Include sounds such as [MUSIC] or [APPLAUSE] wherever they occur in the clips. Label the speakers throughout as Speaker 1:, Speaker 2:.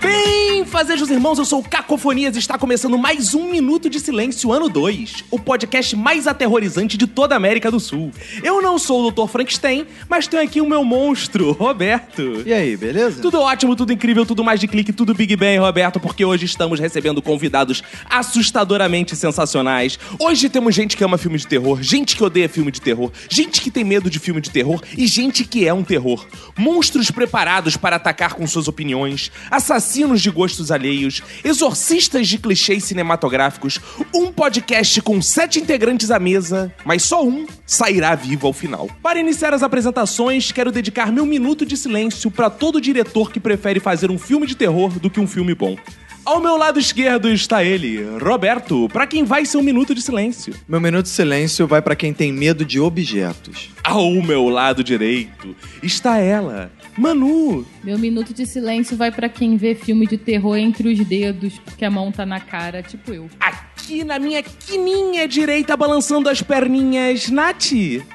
Speaker 1: Bem, fazejos irmãos, eu sou o Cacofonias e está começando mais um Minuto de Silêncio, ano 2, o podcast mais aterrorizante de toda a América do Sul. Eu não sou o Dr. Frankenstein, mas tenho aqui o meu monstro, Roberto.
Speaker 2: E aí, beleza?
Speaker 1: Tudo ótimo, tudo incrível, tudo mais de clique, tudo Big Bang, Roberto, porque hoje estamos recebendo convidados assustadoramente sensacionais. Hoje temos gente que ama filme de terror, gente que odeia filme de terror, gente que tem medo de filme de terror e gente que é um terror. Monstros preparados para atacar com suas opiniões, assassinos de gostos alheios, exorcistas de clichês cinematográficos, um podcast com sete integrantes à mesa, mas só um sairá vivo ao final. Para iniciar as apresentações, quero dedicar meu minuto de silêncio para todo diretor que prefere fazer um filme de terror do que um filme bom. Ao meu lado esquerdo está ele, Roberto, para quem vai ser um minuto de silêncio.
Speaker 2: Meu minuto de silêncio vai pra quem tem medo de objetos.
Speaker 1: Ao meu lado direito está ela, Manu.
Speaker 3: Meu minuto de silêncio vai pra quem vê filme de terror entre os dedos, porque a mão tá na cara, tipo eu.
Speaker 1: Aqui na minha quininha direita, balançando as perninhas, Nath.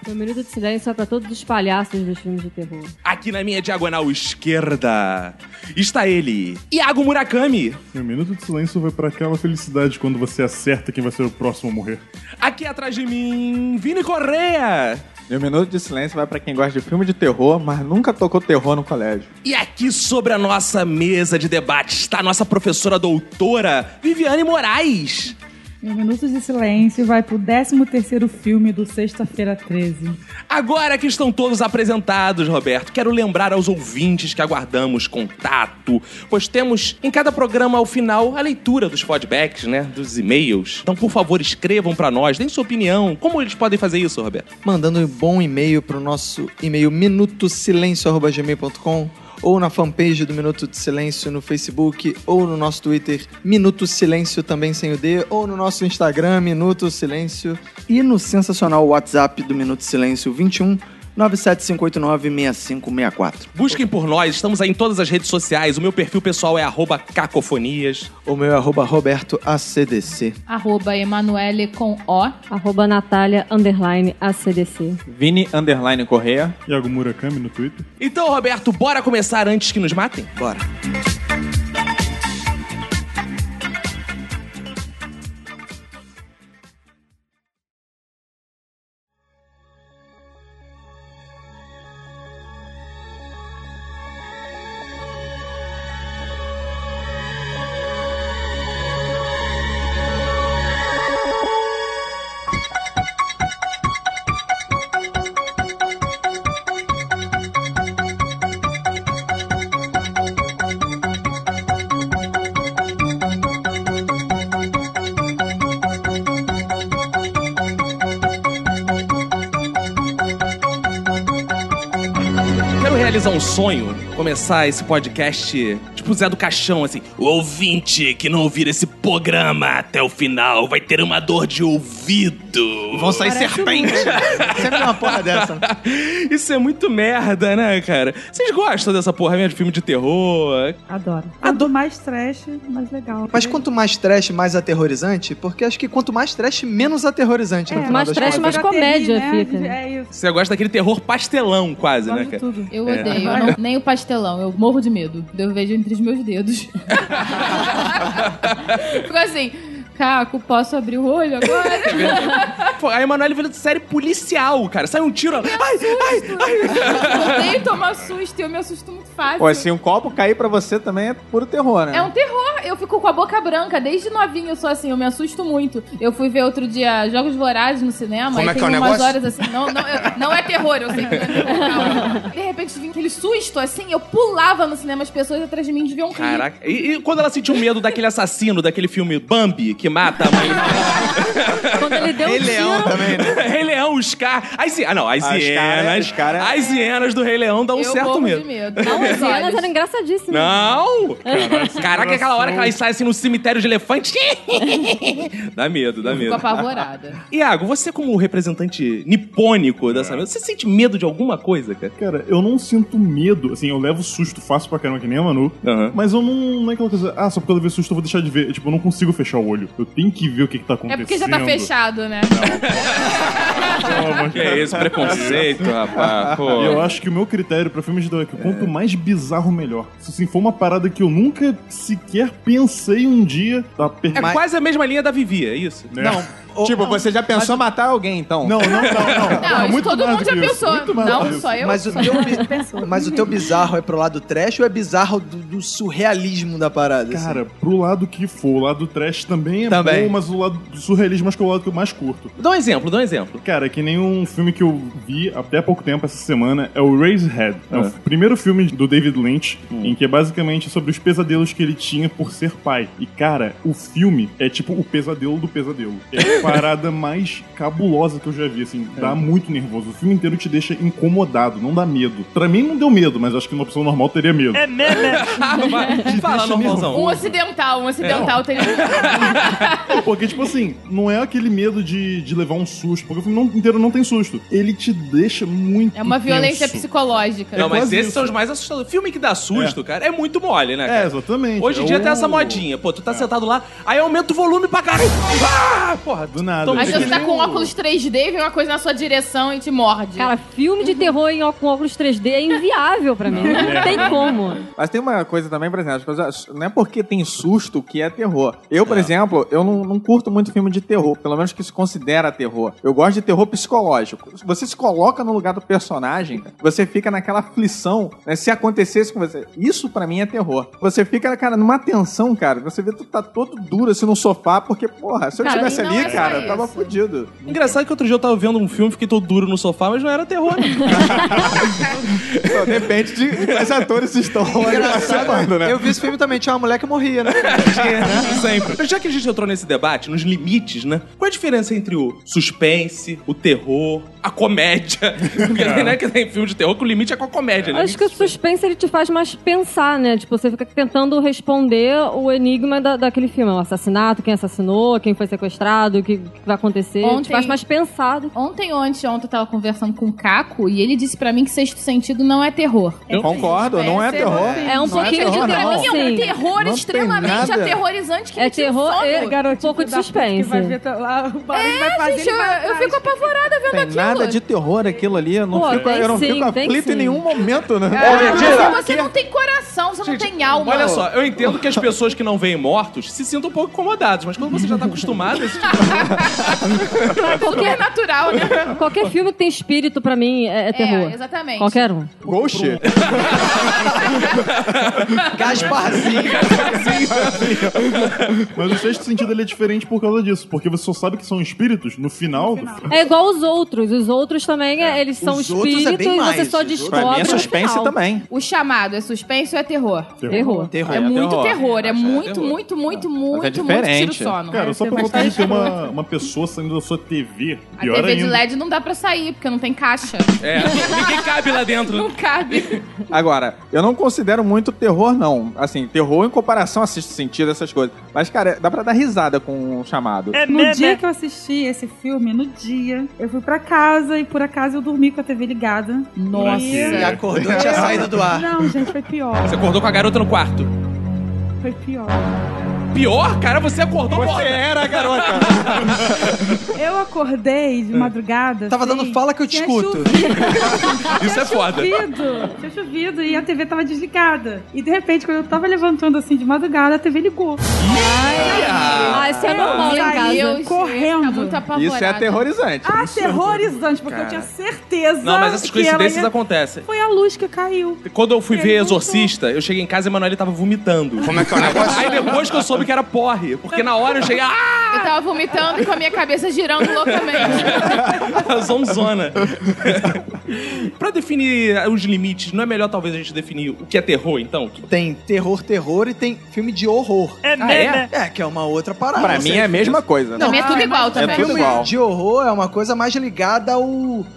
Speaker 4: Um minuto de silêncio é pra todos os palhaços dos filmes de terror.
Speaker 1: Aqui na minha diagonal esquerda está ele, Iago Murakami.
Speaker 5: Meu um minuto de silêncio vai pra aquela felicidade quando você acerta quem vai ser o próximo a morrer.
Speaker 1: Aqui atrás de mim, Vini Correa.
Speaker 6: Meu um minuto de silêncio vai pra quem gosta de filme de terror, mas nunca tocou terror no colégio.
Speaker 1: E aqui sobre a nossa mesa de debate está a nossa professora doutora Viviane Moraes.
Speaker 7: Meu minuto de silêncio vai pro 13 terceiro filme do Sexta-feira 13.
Speaker 1: Agora que estão todos apresentados, Roberto, quero lembrar aos ouvintes que aguardamos contato, pois temos em cada programa ao final a leitura dos feedbacks, né, dos e-mails. Então, por favor, escrevam pra nós, deem sua opinião. Como eles podem fazer isso, Roberto?
Speaker 2: Mandando um bom e-mail pro nosso e-mail minutosilencio.gmail.com ou na fanpage do Minuto de Silêncio no Facebook ou no nosso Twitter Minuto Silêncio também sem o D ou no nosso Instagram Minuto Silêncio e no sensacional WhatsApp do Minuto Silêncio 21 975896564.
Speaker 1: Busquem por nós, estamos aí em todas as redes sociais. O meu perfil pessoal é arroba cacofonias.
Speaker 2: O meu é arroba Roberto ACDC.
Speaker 3: Arroba Emanuele com O.
Speaker 4: Arroba Natália, underline, ACDC.
Speaker 6: Vini Underline Correia.
Speaker 5: Iago Murakami no Twitter.
Speaker 1: Então, Roberto, bora começar antes que nos matem?
Speaker 2: Bora.
Speaker 1: Quero realizar um sonho, começar esse podcast tipo Zé do Caixão, assim. O ouvinte que não ouvir esse programa até o final vai ter uma dor de ouvido.
Speaker 2: Vão sair serpente. Sempre uma porra dessa. né?
Speaker 1: [LAUGHS] Isso é muito merda, né, cara? Vocês gostam dessa porra mesmo de filme de terror?
Speaker 7: Adoro. Quanto mais trash, mais legal. É,
Speaker 2: Mas quanto mais trash, mais aterrorizante, porque acho que quanto mais trash, menos aterrorizante no final
Speaker 4: É, mais
Speaker 2: das
Speaker 4: trash,
Speaker 2: contas.
Speaker 4: mais comédia fica, É né?
Speaker 7: É isso.
Speaker 1: Você gosta daquele terror pastelão, quase, né,
Speaker 7: Vale
Speaker 1: cara?
Speaker 7: tudo.
Speaker 3: Eu odeio, eu não- nem o pastelão, eu morro de medo. Eu vejo entre os meus dedos. Ficou assim, Caco, posso abrir o olho agora?
Speaker 1: Pô, a Emanuele veio de série policial, cara. Sai um tiro. ela- Ai,
Speaker 3: Eu odeio tomar susto, eu me assusto muito fácil.
Speaker 6: Pô,
Speaker 2: é
Speaker 6: se um copo cair pra você também é puro terror, né?
Speaker 3: É um terror. Eu fico com a boca branca. Desde novinho eu sou assim, eu me assusto muito. Eu fui ver outro dia Jogos Vorazes no cinema.
Speaker 2: Como
Speaker 3: e
Speaker 2: é que
Speaker 3: teve
Speaker 2: é o
Speaker 3: umas
Speaker 2: negócio?
Speaker 3: horas assim. Não, não, eu- não é terror, eu sei que não é terror. calma. De repente vinha aquele susto assim, eu pulava no cinema, as pessoas atrás de mim deviam rir.
Speaker 1: Caraca. E, e quando ela sentiu medo daquele assassino, daquele filme Bambi, que mata a mãe.
Speaker 4: Quando [LAUGHS] ele deu um
Speaker 2: Rei
Speaker 4: tiro...
Speaker 2: Leão também, né?
Speaker 1: [LAUGHS] Rei Leão, os caras. As hienas. Ah, não, as,
Speaker 6: As cara-
Speaker 1: hienas.
Speaker 6: os cara-
Speaker 1: As hienas do Rei Leão dão um
Speaker 3: eu
Speaker 1: certo
Speaker 3: morro
Speaker 1: medo.
Speaker 4: um
Speaker 3: de medo.
Speaker 4: Não, as cenas eram engraçadíssimas.
Speaker 1: Não! Caraca, aquela hora hora que elas saem assim no cemitério de elefante. [LAUGHS] dá medo, dá
Speaker 3: Fico
Speaker 1: medo.
Speaker 3: apavorada.
Speaker 1: Iago, você como representante nipônico dessa mesa, você sente medo de alguma coisa, cara?
Speaker 5: Cara, eu não sinto medo. Assim, eu levo susto fácil pra caramba, que nem a Manu.
Speaker 1: Aham.
Speaker 5: Mas eu não. Não é aquela coisa. Ah, só porque eu levei susto eu vou deixar de ver. Tipo, eu não consigo fechar o olho. Eu tenho que ver o que, que tá
Speaker 3: É
Speaker 5: acontecendo.
Speaker 3: porque já tá fechado, né?
Speaker 1: [LAUGHS]
Speaker 5: Calma,
Speaker 1: Que é esse preconceito, rapaz.
Speaker 5: E eu
Speaker 1: Pô.
Speaker 5: acho que o meu critério pra filmes de terror é que quanto mais bizarro, melhor. Se assim, for uma parada que eu nunca sequer pensei um dia, tá per...
Speaker 1: É quase a mesma linha da Vivi, é isso?
Speaker 5: né?
Speaker 6: Não. Tipo, você já pensou matar alguém, então?
Speaker 5: Não, não, não, não. é
Speaker 3: Não, isso todo
Speaker 5: mais
Speaker 3: mundo
Speaker 5: do
Speaker 3: já
Speaker 5: que isso.
Speaker 3: pensou.
Speaker 5: Muito mais do que
Speaker 3: Não,
Speaker 5: isso.
Speaker 3: só eu.
Speaker 2: Mas o,
Speaker 3: só
Speaker 2: teu, bi-
Speaker 7: Pessoa.
Speaker 2: mas o teu bizarro é pro lado trash ou é bizarro do, do surrealismo da parada? assim?
Speaker 5: Cara, pro lado que for, o lado trash também é
Speaker 2: Também.
Speaker 5: bom, mas o lado do surrealismo acho que é o lado que eu mais curto.
Speaker 1: Dá um exemplo, dá um exemplo.
Speaker 5: Cara, que nem um filme que eu vi até há pouco tempo essa semana é o Razorhead. É
Speaker 1: Ah.
Speaker 5: o primeiro filme do David Lynch, em que é basicamente sobre os pesadelos que ele tinha por ser pai. E cara, o filme é tipo o pesadelo do pesadelo. É a parada mais cabulosa que eu já vi, assim, dá muito nervoso. O filme inteiro te deixa incomodado, não dá medo. Pra mim não deu medo, mas acho que uma pessoa normal teria medo. É medo.
Speaker 3: Ah,
Speaker 1: [LAUGHS] Fala, normalzão.
Speaker 3: Um ocidental, um ocidental teria.
Speaker 5: Porque, tipo assim, não é aquele medo de, de levar um susto, porque o filme não- inteiro não tem susto. Ele te deixa muito
Speaker 3: É uma violência
Speaker 5: tenso.
Speaker 3: psicológica.
Speaker 1: Não, mas
Speaker 5: quase
Speaker 1: esses
Speaker 5: isso.
Speaker 1: são os mais assustadores. Filme que dá susto, cara, é muito mole, né?
Speaker 5: É,
Speaker 1: Cara?
Speaker 5: exatamente.
Speaker 1: Hoje em
Speaker 5: É
Speaker 1: dia
Speaker 5: o-
Speaker 1: tem essa modinha. Pô,
Speaker 6: É.
Speaker 1: tu tá sentado lá, aí aumenta o volume pra caralho. Ah, porra.
Speaker 5: Do nada. assim, né?
Speaker 1: Toma
Speaker 3: Aí
Speaker 1: Mas
Speaker 3: você
Speaker 1: eu-
Speaker 3: tá com óculos 3D, vem uma coisa na sua direção e te morde.
Speaker 4: Cara, filme de terror em, ó- com óculos 3D é inviável pra mim. Não tem como.
Speaker 6: Mas tem uma coisa também, por exemplo, as coisas, não é porque tem susto que é terror. Eu, por exemplo, eu não, não curto muito filme de terror, pelo menos que se considera terror. Eu gosto de terror psicológico. Você se coloca no lugar do personagem, você fica naquela aflição, né? Se acontecesse com você, isso pra mim é terror. Você fica, cara, numa tensão, cara. Você vê tu tá todo duro assim no sofá, porque, porra, se eu
Speaker 3: Cara,
Speaker 6: estivesse
Speaker 3: e não
Speaker 6: ali,
Speaker 3: é só
Speaker 6: cara, eu tava
Speaker 3: isso.
Speaker 6: fudido.
Speaker 1: Engraçado que outro dia eu tava vendo um filme, fiquei todo duro no sofá, mas não era
Speaker 6: [LAUGHS]
Speaker 1: terror, né?
Speaker 6: Então, depende de [LAUGHS] de quais atores estão
Speaker 2: Engraçado,
Speaker 6: participando, né?
Speaker 2: Eu vi esse filme também, tinha uma mulher que morria, né?
Speaker 1: [LAUGHS] Sempre. Já que a gente entrou nesse debate, nos limites, né? Qual é a diferença entre o suspense, o terror,
Speaker 6: [LAUGHS]
Speaker 1: a comédia? Porque
Speaker 6: É.
Speaker 1: né, que tem filme de terror que o limite é com a comédia, né?
Speaker 4: Acho que o suspense ele te faz mais pensar, né? Tipo, você fica tentando responder o enigma da, daquele filme. O assassinato, quem assassinou, quem foi sequestrado, o que, o que vai acontecer. Te
Speaker 3: Ontem-
Speaker 4: faz mais pensar do que...
Speaker 3: Ontem ou anteontem eu tava conversando com o Caco e ele disse pra mim que sexto sentido não é terror.
Speaker 6: Eu concordo, não é terror.
Speaker 4: É um
Speaker 6: Não é
Speaker 4: pouquinho
Speaker 6: terror,
Speaker 4: de
Speaker 3: Pra
Speaker 4: terror,
Speaker 3: mim é um
Speaker 4: sim.
Speaker 3: terror
Speaker 6: Não
Speaker 3: extremamente
Speaker 6: tem nada.
Speaker 3: aterrorizante que
Speaker 4: É
Speaker 3: me tira o
Speaker 4: terror
Speaker 3: sono.
Speaker 4: e- um
Speaker 7: Garotinho
Speaker 4: pouco de
Speaker 7: da puta que
Speaker 4: suspense. É,
Speaker 7: vai ver tá lá, o barulho vai fazer,
Speaker 3: Gente,
Speaker 7: ele
Speaker 3: eu,
Speaker 7: vai
Speaker 3: eu
Speaker 7: atrás.
Speaker 3: fico apavorada vendo
Speaker 6: Tem
Speaker 3: aquilo.
Speaker 6: nada de terror aquilo ali. Eu não
Speaker 4: Pô,
Speaker 6: fico,
Speaker 4: tem
Speaker 6: eu não
Speaker 4: sim,
Speaker 6: fico
Speaker 4: tem
Speaker 6: aflito em
Speaker 4: sim. [LAUGHS]
Speaker 6: nenhum momento, né?
Speaker 3: Mas você não tem coração, você não tem alma.
Speaker 1: Olha só, eu entendo que as pessoas que não veem mortos se sintam um pouco incomodadas, mas quando você já tá acostumado, esse tipo
Speaker 3: Super natural,
Speaker 6: [LAUGHS]
Speaker 3: né?
Speaker 4: Qualquer filme que tem espírito, pra mim, é, é terror.
Speaker 3: É, exatamente.
Speaker 4: Qualquer um.
Speaker 6: Ghost?
Speaker 2: Gasparzinho.
Speaker 5: Mas o sexto sentido ele é diferente por causa disso. Porque você só sabe que são espíritos no final, do filme.
Speaker 4: É igual os outros. Os outros também, é- eles são
Speaker 2: Os outros é
Speaker 4: espíritos
Speaker 2: bem
Speaker 4: e você
Speaker 2: mais.
Speaker 4: só
Speaker 2: Pra mim é
Speaker 4: descobre
Speaker 6: Pra mim é
Speaker 4: no
Speaker 6: suspense
Speaker 4: final.
Speaker 6: também.
Speaker 3: O chamado é suspense ou é terror?
Speaker 4: Terror.
Speaker 2: Terror.
Speaker 3: É muito
Speaker 6: terror.
Speaker 3: terror, é
Speaker 1: Acho que é
Speaker 3: muito,
Speaker 1: terror.
Speaker 3: muito, muito, muito,
Speaker 6: é
Speaker 3: muito, muito tiro
Speaker 6: diferente.
Speaker 3: sono.
Speaker 5: Cara, só
Speaker 7: você
Speaker 5: por
Speaker 7: vai
Speaker 5: conta de ter
Speaker 7: estar
Speaker 5: uma, uma pessoa saindo da sua TV.
Speaker 3: A
Speaker 5: Pior
Speaker 3: TV de
Speaker 5: ainda.
Speaker 3: LED não dá pra sair, porque não tem caixa.
Speaker 1: É, ninguém cabe lá dentro. né?
Speaker 3: Não cabe.
Speaker 6: Agora, eu não considero muito terror, não. Assim, terror em comparação a sexto sentido, essas coisas. Mas, cara, dá pra dar risada com o chamado.
Speaker 1: É,
Speaker 2: Né,
Speaker 7: No dia que eu assisti esse filme, no dia, eu fui pra casa e por acaso eu dormi com a TV ligada.
Speaker 5: Nossa.
Speaker 2: E acordou, tinha saído do ar.
Speaker 7: Não, gente, foi pior.
Speaker 1: Você acordou com a garota no quarto.
Speaker 7: Foi pior.
Speaker 1: Pior, cara, você acordou morta.
Speaker 6: era, garota.
Speaker 7: Eu acordei de madrugada.
Speaker 2: Ah. Tava
Speaker 7: assim,
Speaker 2: dando fala que eu te
Speaker 7: tinha
Speaker 2: escuto.
Speaker 1: [LAUGHS] Isso é foda.
Speaker 7: Chovido, tinha chovido e a TV tava desligada. E de repente, quando eu tava levantando assim de madrugada, a TV ligou.
Speaker 4: Ah, isso é normal lá em
Speaker 7: Ai,
Speaker 4: casa.
Speaker 7: eu- Correndo.
Speaker 3: Tá muito apavorado.
Speaker 6: Isso é aterrorizante.
Speaker 7: Aterrorizante, porque eu tinha certeza.
Speaker 1: Não, mas essas
Speaker 7: que ela
Speaker 1: coincidências
Speaker 7: ia-
Speaker 1: acontecem. é
Speaker 7: Foi a luz que caiu.
Speaker 1: Quando eu fui
Speaker 7: Ele
Speaker 1: ver
Speaker 7: voltou.
Speaker 1: Exorcista, eu cheguei em casa e a Manoel tava vomitando.
Speaker 8: Como é que é o negócio?
Speaker 1: Aí depois que eu soube que era porre, porque na hora eu cheguei, ah, [LAUGHS]
Speaker 3: Eu tava vomitando e com a minha cabeça girando loucamente.
Speaker 1: zonzona. [LAUGHS] Pra definir os limites, não é melhor talvez a gente definir o que é terror, então?
Speaker 2: Tem terror, terror e tem filme de horror.
Speaker 9: É,
Speaker 6: Ah,
Speaker 9: né, né?
Speaker 6: é?
Speaker 2: É, que é uma outra parada. assim,
Speaker 6: Pra mim é a mesma coisa.
Speaker 3: Não, é tudo igual
Speaker 6: É
Speaker 3: também.
Speaker 6: tudo
Speaker 2: Filme
Speaker 6: igual.
Speaker 2: de horror é uma coisa mais ligada ao,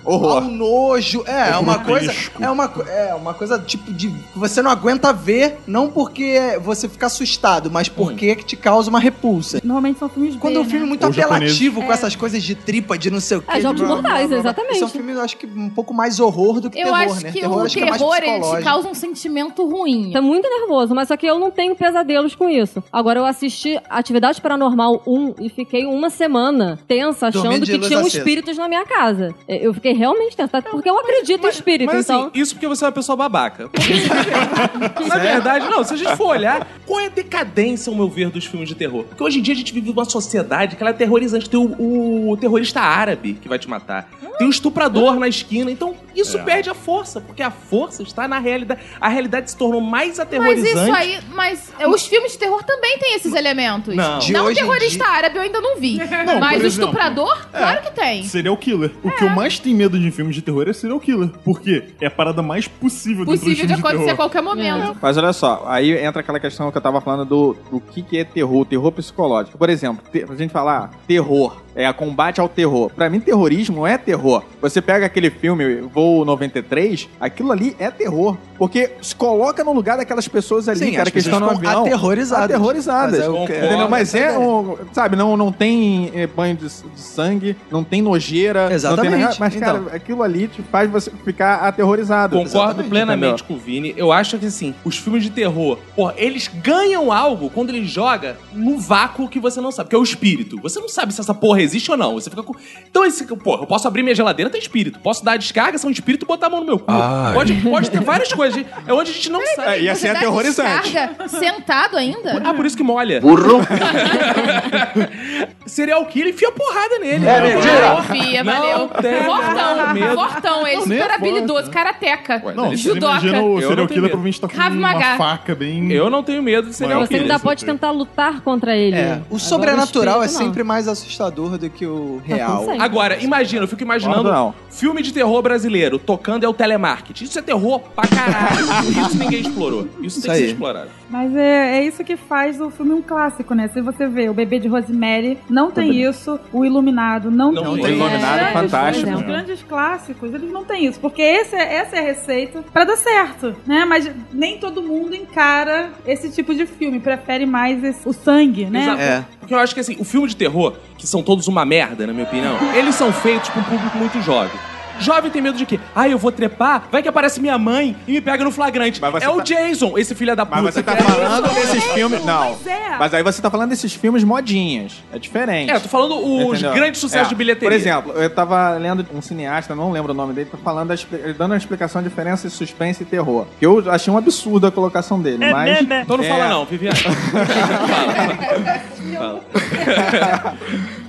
Speaker 6: Horror.
Speaker 2: ao nojo. É, é uma coisa.
Speaker 5: grotesco.
Speaker 2: É uma, co- é uma coisa tipo de. que Você não aguenta ver, não porque você fica assustado, mas
Speaker 6: Hum.
Speaker 2: porque é que te causa uma repulsa.
Speaker 7: Normalmente são filmes
Speaker 2: Quando é um
Speaker 7: B, né?
Speaker 2: filme muito
Speaker 5: Ou
Speaker 2: apelativo
Speaker 3: É.
Speaker 2: com essas coisas de tripa, de não sei
Speaker 3: Ah,
Speaker 2: o quê.
Speaker 4: É, Jogos
Speaker 2: de blá, blá, blá,
Speaker 4: Mortais,
Speaker 2: blá, blá.
Speaker 4: exatamente.
Speaker 2: Esse é um filme, eu acho que um pouco mais horror do que
Speaker 3: Eu
Speaker 2: terror,
Speaker 3: acho
Speaker 2: né?
Speaker 3: que
Speaker 2: terror,
Speaker 3: o
Speaker 2: acho que é mais
Speaker 3: terror ele te
Speaker 2: psicológico.
Speaker 3: causa um sentimento ruim.
Speaker 4: Tá muito nervoso, mas só que eu não tenho pesadelos com isso. Agora eu assisti Atividade Paranormal 1 e fiquei uma semana tensa, achando
Speaker 2: Dormindo de
Speaker 4: que
Speaker 2: luz
Speaker 4: tinham
Speaker 2: acesa.
Speaker 4: espíritos na minha casa. É, Eu fiquei realmente tensa, porque eu acredito em espírito,
Speaker 1: Mas assim,
Speaker 4: então.
Speaker 1: isso porque você é uma pessoa
Speaker 3: [LAUGHS]
Speaker 1: babaca. Na verdade, não, se a gente for olhar, qual é a decadência, ao meu ver, dos filmes de terror? Porque hoje em dia a gente vive uma sociedade que ela é terrorizante. Tem o, o terrorista árabe que vai te matar. Tem o estuprador na esquina. Então, isso
Speaker 3: É.
Speaker 1: perde a força, porque a força está na realidade. A realidade se tornou mais
Speaker 3: Mas
Speaker 1: aterrorizante.
Speaker 3: isso aí, mas é, os filmes de terror também têm esses elementos.
Speaker 1: Não.
Speaker 2: De
Speaker 3: não
Speaker 2: hoje em
Speaker 3: terrorista
Speaker 2: dia-
Speaker 3: árabe eu ainda não vi.
Speaker 5: Não,
Speaker 3: mas
Speaker 5: por
Speaker 3: o
Speaker 5: exemplo,
Speaker 3: estuprador, claro que tem.
Speaker 5: Serial killer. O que eu mais tenho medo de filmes de terror é serial killer. Porque é a parada mais possível dentro dos
Speaker 3: Possível de
Speaker 5: filmes de
Speaker 3: acontecer a
Speaker 5: terror.
Speaker 3: qualquer momento.
Speaker 6: Mas olha só, aí entra aquela questão que eu tava falando do, do que, que é terror, terror psicológico. Por exemplo, te, a gente falar terror, é a combate ao terror. Pra mim, terrorismo não é terror. Você pega aquele filme Voo 93, aquilo ali é terror. Porque se coloca no lugar daquelas pessoas ali,
Speaker 2: Sim,
Speaker 6: cara,
Speaker 2: as
Speaker 6: que estão no
Speaker 2: pessoas ficam
Speaker 6: avião.
Speaker 2: aterrorizadas.
Speaker 6: Aterrorizadas.
Speaker 2: Mas é o que-
Speaker 6: Entendeu? Mas é,
Speaker 2: Essa ideia.
Speaker 6: um, sabe, não, não tem eh, banho de, de sangue, não tem nojeira. Não tem
Speaker 2: Exatamente.
Speaker 6: nada, mas, cara,
Speaker 2: Então.
Speaker 6: aquilo ali te faz você ficar aterrorizado.
Speaker 1: Concordo
Speaker 6: Exatamente,
Speaker 1: plenamente
Speaker 6: entendeu?
Speaker 1: com o Vini. Eu acho que, assim, os filmes de terror, pô, eles ganham algo quando eles jogam no vácuo que você não sabe, que é o espírito. Você não sabe se essa porra existe ou não. Você fica com. Então, esse. Porra, eu posso abrir minha geladeira, tem espírito. Posso dar a descarga, são espírito e botar a mão no meu cu.
Speaker 10: Ai.
Speaker 1: Pode, pode ter várias coisas. É onde a gente não sabe.
Speaker 6: É, e assim é
Speaker 3: Você dá
Speaker 6: aterrorizante.
Speaker 3: descarga Sentado ainda?
Speaker 1: Ah, por isso que molha.
Speaker 8: Burro!
Speaker 1: [LAUGHS] Serial killer, enfia porrada nele.
Speaker 8: É mentira!
Speaker 3: Confia,
Speaker 1: Não
Speaker 3: valeu.
Speaker 1: tem nada,
Speaker 3: Fortão,
Speaker 1: medo. né?
Speaker 3: fortão, ele super habilidoso, karateca,
Speaker 5: Não, você
Speaker 3: judoca.
Speaker 5: imagina o
Speaker 1: Eu
Speaker 5: serial
Speaker 1: não tenho
Speaker 5: killer
Speaker 1: medo.
Speaker 5: provavelmente tá com
Speaker 3: Krav Maga.
Speaker 5: uma faca bem...
Speaker 1: Eu não tenho medo de serial
Speaker 5: Maior
Speaker 4: Você tá
Speaker 1: killer.
Speaker 4: ainda
Speaker 5: isso
Speaker 4: pode
Speaker 5: aí.
Speaker 4: tentar lutar contra ele.
Speaker 2: É,
Speaker 4: Agora,
Speaker 2: o sobrenatural é
Speaker 4: espírito, não.
Speaker 2: sempre mais assustador do que o
Speaker 4: Tá
Speaker 2: real.
Speaker 4: pensando.
Speaker 1: Agora, imagina, eu fico imaginando
Speaker 6: Concordo, não.
Speaker 1: Filme de terror brasileiro, tocando é o telemarketing. Isso é terror pra caralho.
Speaker 6: [LAUGHS]
Speaker 1: Isso ninguém explorou. Isso, tem que
Speaker 2: aí.
Speaker 1: ser explorado.
Speaker 7: Mas é, é isso que faz o filme um clássico, né? Se você vê o Bebê de Rosemary, não tem isso. O Iluminado não,
Speaker 1: Não
Speaker 7: tem
Speaker 1: tem. O
Speaker 7: isso.
Speaker 6: Iluminado é
Speaker 7: Os grandes
Speaker 6: fantástico,
Speaker 7: filmes,
Speaker 6: né?
Speaker 7: Os grandes clássicos, eles não têm isso. Porque esse é- essa é a receita pra dar certo, né? Mas nem todo mundo encara esse tipo de filme. Prefere mais esse- o sangue, né?
Speaker 1: Exato.
Speaker 2: É.
Speaker 1: Porque eu acho que assim, o filme de terror, que são todos uma merda, na minha opinião, eles são feitos pra um público muito jovem. Jovem tem medo de quê? Ah, eu vou trepar, vai que aparece minha mãe e me pega no flagrante.
Speaker 6: Mas você
Speaker 1: É o
Speaker 6: tá-
Speaker 1: Jason, esse filho da puta.
Speaker 6: Mas você tá
Speaker 1: que é-
Speaker 6: falando desses filmes. Não.
Speaker 7: Mas é.
Speaker 6: Mas aí você tá falando desses filmes modinhas. É diferente.
Speaker 1: É, eu tô falando os
Speaker 6: Entendeu?
Speaker 1: grandes sucessos
Speaker 6: É.
Speaker 1: de bilheteria.
Speaker 6: Por exemplo, eu tava lendo um cineasta, não lembro o nome dele, tá falando da expli- ele dando uma explicação da diferença entre suspense e terror. Que eu achei um absurdo a colocação dele,
Speaker 9: É,
Speaker 6: mas.
Speaker 9: né, né?
Speaker 1: Então não
Speaker 6: É.
Speaker 1: fala não, Viviane. Fala.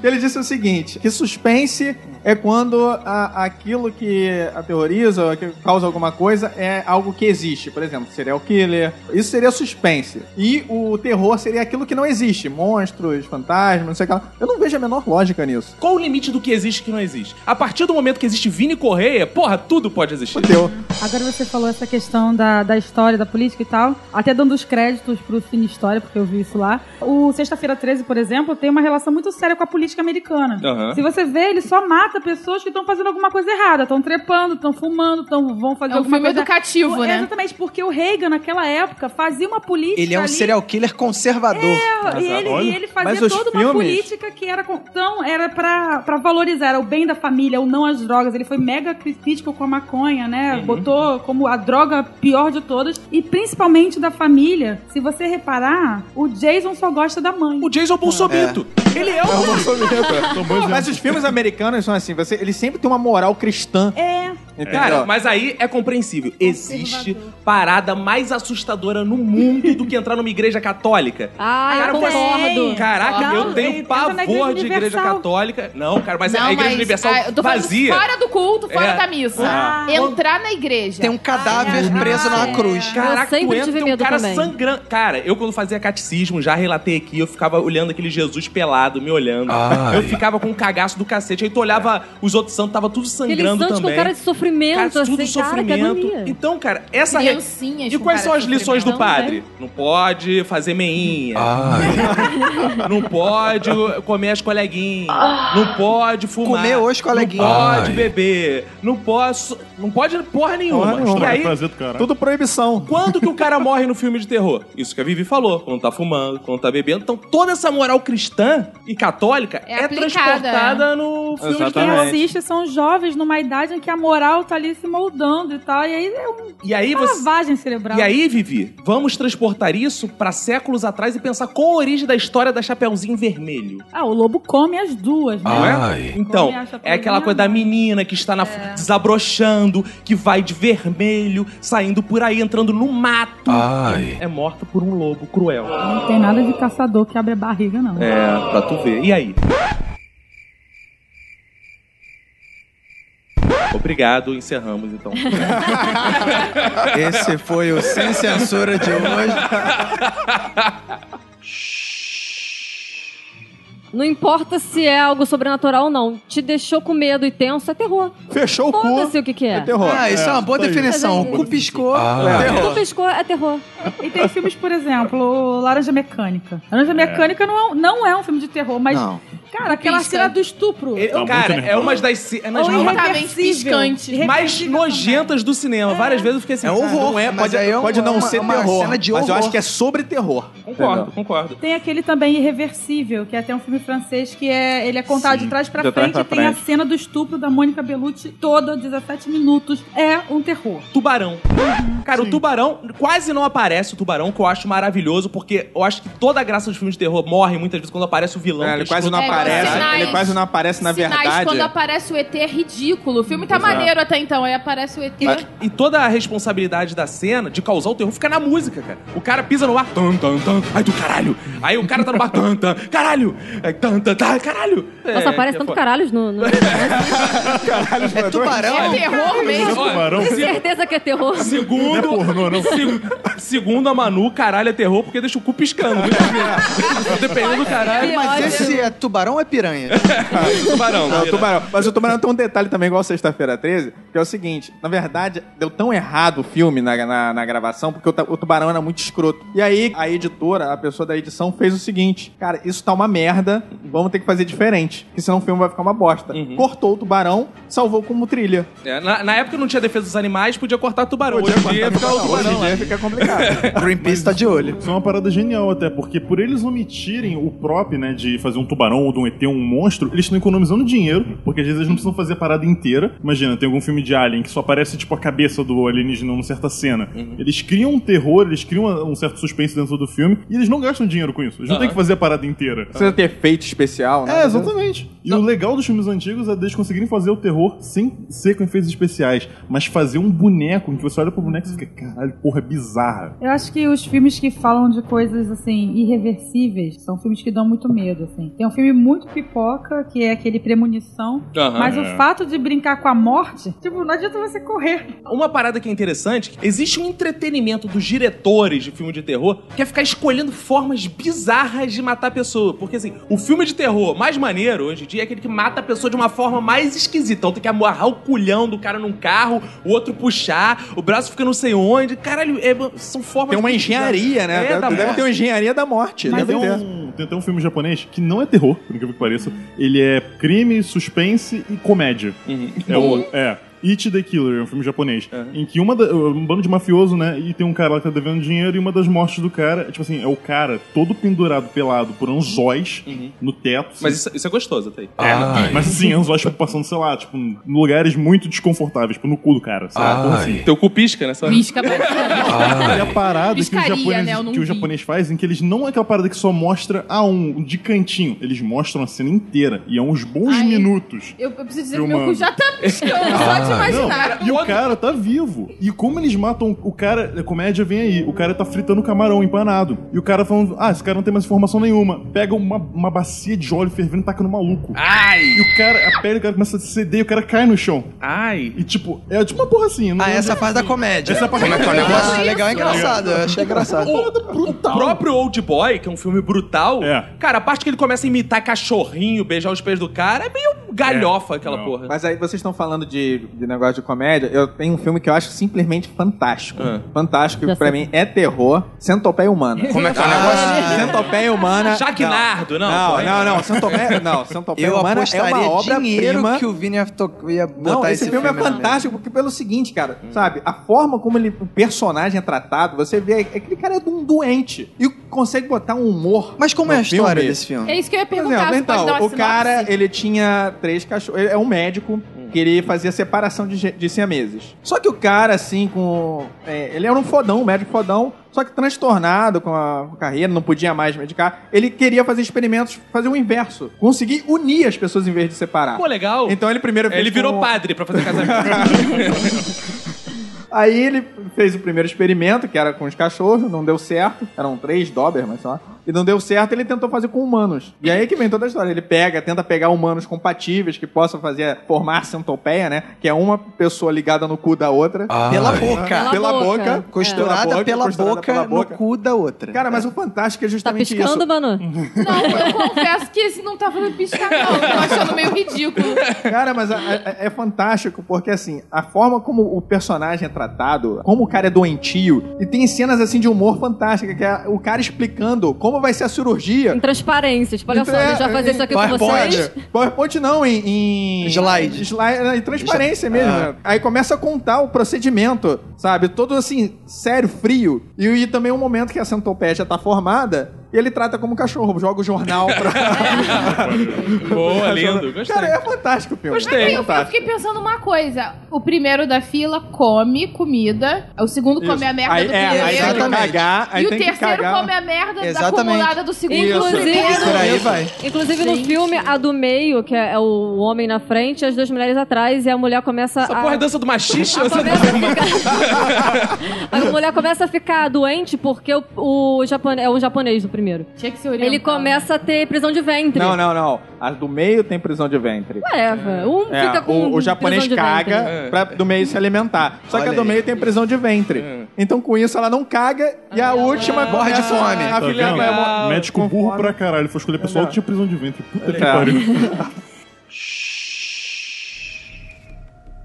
Speaker 6: Ele disse o seguinte: que suspense é quando a- aquilo que aterroriza, que causa alguma coisa, é algo que existe. Por exemplo, serial killer. Isso seria suspense. E o terror seria aquilo que não existe: monstros, fantasmas, não sei o que lá. Eu não vejo a menor lógica nisso.
Speaker 1: Qual o limite do que existe e que não existe? A partir do momento que existe Vini Correia, porra, tudo pode existir.
Speaker 6: Fudeu.
Speaker 7: Agora você falou essa questão da, da história, da política e tal. Até dando os créditos pro Cine História, porque eu vi isso lá. O Sexta-feira 13, por exemplo, tem uma relação muito séria com a política americana.
Speaker 1: Aham.
Speaker 7: Se você vê, ele só mata pessoas que estão fazendo alguma coisa errada. Estão trepando, estão fumando, tão, vão fazer
Speaker 3: É um
Speaker 7: alguma
Speaker 3: filme
Speaker 7: coisa...
Speaker 3: educativo,
Speaker 7: É,
Speaker 3: né?
Speaker 7: Exatamente, porque o Reagan, naquela época, fazia uma política
Speaker 2: Ele é um
Speaker 7: ali,
Speaker 2: serial killer conservador.
Speaker 7: E ele,
Speaker 5: Olha.
Speaker 7: e ele fazia
Speaker 6: Mas os
Speaker 7: toda uma
Speaker 6: filmes-
Speaker 7: política que era com- então era pra, pra valorizar era o bem da família, o não às drogas. Ele foi mega crítico com a maconha, né?
Speaker 6: Uhum.
Speaker 7: Botou como a droga pior de todas e principalmente da família. Se você reparar, o Jason só gosta da mãe.
Speaker 1: O Jason Bolsonaro. Ele é o. [LAUGHS]
Speaker 6: Mas os filmes americanos são assim, você, eles sempre têm uma moral cristã.
Speaker 7: É,
Speaker 6: Entendeu?
Speaker 1: Cara, mas aí é compreensível. Existe parada mais assustadora no mundo do que entrar numa igreja católica.
Speaker 4: Ah, eu
Speaker 1: Cara, você-
Speaker 4: concordo.
Speaker 1: Caraca,
Speaker 7: Não,
Speaker 1: eu tenho
Speaker 7: entra na
Speaker 1: pavor
Speaker 7: Igreja
Speaker 1: de igreja
Speaker 7: Universal.
Speaker 1: católica. Não, cara, mas é a igreja
Speaker 3: mas-
Speaker 1: universal
Speaker 3: ah, eu tô falando
Speaker 1: vazia.
Speaker 3: Fora do culto, fora
Speaker 1: É.
Speaker 3: da missa.
Speaker 7: Ah.
Speaker 3: Entrar na igreja.
Speaker 2: Tem um cadáver
Speaker 7: Ah, é.
Speaker 2: preso
Speaker 7: Ah,
Speaker 2: na
Speaker 7: é.
Speaker 2: cruz.
Speaker 4: Eu
Speaker 1: Caraca,
Speaker 4: sempre
Speaker 1: tu entra
Speaker 4: tive
Speaker 1: tem um
Speaker 4: medo
Speaker 1: cara
Speaker 4: também.
Speaker 1: sangrando. Cara, eu quando fazia catecismo, já relatei aqui, eu ficava olhando aquele Jesus pelado, me olhando.
Speaker 10: Ai.
Speaker 1: Eu ficava com um cagaço do cacete. Aí tu olhava os outros santos, tava tudo
Speaker 4: É. Aquele
Speaker 1: sangrando
Speaker 4: santo com
Speaker 1: também.
Speaker 4: cara de sofrimento,
Speaker 1: Cara, tudo
Speaker 4: assim, cara,
Speaker 1: sofrimento.
Speaker 4: que agonia. um
Speaker 1: então, cara, essa re-
Speaker 3: Criancinhas
Speaker 1: E
Speaker 3: com
Speaker 1: quais
Speaker 3: cara
Speaker 1: são
Speaker 3: de
Speaker 1: as lições do
Speaker 4: sofrimento, né?
Speaker 1: padre? Não pode fazer meinha.
Speaker 11: Ah.
Speaker 1: Não pode comer as coleguinhas.
Speaker 4: Ah.
Speaker 1: Não pode fumar.
Speaker 2: Comer hoje coleguinha.
Speaker 1: Não pode
Speaker 10: Ai.
Speaker 1: beber. Não posso. Não pode porra nenhuma. E
Speaker 5: Estraga o
Speaker 1: aí,
Speaker 5: prazer do cara.
Speaker 6: Tudo proibição.
Speaker 1: quando que o cara morre no filme de terror? Isso que a Vivi falou. Quando tá fumando, quando tá bebendo. Então toda essa moral cristã e católica
Speaker 3: É
Speaker 1: é,
Speaker 3: aplicada,
Speaker 1: transportada no filme de
Speaker 7: Quem
Speaker 1: terror.
Speaker 7: assiste são jovens numa idade em que a moral tá ali se moldando e tal. E aí é uma
Speaker 1: E aí você.
Speaker 7: lavagem cerebral.
Speaker 1: E aí, Vivi, vamos transportar isso pra séculos atrás e pensar qual a origem da história da Chapeuzinho Vermelho.
Speaker 7: Ah, o lobo come as duas, né?
Speaker 11: Ah.
Speaker 1: Não é?
Speaker 10: Ai.
Speaker 1: Então,
Speaker 7: Come a Chapeuzinho
Speaker 1: é aquela coisa da
Speaker 7: Vermelho.
Speaker 1: menina que está na- desabrochando, que vai de vermelho, saindo por aí, entrando no mato.
Speaker 10: Ai.
Speaker 1: É morta por um lobo cruel.
Speaker 7: Não tem nada de caçador que abre a barriga, não.
Speaker 1: É, pra tu ver. E aí? Obrigado, encerramos então.
Speaker 2: Esse foi o Sem Censura de hoje.
Speaker 4: Não importa se é algo sobrenatural ou não. Te deixou com medo e tenso, é terror.
Speaker 6: Fechou o cu.
Speaker 4: Foda-se o que que
Speaker 6: É
Speaker 4: é.
Speaker 6: terror.
Speaker 2: Ah, isso é uma boa
Speaker 5: isso aí.
Speaker 2: definição.
Speaker 4: Mas
Speaker 2: O cu piscou.
Speaker 10: Ah.
Speaker 2: é
Speaker 4: Tu
Speaker 2: terror.
Speaker 4: pescou, é terror.
Speaker 7: E tem filmes, por exemplo, o Laranja Mecânica. Laranja Mecânica não, é, um- não é um filme de terror, mas,
Speaker 2: Não.
Speaker 7: cara, aquela
Speaker 3: Pisca.
Speaker 7: cena do estupro.
Speaker 1: [LAUGHS] Ele-
Speaker 5: Tá muito
Speaker 1: cara, é
Speaker 5: nervoso.
Speaker 1: uma das, é uma das
Speaker 7: Ou
Speaker 1: mais,
Speaker 3: Completamente
Speaker 7: irreversível.
Speaker 3: piscante.
Speaker 1: mais nojentas do cinema. Várias vezes eu fiquei assim,
Speaker 6: É
Speaker 1: cara,
Speaker 6: horror.
Speaker 1: não é,
Speaker 6: Mas
Speaker 1: pode
Speaker 6: aí
Speaker 2: é um-
Speaker 6: pode não
Speaker 2: é uma-
Speaker 6: ser
Speaker 2: uma
Speaker 6: terror.
Speaker 2: cena de
Speaker 6: mas eu
Speaker 2: horror.
Speaker 6: acho que é sobre terror.
Speaker 1: Concordo,
Speaker 6: Entendeu?
Speaker 1: concordo.
Speaker 7: Tem aquele também Irreversível, que é até um filme francês que é ele é contado
Speaker 5: Sim,
Speaker 7: de trás pra
Speaker 6: de trás
Speaker 7: frente.
Speaker 6: pra
Speaker 7: e tem a
Speaker 6: frente.
Speaker 7: cena do estupro da Mônica Bellucci toda, 17 minutos. É um terror.
Speaker 1: Tubarão. Cara, o tubarão quase não aparece o tubarão, que eu acho maravilhoso, porque eu acho que toda a graça dos filmes de terror morre muitas vezes quando aparece o vilão.
Speaker 6: É,
Speaker 1: que
Speaker 6: ele quase
Speaker 1: escuta-
Speaker 6: não
Speaker 3: É,
Speaker 6: aparece.
Speaker 3: sinais-
Speaker 6: ele quase não aparece, na
Speaker 3: Sinais,
Speaker 6: verdade.
Speaker 3: quando aparece o ET é ridículo. O filme tá
Speaker 5: Exato.
Speaker 3: maneiro até então, aí aparece o ET.
Speaker 1: E toda a responsabilidade da cena de causar o terror fica na música, cara. O cara pisa no ar, tan, tan, tan, ai do caralho. Aí o cara tá no bar, tan, tan, caralho. Aí, tan, tan, tan, caralho.
Speaker 4: Nossa, aparece tanto caralhos no... no... Tenho
Speaker 2: É tubarão.
Speaker 3: É terror mesmo.
Speaker 5: Tubarão.
Speaker 4: certeza que é terror.
Speaker 1: Segundo, Se- segundo a Manu, caralho é terror porque deixa o cu piscando. né? Dependendo do caralho,
Speaker 4: Pior.
Speaker 2: Mas esse é tubarão ou é piranha?
Speaker 1: tubarão.
Speaker 6: Não, o
Speaker 1: vira.
Speaker 6: tubarão. Mas o tubarão tem um detalhe também, igual sexta-feira 13, que é o seguinte: na verdade, deu tão errado o filme na, na, na gravação, porque o, ta- o tubarão era muito escroto. E aí, a editora, a pessoa da edição, fez o seguinte: cara, isso tá uma merda, vamos ter que fazer diferente, porque senão o filme vai ficar uma bosta. Cortou o tubarão, salvou como trilha.
Speaker 1: Uhum. É, na, na época não tinha defesa dos animais, podia cortar tubarão. Hoje em dia fica o
Speaker 6: Hoje
Speaker 1: tubarão.
Speaker 6: em
Speaker 1: né?
Speaker 6: dia fica complicado.
Speaker 2: [LAUGHS] Greenpeace tá de olho.
Speaker 5: Isso é uma parada genial até, porque por eles omitirem o prop, né, de fazer um tubarão ou de um ET um monstro, eles estão economizando dinheiro, porque às vezes eles não precisam fazer a parada inteira. Imagina, tem algum filme de Alien que só aparece, tipo, a cabeça do alienígena numa certa cena. Eles criam um terror, eles criam um certo suspense dentro do filme, e eles não gastam dinheiro com isso. Eles não têm que fazer a parada inteira.
Speaker 2: Ah,
Speaker 6: Precisa ter efeito especial, né?
Speaker 5: É, exatamente. E o legal dos filmes antigos é deles conseguirem fazer o terror sem ser com efeitos especiais, mas fazer um boneco em que você olha pro boneco e você fica, caralho, porra, é bizarra.
Speaker 7: Eu acho que os filmes que falam de coisas assim irreversíveis são filmes que dão muito medo, assim. Tem um filme muito pipoca, que é aquele premonição,
Speaker 1: Aham.
Speaker 7: mas
Speaker 5: é.
Speaker 7: o fato de brincar com a morte, tipo, não adianta você correr.
Speaker 1: Uma parada que é interessante, que existe um entretenimento dos diretores de filme de terror que é ficar escolhendo formas bizarras de matar a pessoa. Porque assim, o filme de terror mais maneiro hoje em dia é aquele que mata a pessoa de uma forma mais esquisita. Então tem que amarrar o culhão do cara num carro, o outro puxar, o braço fica não sei onde. Caralho, é- são formas
Speaker 6: Tem uma
Speaker 1: bizarras.
Speaker 6: engenharia, né?
Speaker 1: É, da
Speaker 6: deve
Speaker 1: morte.
Speaker 6: ter uma engenharia da morte.
Speaker 5: Mas
Speaker 1: é
Speaker 6: deve
Speaker 5: tem,
Speaker 6: ter.
Speaker 5: um, tem até um filme japonês que não é terror, por incrível que pareça. Ele é crime, suspense e comédia.
Speaker 1: Uhum.
Speaker 5: É o. É. It the Killer, é um filme japonês. Em que uma da- um bando de mafioso, né? E tem um cara lá que tá devendo dinheiro e uma das mortes do cara, tipo assim, é o cara todo pendurado, pelado por anzóis no teto.
Speaker 1: Mas isso, isso é gostoso até aí.
Speaker 10: Ai.
Speaker 5: Mas assim, anzóis tipo, passando, sei lá, tipo, em lugares muito desconfortáveis, tipo, no cu do cara, sabe? Então, assim,
Speaker 10: Ai.
Speaker 1: Teu cu pisca, né? Só... [LAUGHS]
Speaker 3: Pisca bastante.
Speaker 5: e a
Speaker 10: Ai.
Speaker 5: parada
Speaker 3: Piscaria,
Speaker 5: que, o japonês,
Speaker 3: né? Eu não
Speaker 5: que o
Speaker 3: vi.
Speaker 5: japonês faz, em que eles não é aquela parada que só mostra a um de cantinho. Eles mostram a cena inteira. E é uns bons
Speaker 3: Ai.
Speaker 5: minutos.
Speaker 3: Eu, eu preciso dizer que meu
Speaker 5: Filmando.
Speaker 3: cu já tá piscando,
Speaker 1: Ah,
Speaker 3: só de
Speaker 5: Não,
Speaker 3: imaginar.
Speaker 5: e o cara tá vivo. E como eles matam o cara, a comédia vem aí. O cara tá fritando camarão empanado. E o cara falando: Ah, esse cara não tem mais informação nenhuma. Pega uma, uma bacia de óleo fervendo e taca no maluco.
Speaker 1: Ai!
Speaker 5: E o cara, a pele do cara começa a ceder e o cara cai no chão.
Speaker 1: Ai!
Speaker 5: E tipo, é tipo uma porra assim. eu não
Speaker 2: Ah,
Speaker 5: lembro-
Speaker 2: essa é a fase da comédia.
Speaker 5: Essa é a parte que
Speaker 2: Ah, legal, é engraçado. Eu achei [LAUGHS] engraçado.
Speaker 1: O próprio Old Boy, que é um filme brutal,
Speaker 5: É.
Speaker 1: cara, a parte que ele começa a imitar cachorrinho, beijar os pés do cara, é meio galhofa aquela
Speaker 12: Não.
Speaker 1: porra.
Speaker 5: Mas é aí vocês estão falando de, de negócio de comédia. Eu tenho um filme que eu acho simplesmente fantástico.
Speaker 10: É.
Speaker 1: Ah.
Speaker 5: Fantástico,
Speaker 4: Já
Speaker 5: que pra
Speaker 4: sei.
Speaker 5: mim é terror. Centopeia humana.
Speaker 13: Como
Speaker 2: um Ah,
Speaker 13: é que é o negócio?
Speaker 5: Centopeia humana.
Speaker 1: Jaquinardo, não.
Speaker 5: Ah, Não,
Speaker 1: pô. é
Speaker 5: não, não. Centopeia, não. Centopeia
Speaker 2: Eu
Speaker 5: humana é
Speaker 2: apostaria
Speaker 5: uma obra-prima.
Speaker 2: dinheiro que o Vini ia, to- ia botar
Speaker 5: Não, esse,
Speaker 2: esse né?
Speaker 5: filme, é
Speaker 2: na
Speaker 5: fantástico porque pelo seguinte, cara, sabe? A forma como ele, o personagem é tratado, você vê, aquele cara é de um doente e consegue botar um humor.
Speaker 2: mesa. Mas como
Speaker 5: no
Speaker 2: é a história
Speaker 5: filme.
Speaker 2: desse filme?
Speaker 3: É isso que eu ia
Speaker 5: Por
Speaker 3: perguntar.
Speaker 5: exemplo,
Speaker 3: você pode dar
Speaker 5: então,
Speaker 3: uma
Speaker 5: o cara,
Speaker 3: sinopse?
Speaker 5: ele tinha três cachorros. Ele é um médico que ele fazia separação de, ge- de siameses. Só que o cara, assim, com. é, ele era um fodão, um médico fodão, só que transtornado com a, com a carreira, não podia mais medicar. Ele queria fazer experimentos, fazer o inverso. Conseguir unir as pessoas em vez de separar.
Speaker 1: Pô, legal.
Speaker 5: Então ele primeiro fez
Speaker 1: Ele virou
Speaker 5: com-
Speaker 1: padre pra fazer casamento.
Speaker 5: [LAUGHS] Aí ele fez o primeiro experimento, que era com os cachorros, não deu certo. Eram três Doberman, sei lá. E não deu certo, ele tentou fazer com humanos. E aí que vem toda a história. Ele pega, tenta pegar humanos compatíveis que possam fazer, formar centopeia, né? Que é uma pessoa ligada no cu da outra.
Speaker 2: Pela boca.
Speaker 4: Pela boca.
Speaker 2: Costurada pela,
Speaker 5: costurada
Speaker 2: boca, no cu da outra.
Speaker 5: Cara, mas o fantástico é
Speaker 4: Tá
Speaker 5: justamente
Speaker 4: piscando,
Speaker 5: isso.
Speaker 4: Manu?
Speaker 3: Não, eu confesso que esse não tá fazendo piscar, não. Tô achando meio ridículo.
Speaker 5: Cara, mas a- a- é fantástico porque, assim, a forma como o personagem é tratado, como o cara é doentio, e tem cenas, assim, de humor fantástica, que é o cara explicando como vai ser a cirurgia
Speaker 4: Em transparência. Tipo, olha só,
Speaker 5: Então, é,
Speaker 4: eu já fazer isso aqui com
Speaker 2: PowerPoint.
Speaker 4: vocês.
Speaker 5: PowerPoint não, em. em-
Speaker 2: Slide.
Speaker 5: Slide, né, em transparência mesmo.
Speaker 2: Ah.
Speaker 5: né? Aí começa a contar o procedimento, sabe? Todo assim, sério, frio. E, e também um momento que a centopeia já tá formada. E ele trata como cachorro, joga o jornal pra.
Speaker 1: Boa, lindo. Gostei.
Speaker 5: Cara, é fantástico o filme.
Speaker 1: Gostei.
Speaker 3: Eu,
Speaker 5: tá.
Speaker 3: eu fiquei pensando uma coisa. O primeiro da fila come comida. O segundo come a merda
Speaker 5: Aí,
Speaker 3: do
Speaker 5: é, aí tem que
Speaker 3: primeiro.
Speaker 5: cagar, aí
Speaker 3: e o
Speaker 5: tem que
Speaker 3: terceiro é
Speaker 5: cagar.
Speaker 3: come a merda
Speaker 2: Exatamente.
Speaker 3: da acumulada do segundo.
Speaker 4: Inclusive,
Speaker 2: Por aí vai.
Speaker 4: Inclusive no filme, a do meio, que é o homem na frente, as duas mulheres atrás, e a mulher começa
Speaker 1: Essa
Speaker 4: a.
Speaker 1: porra é dança do tá né? machixe?
Speaker 4: a é começa a ficar- [LAUGHS] A mulher começa a ficar doente porque o, o japonês. É um japonês do primeiro.
Speaker 3: Tinha que um ser oriental.
Speaker 4: Ele começa a ter prisão de ventre.
Speaker 5: Não, não, não. A do meio tem prisão de ventre.
Speaker 4: Whatever. Um
Speaker 5: É,
Speaker 4: fica com.
Speaker 5: o, o japonês
Speaker 4: prisão de ventre.
Speaker 5: caga pra do meio se alimentar. Só que
Speaker 2: É.
Speaker 5: a
Speaker 2: Olha
Speaker 5: do
Speaker 2: aí. É.
Speaker 5: meio tem prisão de ventre. Então com isso ela não caga e a última
Speaker 2: Morre de
Speaker 5: começa-
Speaker 2: fome.
Speaker 14: Tá
Speaker 5: A filha
Speaker 14: vendo?
Speaker 5: vai mo- É
Speaker 14: Médico burro pra caralho. Foi escolher pessoal que tinha prisão de ventre. Puta que pariu.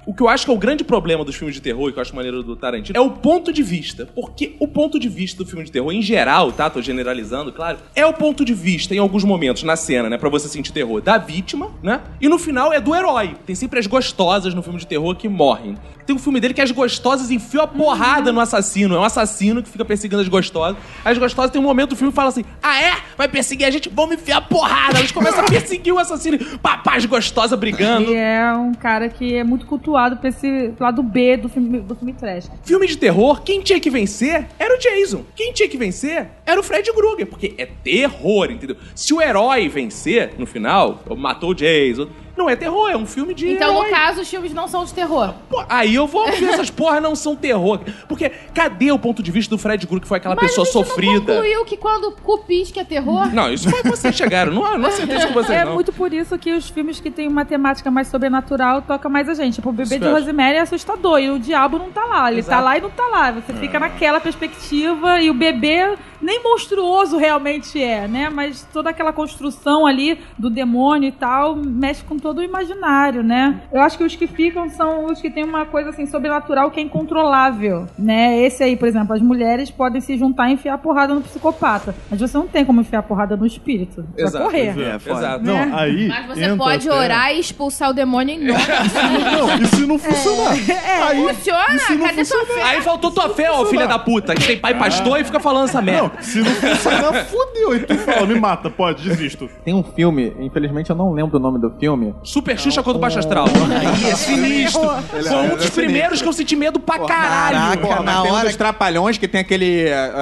Speaker 1: O que eu acho que é o grande problema dos filmes de terror, e que eu acho maneiro do Tarantino, é o ponto de vista. Porque o ponto de vista do filme de terror, em geral, tá? Tô generalizando, claro. É o ponto de vista, em alguns momentos, na cena, né? Pra você sentir terror da vítima, né? E no final é do herói. Tem sempre as gostosas no filme de terror que morrem. Tem um filme dele que as gostosas enfiam a porrada no assassino. É um assassino que fica perseguindo as gostosas. As gostosas tem um momento do filme que fala assim: Ah, é? Vai perseguir a gente? Vamos enfiar a porrada. Elas começam a perseguir o assassino. Papaz gostosa brigando.
Speaker 7: Ele é um cara que é muito cultuado pra esse lado B do filme, do filme trash.
Speaker 1: Filme de terror, quem tinha que vencer era o Jason. Quem tinha que vencer era o Fred Krueger, porque é terror, entendeu? Se o herói vencer no final, matou o Jason, não é terror, é um filme de
Speaker 3: Então,
Speaker 1: herói.
Speaker 3: no caso, os filmes não são de terror.
Speaker 1: Pô, Aí eu vou ver essas porra não são terror. Porque cadê o ponto de vista do Fred Krueger, que foi aquela
Speaker 3: Mas
Speaker 1: pessoa
Speaker 3: a gente não
Speaker 1: sofrida?
Speaker 3: concluiu que quando cupisca é
Speaker 5: [LAUGHS]
Speaker 3: terror...
Speaker 1: Não, isso foi vocês chegaram, não, não acertei isso com vocês,
Speaker 7: É
Speaker 1: assim, não.
Speaker 7: muito por isso que os filmes que têm uma temática mais sobrenatural tocam mais a gente. Tipo, o bebê de Rosemary é assustador e o diabo não tá lá. Ele tá
Speaker 1: Exato. É.
Speaker 7: lá e não tá lá. Você fica naquela perspectiva e o bebê nem monstruoso realmente é, né? Mas toda aquela construção ali do demônio e tal mexe com todo o imaginário, né? Eu acho que os que ficam são os que têm uma coisa assim sobrenatural que é incontrolável, né? Esse aí, por exemplo, as mulheres podem se juntar e enfiar a porrada no psicopata. Mas você não tem como enfiar a porrada no espírito. Vai
Speaker 1: Exato,
Speaker 7: correr.
Speaker 1: exato,
Speaker 2: É, foda.
Speaker 1: exato.
Speaker 14: Não, aí.
Speaker 3: Mas você
Speaker 14: entra
Speaker 3: pode
Speaker 14: até-
Speaker 3: orar e expulsar o demônio em nome.
Speaker 5: [LAUGHS]
Speaker 14: Não, e se não funcionar? Aí.
Speaker 3: Funciona?
Speaker 14: isso não
Speaker 3: Cadê sua fé?
Speaker 1: Aí faltou tua fé, ó, filha da puta, que tem pai pastor e fica falando essa merda.
Speaker 14: Não, se não
Speaker 5: ah,
Speaker 14: funcionar, fudeu. E tu fala, me mata, pode, desisto.
Speaker 5: Tem um filme, infelizmente eu não lembro o nome do filme.
Speaker 1: Super Xuxa contra o Baixo Astral. Aí é sinistro. Foi um dos primeiros que eu senti medo pra caralho.
Speaker 5: Porra,
Speaker 2: na
Speaker 5: mas tem um
Speaker 2: hora-
Speaker 5: dos trapalhões que tem aquele. ah,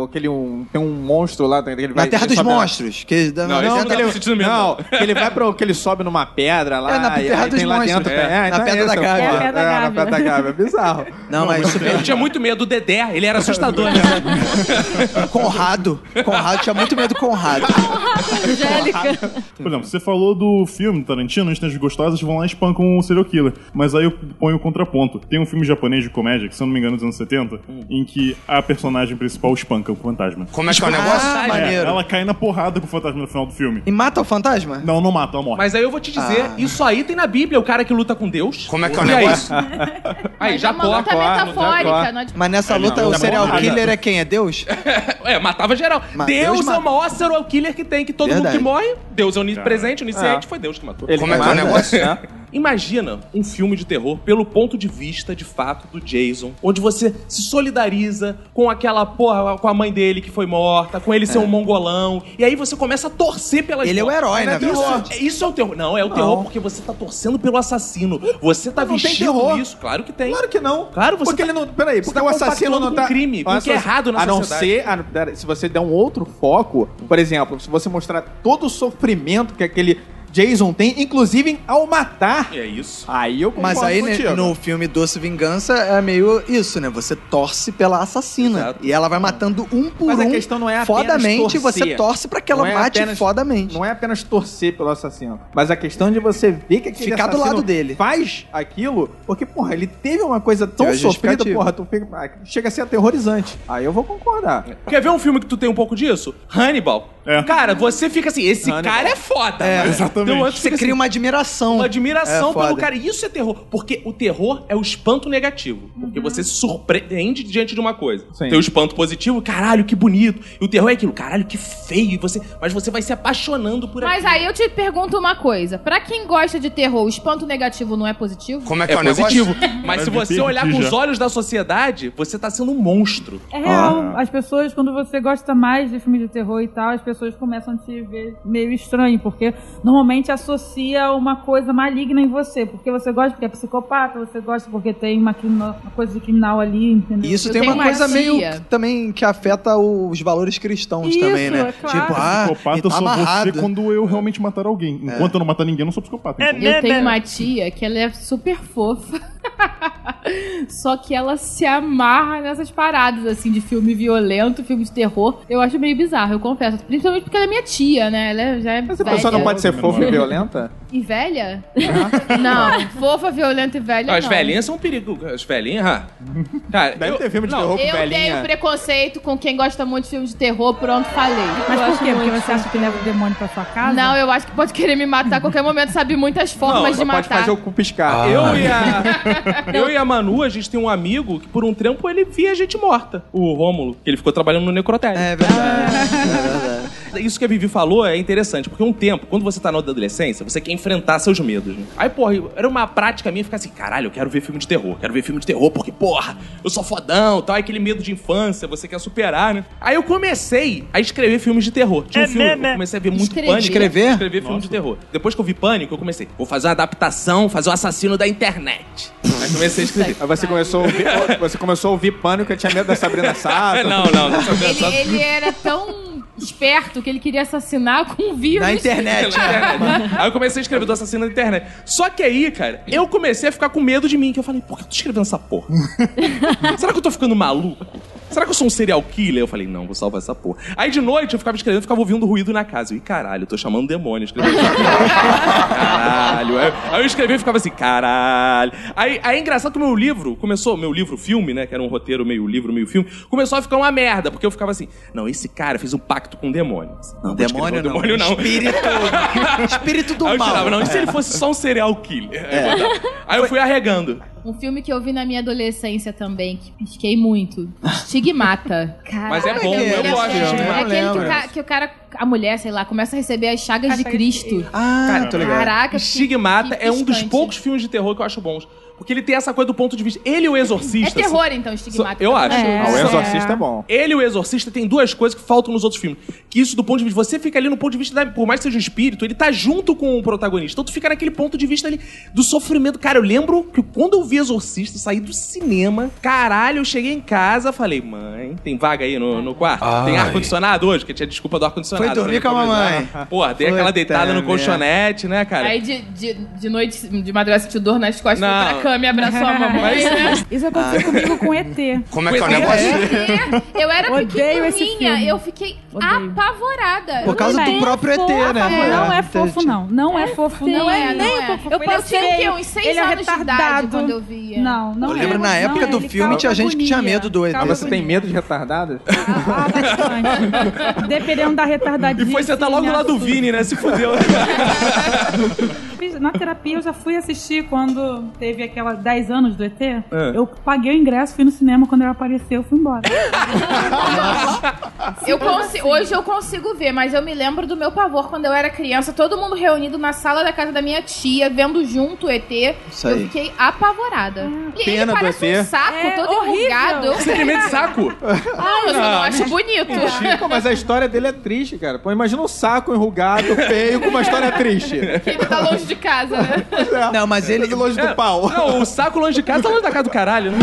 Speaker 5: ah, aquele um, tem um monstro lá. Tem, aquele
Speaker 2: Na Terra dos
Speaker 5: sobe na-
Speaker 2: Monstros. Que...
Speaker 5: Não, é
Speaker 1: esse
Speaker 5: não,
Speaker 1: não
Speaker 5: que ele,
Speaker 1: tava sentindo medo,
Speaker 5: não, que ele vai pro. que ele sobe numa pedra lá.
Speaker 2: É, na
Speaker 5: e-
Speaker 2: Terra
Speaker 5: aí
Speaker 2: dos
Speaker 5: tem lá
Speaker 2: Monstros.
Speaker 5: dentro,
Speaker 2: É, na Pedra da
Speaker 5: essa,
Speaker 2: Gávea.
Speaker 5: porra.
Speaker 7: É, Pedra
Speaker 5: É, na
Speaker 7: Gávea.
Speaker 5: Pedra da Gávea. É bizarro.
Speaker 2: Não, mas super...
Speaker 1: Eu tinha muito medo do [LAUGHS] Dedé, ele era assustador. né?
Speaker 2: tipo,
Speaker 5: Ah,
Speaker 2: Conrado. Conrado, tinha muito medo do Conrado.
Speaker 4: Angélica.
Speaker 5: Por exemplo, você falou do filme Tarantino, As Três Gostosas vão lá e espancam o serial killer. Mas aí eu ponho o contraponto. Tem um filme japonês de comédia, que se eu não me engano, é dos anos 70, em que a personagem principal espanca o fantasma.
Speaker 9: Como é que é o negócio?
Speaker 2: Ah,
Speaker 5: É,
Speaker 2: maneiro.
Speaker 5: ela cai na porrada com o fantasma no final do filme.
Speaker 2: E mata o fantasma?
Speaker 5: Não, não mata, ela morre.
Speaker 1: Mas aí eu vou te dizer, isso aí tem na Bíblia, o cara que luta com Deus.
Speaker 9: Como é que é o
Speaker 1: E Ah. é
Speaker 9: negócio?
Speaker 1: isso. Aí, já ah,
Speaker 3: é uma luta
Speaker 1: porra.
Speaker 3: metafórica. Não adianta.
Speaker 2: Mas nessa luta,
Speaker 5: não,
Speaker 2: o
Speaker 5: tá
Speaker 2: serial
Speaker 5: bom.
Speaker 2: killer é quem? É Deus?
Speaker 1: É, matava geral.
Speaker 2: Mas
Speaker 1: Deus,
Speaker 2: Deus
Speaker 1: é
Speaker 2: mata.
Speaker 1: o maior serial killer que tem, que todo mundo
Speaker 2: Verdade.
Speaker 1: que morre, Deus é onipresente, onisciente, foi Deus que matou.
Speaker 9: Como é que é o negócio?
Speaker 1: né? Imagina um filme de terror pelo ponto de vista, de fato, do Jason, onde você se solidariza com aquela porra, com a mãe dele que foi morta, com ele
Speaker 6: É.
Speaker 1: ser um mongolão, e aí você começa a torcer pelas
Speaker 2: Ele é o
Speaker 1: mortes.
Speaker 2: herói,
Speaker 6: né,
Speaker 2: na
Speaker 1: Isso,
Speaker 2: verdade.
Speaker 1: é- isso é o terror. Não, é o terror porque você tá torcendo pelo assassino. Você tá
Speaker 6: tem
Speaker 1: vestindo
Speaker 6: terror.
Speaker 1: isso. Claro que tem.
Speaker 6: Claro que não.
Speaker 1: Claro, você
Speaker 6: Porque
Speaker 1: tá-
Speaker 6: ele não. Peraí,
Speaker 1: você
Speaker 6: porque
Speaker 1: tá
Speaker 6: o assassino
Speaker 1: compactuando
Speaker 6: não
Speaker 1: com
Speaker 6: tá.
Speaker 1: o crime, com o que é errado na
Speaker 6: a não
Speaker 1: sociedade.
Speaker 6: Ser, a não- pera, se você der um outro foco, por exemplo, se você mostrar todo o sofrimento que aquele Jason tem, inclusive ao matar.
Speaker 1: É isso.
Speaker 6: Aí eu concordo
Speaker 2: Mas aí, né,
Speaker 6: contigo.
Speaker 2: no filme Doce Vingança, é meio isso, né? Você torce pela assassina.
Speaker 1: Exato.
Speaker 2: E ela vai matando um por
Speaker 6: Mas
Speaker 2: um.
Speaker 6: a questão não é apenas
Speaker 2: Fodamente,
Speaker 6: torcer.
Speaker 2: você torce pra que ela
Speaker 6: Não é
Speaker 2: mate
Speaker 6: apenas-
Speaker 2: fodamente.
Speaker 6: Não é apenas torcer pelo assassino, mas a questão de você ver que aquele
Speaker 2: Ficar do
Speaker 6: assassino
Speaker 2: lado dele.
Speaker 6: faz aquilo, porque, porra, ele teve uma coisa tão
Speaker 2: Tem a
Speaker 6: sofrida,
Speaker 2: justificativa.
Speaker 6: porra, tu fica- ah, chega a ser aterrorizante. Aí eu vou concordar.
Speaker 1: Quer ver um filme que tu tem um pouco disso? Hannibal.
Speaker 5: É.
Speaker 1: Cara, você fica assim, esse
Speaker 6: Hannibal.
Speaker 1: cara é foda. mano.
Speaker 5: exatamente.
Speaker 1: Tem um outro que
Speaker 2: Você
Speaker 6: tipo
Speaker 1: fica
Speaker 6: assim,
Speaker 2: cria uma admiração.
Speaker 6: Hum.
Speaker 1: uma admiração
Speaker 2: É, foda.
Speaker 1: pelo cara. E isso é terror. Porque o terror é o espanto negativo. Porque você se surpreende diante de uma coisa.
Speaker 6: Sim.
Speaker 1: Tem o espanto positivo, caralho, que bonito. E o terror é aquilo, caralho, que feio. E você... Mas você vai se apaixonando por
Speaker 3: Mas
Speaker 1: aquilo.
Speaker 3: aí eu te pergunto uma coisa. Pra quem gosta de terror, o espanto negativo não é positivo?
Speaker 9: Como é que
Speaker 1: É,
Speaker 9: é, o
Speaker 1: positivo.
Speaker 9: negócio?
Speaker 1: Mas se
Speaker 5: Eu me
Speaker 1: você olhar com
Speaker 5: perdi
Speaker 1: os
Speaker 5: já.
Speaker 1: olhos da sociedade, você tá sendo um monstro.
Speaker 7: É real. As pessoas, quando você gosta mais de filme de terror e tal, as pessoas começam a te ver meio estranho, porque normalmente associa uma coisa maligna em você. Porque você gosta porque é psicopata, você gosta porque tem uma, crimina- uma coisa de criminal ali, entendeu?
Speaker 2: E isso
Speaker 3: Eu
Speaker 2: tem
Speaker 3: tenho
Speaker 2: uma coisa
Speaker 3: uma
Speaker 2: meio
Speaker 3: tia.
Speaker 2: que- também que afeta os valores cristãos
Speaker 7: Isso,
Speaker 2: também, né?
Speaker 7: é claro.
Speaker 2: Tipo, ah,
Speaker 5: psicopata
Speaker 2: ele
Speaker 5: eu
Speaker 2: tá
Speaker 5: só vou ser
Speaker 2: amarrado. É.
Speaker 5: quando eu realmente matar alguém. Enquanto eu não matar ninguém, eu não sou psicopata. então.
Speaker 3: Eu tenho uma tia que ela é super fofa. [LAUGHS] Só que ela se amarra nessas paradas, assim, de filme violento, filme de terror. Eu acho meio bizarro, eu confesso. Principalmente porque ela é minha tia, né? Ela é- já é
Speaker 6: Mas a
Speaker 3: velha.
Speaker 6: pessoa não pode ser fofa e violenta?
Speaker 3: E velha? não, fofa, violenta e velha
Speaker 1: As
Speaker 3: não.
Speaker 1: velhinhas são um perigo. As velhinhas... ah. Cara,
Speaker 6: Deve
Speaker 1: eu-
Speaker 6: ter filme de
Speaker 1: não,
Speaker 6: terror com
Speaker 3: Eu
Speaker 6: velhinha.
Speaker 3: tenho preconceito com quem gosta muito de filme de terror, pronto, falei.
Speaker 7: Mas
Speaker 4: Eu
Speaker 7: por
Speaker 4: acho
Speaker 7: quê? Porque
Speaker 4: muito.
Speaker 7: você acha que leva o demônio pra sua casa?
Speaker 3: Não, eu acho que pode querer me matar a qualquer momento, sabe? Muitas formas de
Speaker 6: Só pode
Speaker 3: matar.
Speaker 6: fazer o cu piscar.
Speaker 1: Eu e a. eu e a Manu, a gente tem um amigo que por um trampo ele via gente morta. O Rômulo, que ele ficou trabalhando no necrotério.
Speaker 2: É verdade. é verdade.
Speaker 1: Isso que a Vivi falou é interessante, porque um tempo, quando você tá na adolescência, você quer enfrentar seus medos. Né? Aí, porra, eu- era uma prática minha ficar assim, caralho, eu quero ver filme de terror, quero ver filme de terror, porque, porra, eu sou fodão, tal, é aquele medo de infância, você quer superar, né? Aí eu comecei a escrever filmes de terror. Tinha um filme, eu comecei a ver muito
Speaker 3: Escrever.
Speaker 1: pânico.
Speaker 2: Escrever?
Speaker 1: Escrever filme de terror. Depois que eu vi pânico, eu comecei, vou fazer uma adaptação, fazer o assassino da internet. Aí comecei a escrever.
Speaker 6: Aí você começou, a ouvir, você começou a ouvir pânico, eu tinha medo da Sabrina Sato.
Speaker 1: Não, não, não.
Speaker 3: Ele, ele era tão esperto que ele queria assassinar com um vírus.
Speaker 2: Na internet.
Speaker 1: [LAUGHS] aí eu comecei a escrever do assassino na internet. Só que aí, cara, eu comecei a ficar com medo de mim, que eu falei, por que eu tô escrevendo essa porra? Será que eu tô ficando maluco? Será que eu sou um serial killer? Eu falei, não, vou salvar essa porra. Aí de noite eu ficava escrevendo, ficava ouvindo ruído na casa. Eu, Ih, caralho, eu tô chamando demônio. Escrevendo. [LAUGHS] caralho. Aí, aí eu escrevia e ficava assim, caralho. Aí, aí é engraçado que o meu livro começou, meu livro-filme, né? Que era um roteiro meio livro, meio filme, começou a ficar uma merda, porque eu ficava assim, não, esse cara fez um pacto com o demônio. Não, vou escrever
Speaker 2: demônio
Speaker 1: o demônio
Speaker 2: não.
Speaker 1: não. [LAUGHS]
Speaker 2: Espírito, [LAUGHS] espírito do
Speaker 1: Aí eu
Speaker 2: mal.
Speaker 1: tirava, não, e se ele fosse só um serial killer? Aí eu botava. Aí eu fui arregando.
Speaker 3: Um filme que eu vi na minha adolescência também, que pisquei muito. Estigmata. Caralho,
Speaker 1: Mas é bom,
Speaker 3: aquele
Speaker 1: eu
Speaker 3: filme
Speaker 1: gosto de
Speaker 3: É, sério.
Speaker 1: Estigmata.
Speaker 3: é aquele que o,
Speaker 2: Eu
Speaker 3: ca- que o cara, a mulher, sei lá, começa a receber as chagas de Cristo.
Speaker 2: Ah, tô ligado.
Speaker 3: Caraca, assim, que-
Speaker 1: Estigmata
Speaker 3: que
Speaker 1: é um dos
Speaker 3: piscante.
Speaker 1: poucos filmes de terror que eu acho bons. Porque ele tem essa coisa do ponto de vista. Ele e o
Speaker 3: É
Speaker 1: Exorcista.
Speaker 3: terror, então,
Speaker 1: assim, só-
Speaker 3: estigmata.
Speaker 1: eu acho.
Speaker 7: É.
Speaker 6: Ah, o Exorcista é
Speaker 2: tá
Speaker 6: bom.
Speaker 1: Ele e o Exorcista tem duas coisas que faltam nos outros filmes. Que isso do ponto de vista. Você fica ali no ponto de vista, da, por mais que seja um espírito, ele tá junto com o protagonista. Então tu fica naquele ponto de vista ali do sofrimento. Cara, eu lembro que quando eu vi Exorcista, eu saí do cinema. Caralho, eu cheguei em casa, falei, mãe, tem vaga aí no, no quarto? Tem ar-condicionado hoje? Porque tinha desculpa do ar-condicionado. né?
Speaker 2: Foi
Speaker 1: Falei,
Speaker 2: dormir com a
Speaker 1: "Pô, mas-
Speaker 2: mamãe." é.
Speaker 1: Porra, dei aquela
Speaker 2: Puta
Speaker 1: deitada no
Speaker 2: merda.
Speaker 1: colchonete, né, cara?
Speaker 3: Aí de, de, de noite, de madrugada, sentiu dor nas costas, foi pra Kami abraçou a mamãe.
Speaker 7: Isso aconteceu comigo com ET.
Speaker 9: Como é que é o
Speaker 3: Eu
Speaker 9: negócio?
Speaker 3: fiquei- [LAUGHS] Eu era
Speaker 7: Odeio esse
Speaker 3: pequenininha,
Speaker 7: filme.
Speaker 3: eu fiquei
Speaker 7: Odeio.
Speaker 3: apavorada.
Speaker 2: Por causa
Speaker 7: Tudo
Speaker 2: do
Speaker 7: bem.
Speaker 2: próprio ET, né?
Speaker 7: Ah, é não é fofo,
Speaker 2: Entendi.
Speaker 7: não. Não é, fofo, não é,
Speaker 3: não
Speaker 7: nem
Speaker 3: é.
Speaker 7: fofo.
Speaker 3: Eu
Speaker 7: Ele é
Speaker 3: passei o quê?
Speaker 7: feio,
Speaker 3: Uns seis
Speaker 7: ele é
Speaker 3: anos de idade
Speaker 7: retardado.
Speaker 3: quando eu via.
Speaker 7: Não, não
Speaker 2: Eu
Speaker 7: é.
Speaker 2: lembro, na
Speaker 7: Não
Speaker 2: época
Speaker 7: é,
Speaker 2: do
Speaker 7: ele
Speaker 2: filme,
Speaker 7: causa
Speaker 2: tinha gente que tinha
Speaker 7: agonia.
Speaker 2: medo do ET.
Speaker 6: Ah,
Speaker 7: Causa
Speaker 6: você tem
Speaker 7: agonia.
Speaker 6: medo de retardado?
Speaker 7: Ah, bastante. Dependendo da retardadinha.
Speaker 1: E foi sentar
Speaker 7: assim,
Speaker 1: logo
Speaker 7: me
Speaker 1: lá do
Speaker 7: assusta.
Speaker 1: Vini, né? Se fudeu.
Speaker 7: Fiz- Na terapia eu já fui assistir quando teve aquela 10 anos do ET.
Speaker 6: É.
Speaker 7: Eu paguei o ingresso, fui no cinema, quando ele apareceu, eu fui embora.
Speaker 3: Eu consi- Hoje eu consigo ver, mas eu me lembro do meu pavor quando eu era criança, todo mundo reunido na sala da casa da minha tia, vendo junto o ET.
Speaker 2: Isso
Speaker 3: Eu
Speaker 2: aí.
Speaker 3: fiquei apavorada. E
Speaker 2: Pena
Speaker 3: ele
Speaker 2: do
Speaker 3: parece um
Speaker 2: ET.
Speaker 3: saco,
Speaker 7: É
Speaker 3: todo
Speaker 7: horrível.
Speaker 3: enrugado.
Speaker 1: Você tem medo de saco?
Speaker 3: Não, eu só não acho bonito.
Speaker 6: Pô, Ah, mas a história dele é triste, cara. Pô, imagina um saco enrugado, feio, com uma história triste.
Speaker 3: Ele tá longe de casa, né?
Speaker 2: Não, mas ele...
Speaker 6: longe É. do pau.
Speaker 1: Não, o saco longe de casa tá longe da casa do caralho. né?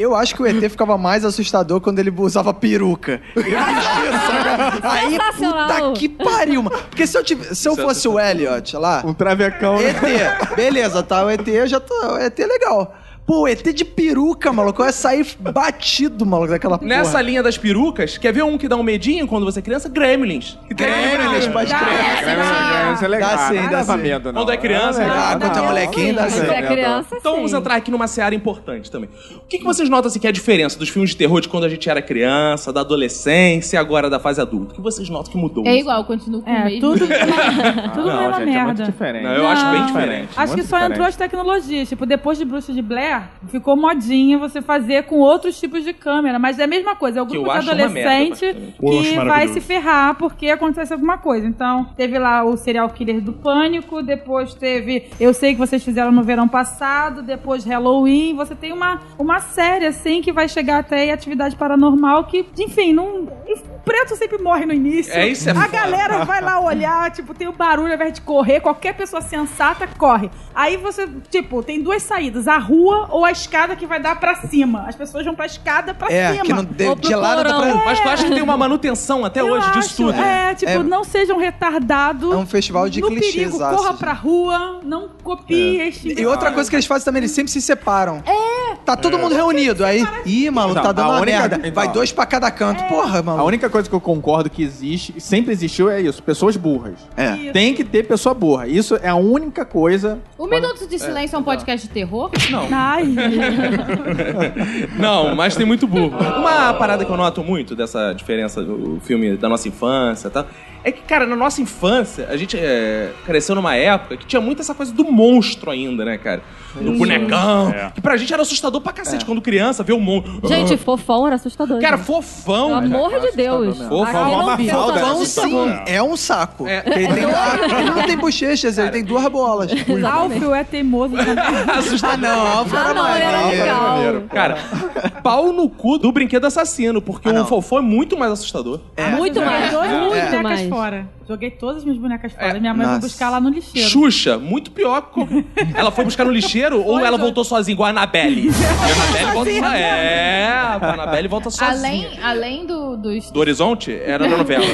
Speaker 2: Eu acho que o ET ficava mais assustador quando ele
Speaker 6: [LAUGHS]
Speaker 2: usava peruca. Aí, puta
Speaker 4: Sensacional.
Speaker 2: que pariu, mano. Porque se eu, tive, se eu fosse o Elliot lá,
Speaker 6: é Um travecão. né?
Speaker 2: ET, beleza, tá? O ET eu já tô. O ET é legal. Pô, o ET de peruca, maluco. Eu ia sair batido, maluco, daquela porra.
Speaker 1: Nessa linha das perucas, quer ver um que dá um medinho quando você é criança? Gremlins. Que tem-
Speaker 6: né?
Speaker 2: Gremlins, pode crer.
Speaker 6: Ah, Isso é legal.
Speaker 2: Dá sim,
Speaker 6: Ah,
Speaker 2: dá
Speaker 6: dava
Speaker 2: sim.
Speaker 6: medo, não.
Speaker 1: Quando é criança,
Speaker 6: Ah,
Speaker 2: Ah, quando é molequinho, dá
Speaker 4: Se
Speaker 2: certo.
Speaker 4: é criança,
Speaker 1: Então vamos
Speaker 4: sim.
Speaker 1: entrar aqui numa seara importante também. O que, que vocês notam assim, que é a diferença dos filmes de terror de quando a gente era criança, da adolescência e agora da fase adulta? O que vocês notam que mudou?
Speaker 3: É igual, continuo com o
Speaker 7: É,
Speaker 3: mesmo.
Speaker 7: [LAUGHS] tudo,
Speaker 6: [LAUGHS]
Speaker 7: tudo
Speaker 6: Não,
Speaker 7: não,
Speaker 6: gente, é muito
Speaker 7: merda.
Speaker 6: diferente.
Speaker 1: Não, eu acho bem
Speaker 7: Não.
Speaker 1: diferente.
Speaker 7: Acho que
Speaker 6: muito
Speaker 7: só
Speaker 6: diferente.
Speaker 7: entrou as tecnologias. Tipo, depois de Bruxa de Blair, ficou modinha você fazer com outros tipos de câmera. Mas é a mesma coisa. É o
Speaker 1: Que eu
Speaker 7: grupo de
Speaker 1: acho uma merda,
Speaker 7: adolescente
Speaker 1: basicamente.
Speaker 5: Pô, eu acho
Speaker 7: que vai
Speaker 5: maravilhoso.
Speaker 7: se ferrar porque acontece alguma coisa. Então, teve lá o serial killer do pânico, depois teve Eu Sei Que Vocês Fizeram no Verão Passado, depois Halloween. Você tem uma, uma série, assim, que vai chegar até aí Atividade Paranormal, que, enfim, não... O preto sempre morre no início.
Speaker 1: É, isso é
Speaker 7: A
Speaker 1: foda.
Speaker 7: galera vai lá olhar, tipo, tem o barulho, ao invés de correr, qualquer pessoa sensata corre. Aí você, tipo, tem duas saídas, a rua ou a escada que vai dar pra cima. As pessoas vão pra escada pra
Speaker 2: É,
Speaker 7: cima.
Speaker 2: que não deu
Speaker 4: Ou pro
Speaker 2: de lado dá pra...
Speaker 1: Mas tu acha que tem uma manutenção até
Speaker 7: é. Eu
Speaker 1: hoje disso
Speaker 7: acho,
Speaker 1: tudo? né?
Speaker 7: É, tipo,
Speaker 2: É.
Speaker 7: não sejam retardados.
Speaker 2: É um festival de
Speaker 7: no
Speaker 2: clichês,
Speaker 7: perigo,
Speaker 2: acho,
Speaker 7: corra
Speaker 2: gente.
Speaker 7: pra rua, não copie este...
Speaker 2: E outra coisa que eles fazem também, eles sempre se separam. É. Tá todo mundo reunido. Aí, ih, maluco, tá
Speaker 6: Então,
Speaker 2: dando
Speaker 6: a
Speaker 2: uma
Speaker 6: única-
Speaker 2: merda.
Speaker 6: então,
Speaker 2: Vai
Speaker 6: ó.
Speaker 2: dois pra cada canto. Porra,
Speaker 6: A
Speaker 2: maluco.
Speaker 6: única coisa que eu concordo que existe, que sempre existiu, é isso: pessoas burras.
Speaker 2: É.
Speaker 7: Isso.
Speaker 6: Tem que ter pessoa burra. Isso é a única coisa.
Speaker 3: O Minuto de Silêncio é um podcast de terror?
Speaker 2: [LAUGHS]
Speaker 7: Ai,
Speaker 1: Não, mas tem muito burro. Uma parada que eu noto muito dessa diferença do filme da nossa infância e tal, é que, cara, na nossa infância, a gente é, cresceu numa época que tinha muito essa coisa do monstro ainda, né, cara? Do bonecão.
Speaker 5: É.
Speaker 1: Que pra gente era assustador pra cacete
Speaker 2: É.
Speaker 1: quando criança, ver o monstro.
Speaker 4: Gente, fofão era
Speaker 1: [LAUGHS]
Speaker 4: assustador.
Speaker 1: Cara,
Speaker 4: gente.
Speaker 1: fofão.
Speaker 4: Pelo
Speaker 1: cara.
Speaker 4: amor de Deus.
Speaker 6: mesmo.
Speaker 1: Fofão,
Speaker 4: Aqui
Speaker 1: uma
Speaker 4: não tem
Speaker 6: Mafalda.
Speaker 4: fantasma
Speaker 2: Vão
Speaker 4: de terror.
Speaker 2: sim, Então, é um saco.
Speaker 1: É.
Speaker 2: Porque Ele, tem- ah, ele não tem bochechas, ele tem duas bolas.
Speaker 7: Alfio é teimoso também.
Speaker 2: Ah, não, Alfa
Speaker 4: Ah,
Speaker 2: era
Speaker 4: não, ele era
Speaker 2: maneiro.
Speaker 4: legal.
Speaker 1: Cara, pau no cu do brinquedo assassino, porque
Speaker 2: Ah,
Speaker 1: o
Speaker 2: não.
Speaker 1: fofão é muito mais assustador.
Speaker 2: É.
Speaker 4: Muito mais.
Speaker 7: Joguei todas minhas
Speaker 4: é. Muito
Speaker 7: bonecas
Speaker 4: mais.
Speaker 7: fora. Joguei todas as minhas bonecas fora.
Speaker 1: É.
Speaker 7: Minha mãe foi
Speaker 2: Nossa.
Speaker 7: buscar lá no lixeiro.
Speaker 1: Xuxa, muito pior. que qualquer- Ela foi buscar no lixeiro ou ela voltou sozinha, igual a Anabelle? a Anabelle volta sozinha. É, a Anabelle volta sozinha.
Speaker 3: Além, além do- dos
Speaker 1: Do Horizonte era da novela.